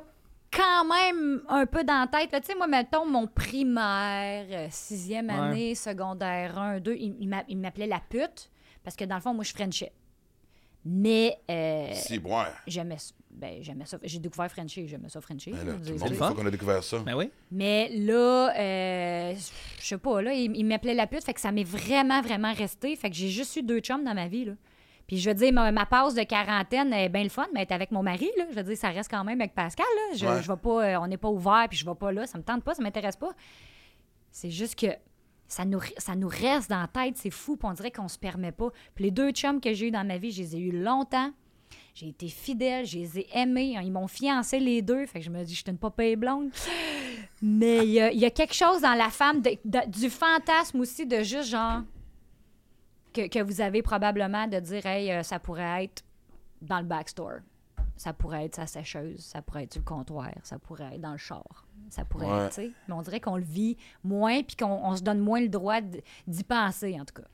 Speaker 4: quand même un peu dans la tête. là. Tu sais, moi, mettons, mon primaire, euh, sixième
Speaker 2: Ouais.
Speaker 4: année, secondaire 1, 2, il, il m'a- il m'appelait la pute parce que, dans le fond, moi, je Frenchais. Mais euh,
Speaker 1: Si, ouais.
Speaker 4: j'aimais ça. Ben, j'aimais ça. J'ai découvert Frenchie, j'aimais ça Frenchie.
Speaker 1: Ben là,
Speaker 4: Vous
Speaker 1: tout le
Speaker 4: avez-
Speaker 1: monde,
Speaker 2: le
Speaker 1: une
Speaker 2: fun.
Speaker 1: fois qu'on a découvert ça.
Speaker 2: Ben oui.
Speaker 4: mais là, euh, je sais pas, là, il, il m'appelait la pute, fait que ça m'est vraiment, vraiment resté. Fait que j'ai juste eu deux chums dans ma vie, là. Puis je veux dire, ma, ma passe de quarantaine est bien le fun, mais être avec mon mari, là, je veux dire, ça reste quand même avec Pascal, là. Je,
Speaker 1: Ouais.
Speaker 4: je vais pas, euh, on n'est pas ouvert, puis je vais pas là, ça me tente pas, ça m'intéresse pas. C'est juste que ça nous, re- ça nous reste dans la tête, c'est fou, puis on dirait qu'on se permet pas. Puis les deux chums que j'ai eu dans ma vie, je les ai eus longtemps. J'ai été fidèle, je les ai aimés. hein, Ils m'ont fiancé les deux. Fait que je me dis, je suis une pas payée blonde. Mais il y, a- il y a quelque chose dans la femme, de- de- du fantasme aussi, de juste genre. Que, que vous avez probablement de dire, hey, euh, ça pourrait être dans le backstore. Ça pourrait être sa sécheuse. Ça pourrait être sur le comptoir. Ça pourrait être dans le char. Ça pourrait
Speaker 1: Ouais.
Speaker 4: être, tu sais. Mais on dirait qu'on le vit moins, puis qu'on on se donne moins le droit d- d'y penser, en tout cas.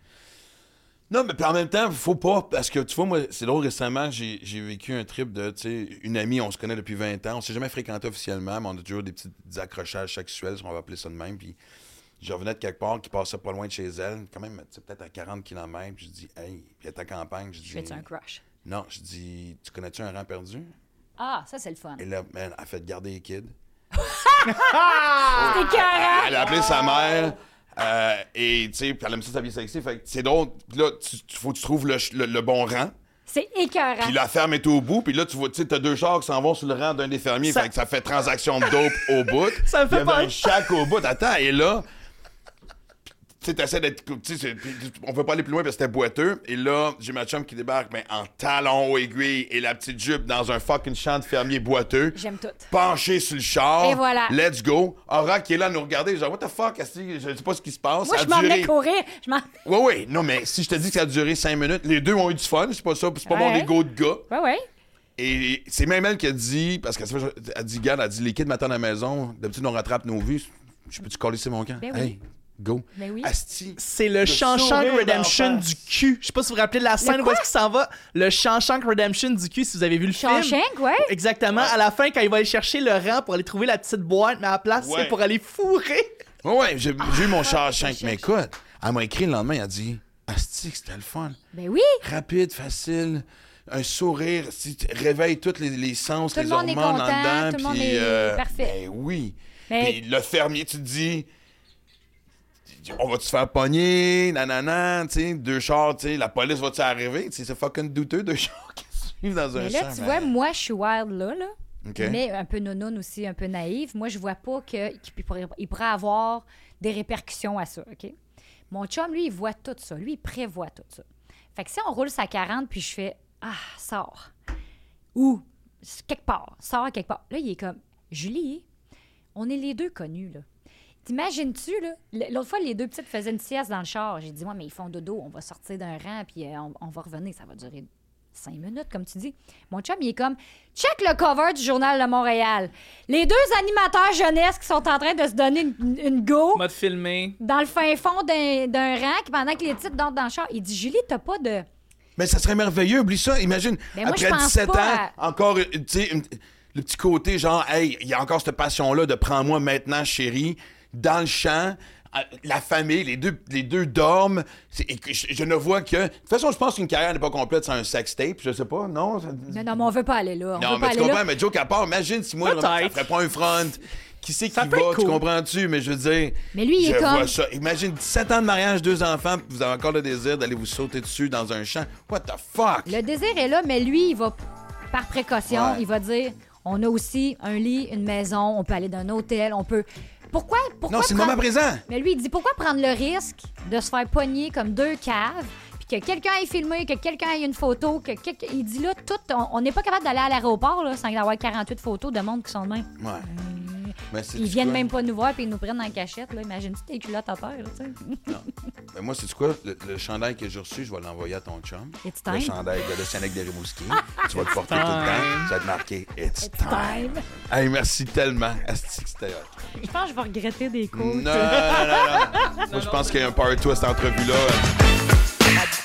Speaker 1: Non, mais puis en même temps, faut pas. Parce que tu vois, moi, c'est drôle, récemment, j'ai j'ai vécu un trip de, tu sais, une amie, on se connaît depuis 20 ans, on s'est jamais fréquenté officiellement, mais on a toujours des petits accrochages sexuels, si on va appeler ça de même. Puis je revenais de quelque part, qui passait pas loin de chez elle, quand même, tu sais, peut-être à 40 km, puis je dis, hey, puis elle est en campagne, je dis.
Speaker 4: Je fais-tu un crush?
Speaker 1: Non, je dis, tu connais-tu un rang perdu?
Speaker 4: Ah, ça, c'est le fun.
Speaker 1: Et là, man, elle a fait garder les kids. ah,
Speaker 4: C'est écœurant!
Speaker 1: Elle a appelé sa mère. euh, et tu sais, puis elle aime ça sa vie sexy. Fait que c'est drôle. Puis là, tu, tu- faut que tu trouves le, ch- le- le bon rang.
Speaker 4: C'est écœurant.
Speaker 1: Puis la ferme est au bout, puis là, tu vois, tu sais, t'as deux chars qui s'en vont sur le rang d'un des fermiers,
Speaker 2: Ça-
Speaker 1: fait que ça fait transaction de dope au bout.
Speaker 2: Ça me fait
Speaker 1: Il y avait
Speaker 2: peur.
Speaker 1: un shack au bout. Attends, et là, tu sais, t'essaies d'être. cou- tu sais, c'est- puis on peut pas aller plus loin parce que c'était boiteux. Et là, j'ai ma chum qui débarque mais en talons aiguilles et la petite jupe dans un fucking champ de fermier boiteux.
Speaker 4: J'aime tout.
Speaker 1: Penché sur le char.
Speaker 4: Et voilà.
Speaker 1: Let's go. Aura qui est là à nous regarder, genre, what the fuck, esti, je sais pas ce qui se passe.
Speaker 4: Moi,
Speaker 1: Ça
Speaker 4: je
Speaker 1: a
Speaker 4: m'en
Speaker 1: duré-
Speaker 4: venais courir. Je m'en...
Speaker 1: Ouais, ouais. Non, mais si je te dis que ça a duré 5 minutes, les deux ont eu du fun. C'est pas ça. C'est pas mon
Speaker 4: Ouais.
Speaker 1: ego de gars.
Speaker 4: Ouais, ouais.
Speaker 1: Et c'est même elle qui a dit, parce qu'elle s'est fait- elle a dit, Garde, elle a dit, les kids m'attendent à la maison. D'habitude, on rattrape nos vues. Je peux-tu coller c'est mon camp?
Speaker 4: Ben oui.
Speaker 1: Hey, go.
Speaker 4: Ben oui.
Speaker 1: Asti.
Speaker 2: C'est le Shawshank
Speaker 1: sourire
Speaker 2: Redemption
Speaker 1: d'en
Speaker 2: du cul. Je sais pas si vous vous rappelez de la scène où
Speaker 4: quoi?
Speaker 2: est-ce qu'il s'en va. Le Shawshank Redemption du cul, si vous avez vu le film.
Speaker 4: Shawshank, ouais.
Speaker 2: Exactement. À la fin, quand il va aller chercher le rang pour aller trouver la petite boîte, mais à la place,
Speaker 1: Ouais.
Speaker 2: c'est pour aller fourrer.
Speaker 1: Ouais, ouais, j'ai j'ai eu
Speaker 4: Ah,
Speaker 1: mon char 5. Mais écoute, elle m'a écrit le lendemain, elle a dit, Asti, que c'était le fun.
Speaker 4: Ben oui.
Speaker 1: Rapide, facile. Un sourire, si tu réveilles tous les, les sens,
Speaker 4: Tout le
Speaker 1: les
Speaker 4: monde est
Speaker 1: hormones en
Speaker 4: content,
Speaker 1: dedans.
Speaker 4: tout le monde
Speaker 1: puis,
Speaker 4: est
Speaker 1: euh,
Speaker 4: parfait.
Speaker 1: Ben oui.
Speaker 4: Mais-
Speaker 1: Puis le fermier, tu te dis, on va te faire pogner, nanana, tu sais, deux chars, tu sais, la police va-tu arriver? Tu sais, c'est fucking douteux, deux chars qui se suivent dans un
Speaker 4: Mais là,
Speaker 1: champ,
Speaker 4: tu
Speaker 1: man.
Speaker 4: vois, moi, je suis wild là, là.
Speaker 1: OK.
Speaker 4: Mais un peu nonoun aussi, un peu naïve. Moi, je vois pas que- qu'il pourrait, il pourrait avoir des répercussions à ça, OK? Mon chum, lui, il voit tout ça. Lui, il prévoit tout ça. Fait que si on roule sa 40, puis je fais « Ah, sors! » Ou « Quelque part, sors quelque part. » Là, il est comme « Julie, on est les deux connus, là. » T'imagines-tu, là? L- L'autre fois, les deux petites faisaient une sieste dans le char. J'ai dit « Ouais, mais ils font dodo. On va sortir d'un rang, puis euh, on, on va revenir. Ça va durer cinq minutes, comme tu dis. Mon chum, il est comme check le cover du journal de Montréal. Les deux animateurs jeunesse qui sont en train de se donner une, une go
Speaker 2: Mode filmé.
Speaker 4: dans le fin fond d'un d'un rang pendant que les titres dorment dans le char. Il dit Julie, t'as pas de.
Speaker 1: Mais ça serait merveilleux, oublie ça. Imagine,
Speaker 4: Mais Ben moi, je
Speaker 1: après
Speaker 4: pense
Speaker 1: 17 ans,
Speaker 4: pas
Speaker 1: encore, euh, tu sais, une- le petit côté genre, hey, il y a encore cette passion-là de prends-moi maintenant, chérie, dans le champ. à- La famille, les deux, les deux dorment. C'est- et que je, je ne vois que. De toute façon, je pense qu'une carrière n'est pas complète sans un sex tape. Je sais pas, non? ça-
Speaker 4: Non, non, mais on veut pas aller
Speaker 1: non,
Speaker 4: là. On veut
Speaker 1: mais
Speaker 4: pas
Speaker 1: tu
Speaker 4: aller
Speaker 1: comprends,
Speaker 4: là.
Speaker 1: mais Joe, à part, imagine si moi,
Speaker 2: Peut-être.
Speaker 1: ça ferait pas un front. Qui c'est qui
Speaker 2: Ça
Speaker 1: va,
Speaker 2: peut être
Speaker 1: tu
Speaker 2: cool.
Speaker 1: comprends-tu? Mais je veux dire.
Speaker 4: Mais lui, il
Speaker 1: je
Speaker 4: est
Speaker 1: vois
Speaker 4: comme-
Speaker 1: ça. Imagine 17 ans de mariage, deux enfants, puis vous avez encore le désir d'aller vous sauter dessus dans un champ. What the fuck?
Speaker 4: Le désir est là, mais lui, il va, par précaution,
Speaker 1: Ouais.
Speaker 4: il va dire on a aussi un lit, une maison, on peut aller d'un hôtel, on peut. Pourquoi, pourquoi
Speaker 1: Non, c'est le
Speaker 4: prendre-
Speaker 1: moment présent.
Speaker 4: Mais lui, il dit pourquoi prendre le risque de se faire pogner comme deux caves, puis que quelqu'un ait filmé, que quelqu'un ait une photo, que quelqu'un. Il dit là, tout. on- On n'est pas capable d'aller à l'aéroport là, sans avoir 48 photos de monde qui sont de même.
Speaker 1: Ouais. Mais c'est
Speaker 4: Euh, Ils viennent même pas nous voir, puis ils nous prennent en cachette. Là. Imagine-tu tes culottes à terre, là, tu sais.
Speaker 1: Mais moi, c'est quoi? Le, le chandail que j'ai reçu, je vais l'envoyer à ton chum.
Speaker 4: It's
Speaker 1: Le
Speaker 4: time. Ah!
Speaker 1: chandail de le Sénèque de Rimouski. tu vas le porter tout le temps. Ça va te marquer It's, time.
Speaker 4: Time.
Speaker 1: Hey, merci tellement. Asti, que c'était hot.
Speaker 4: Je pense que je vais regretter des
Speaker 1: Non,
Speaker 4: coups.
Speaker 1: non, non, non. Moi, je pense qu'il y a un part 2 à cette entrevue-là.
Speaker 5: I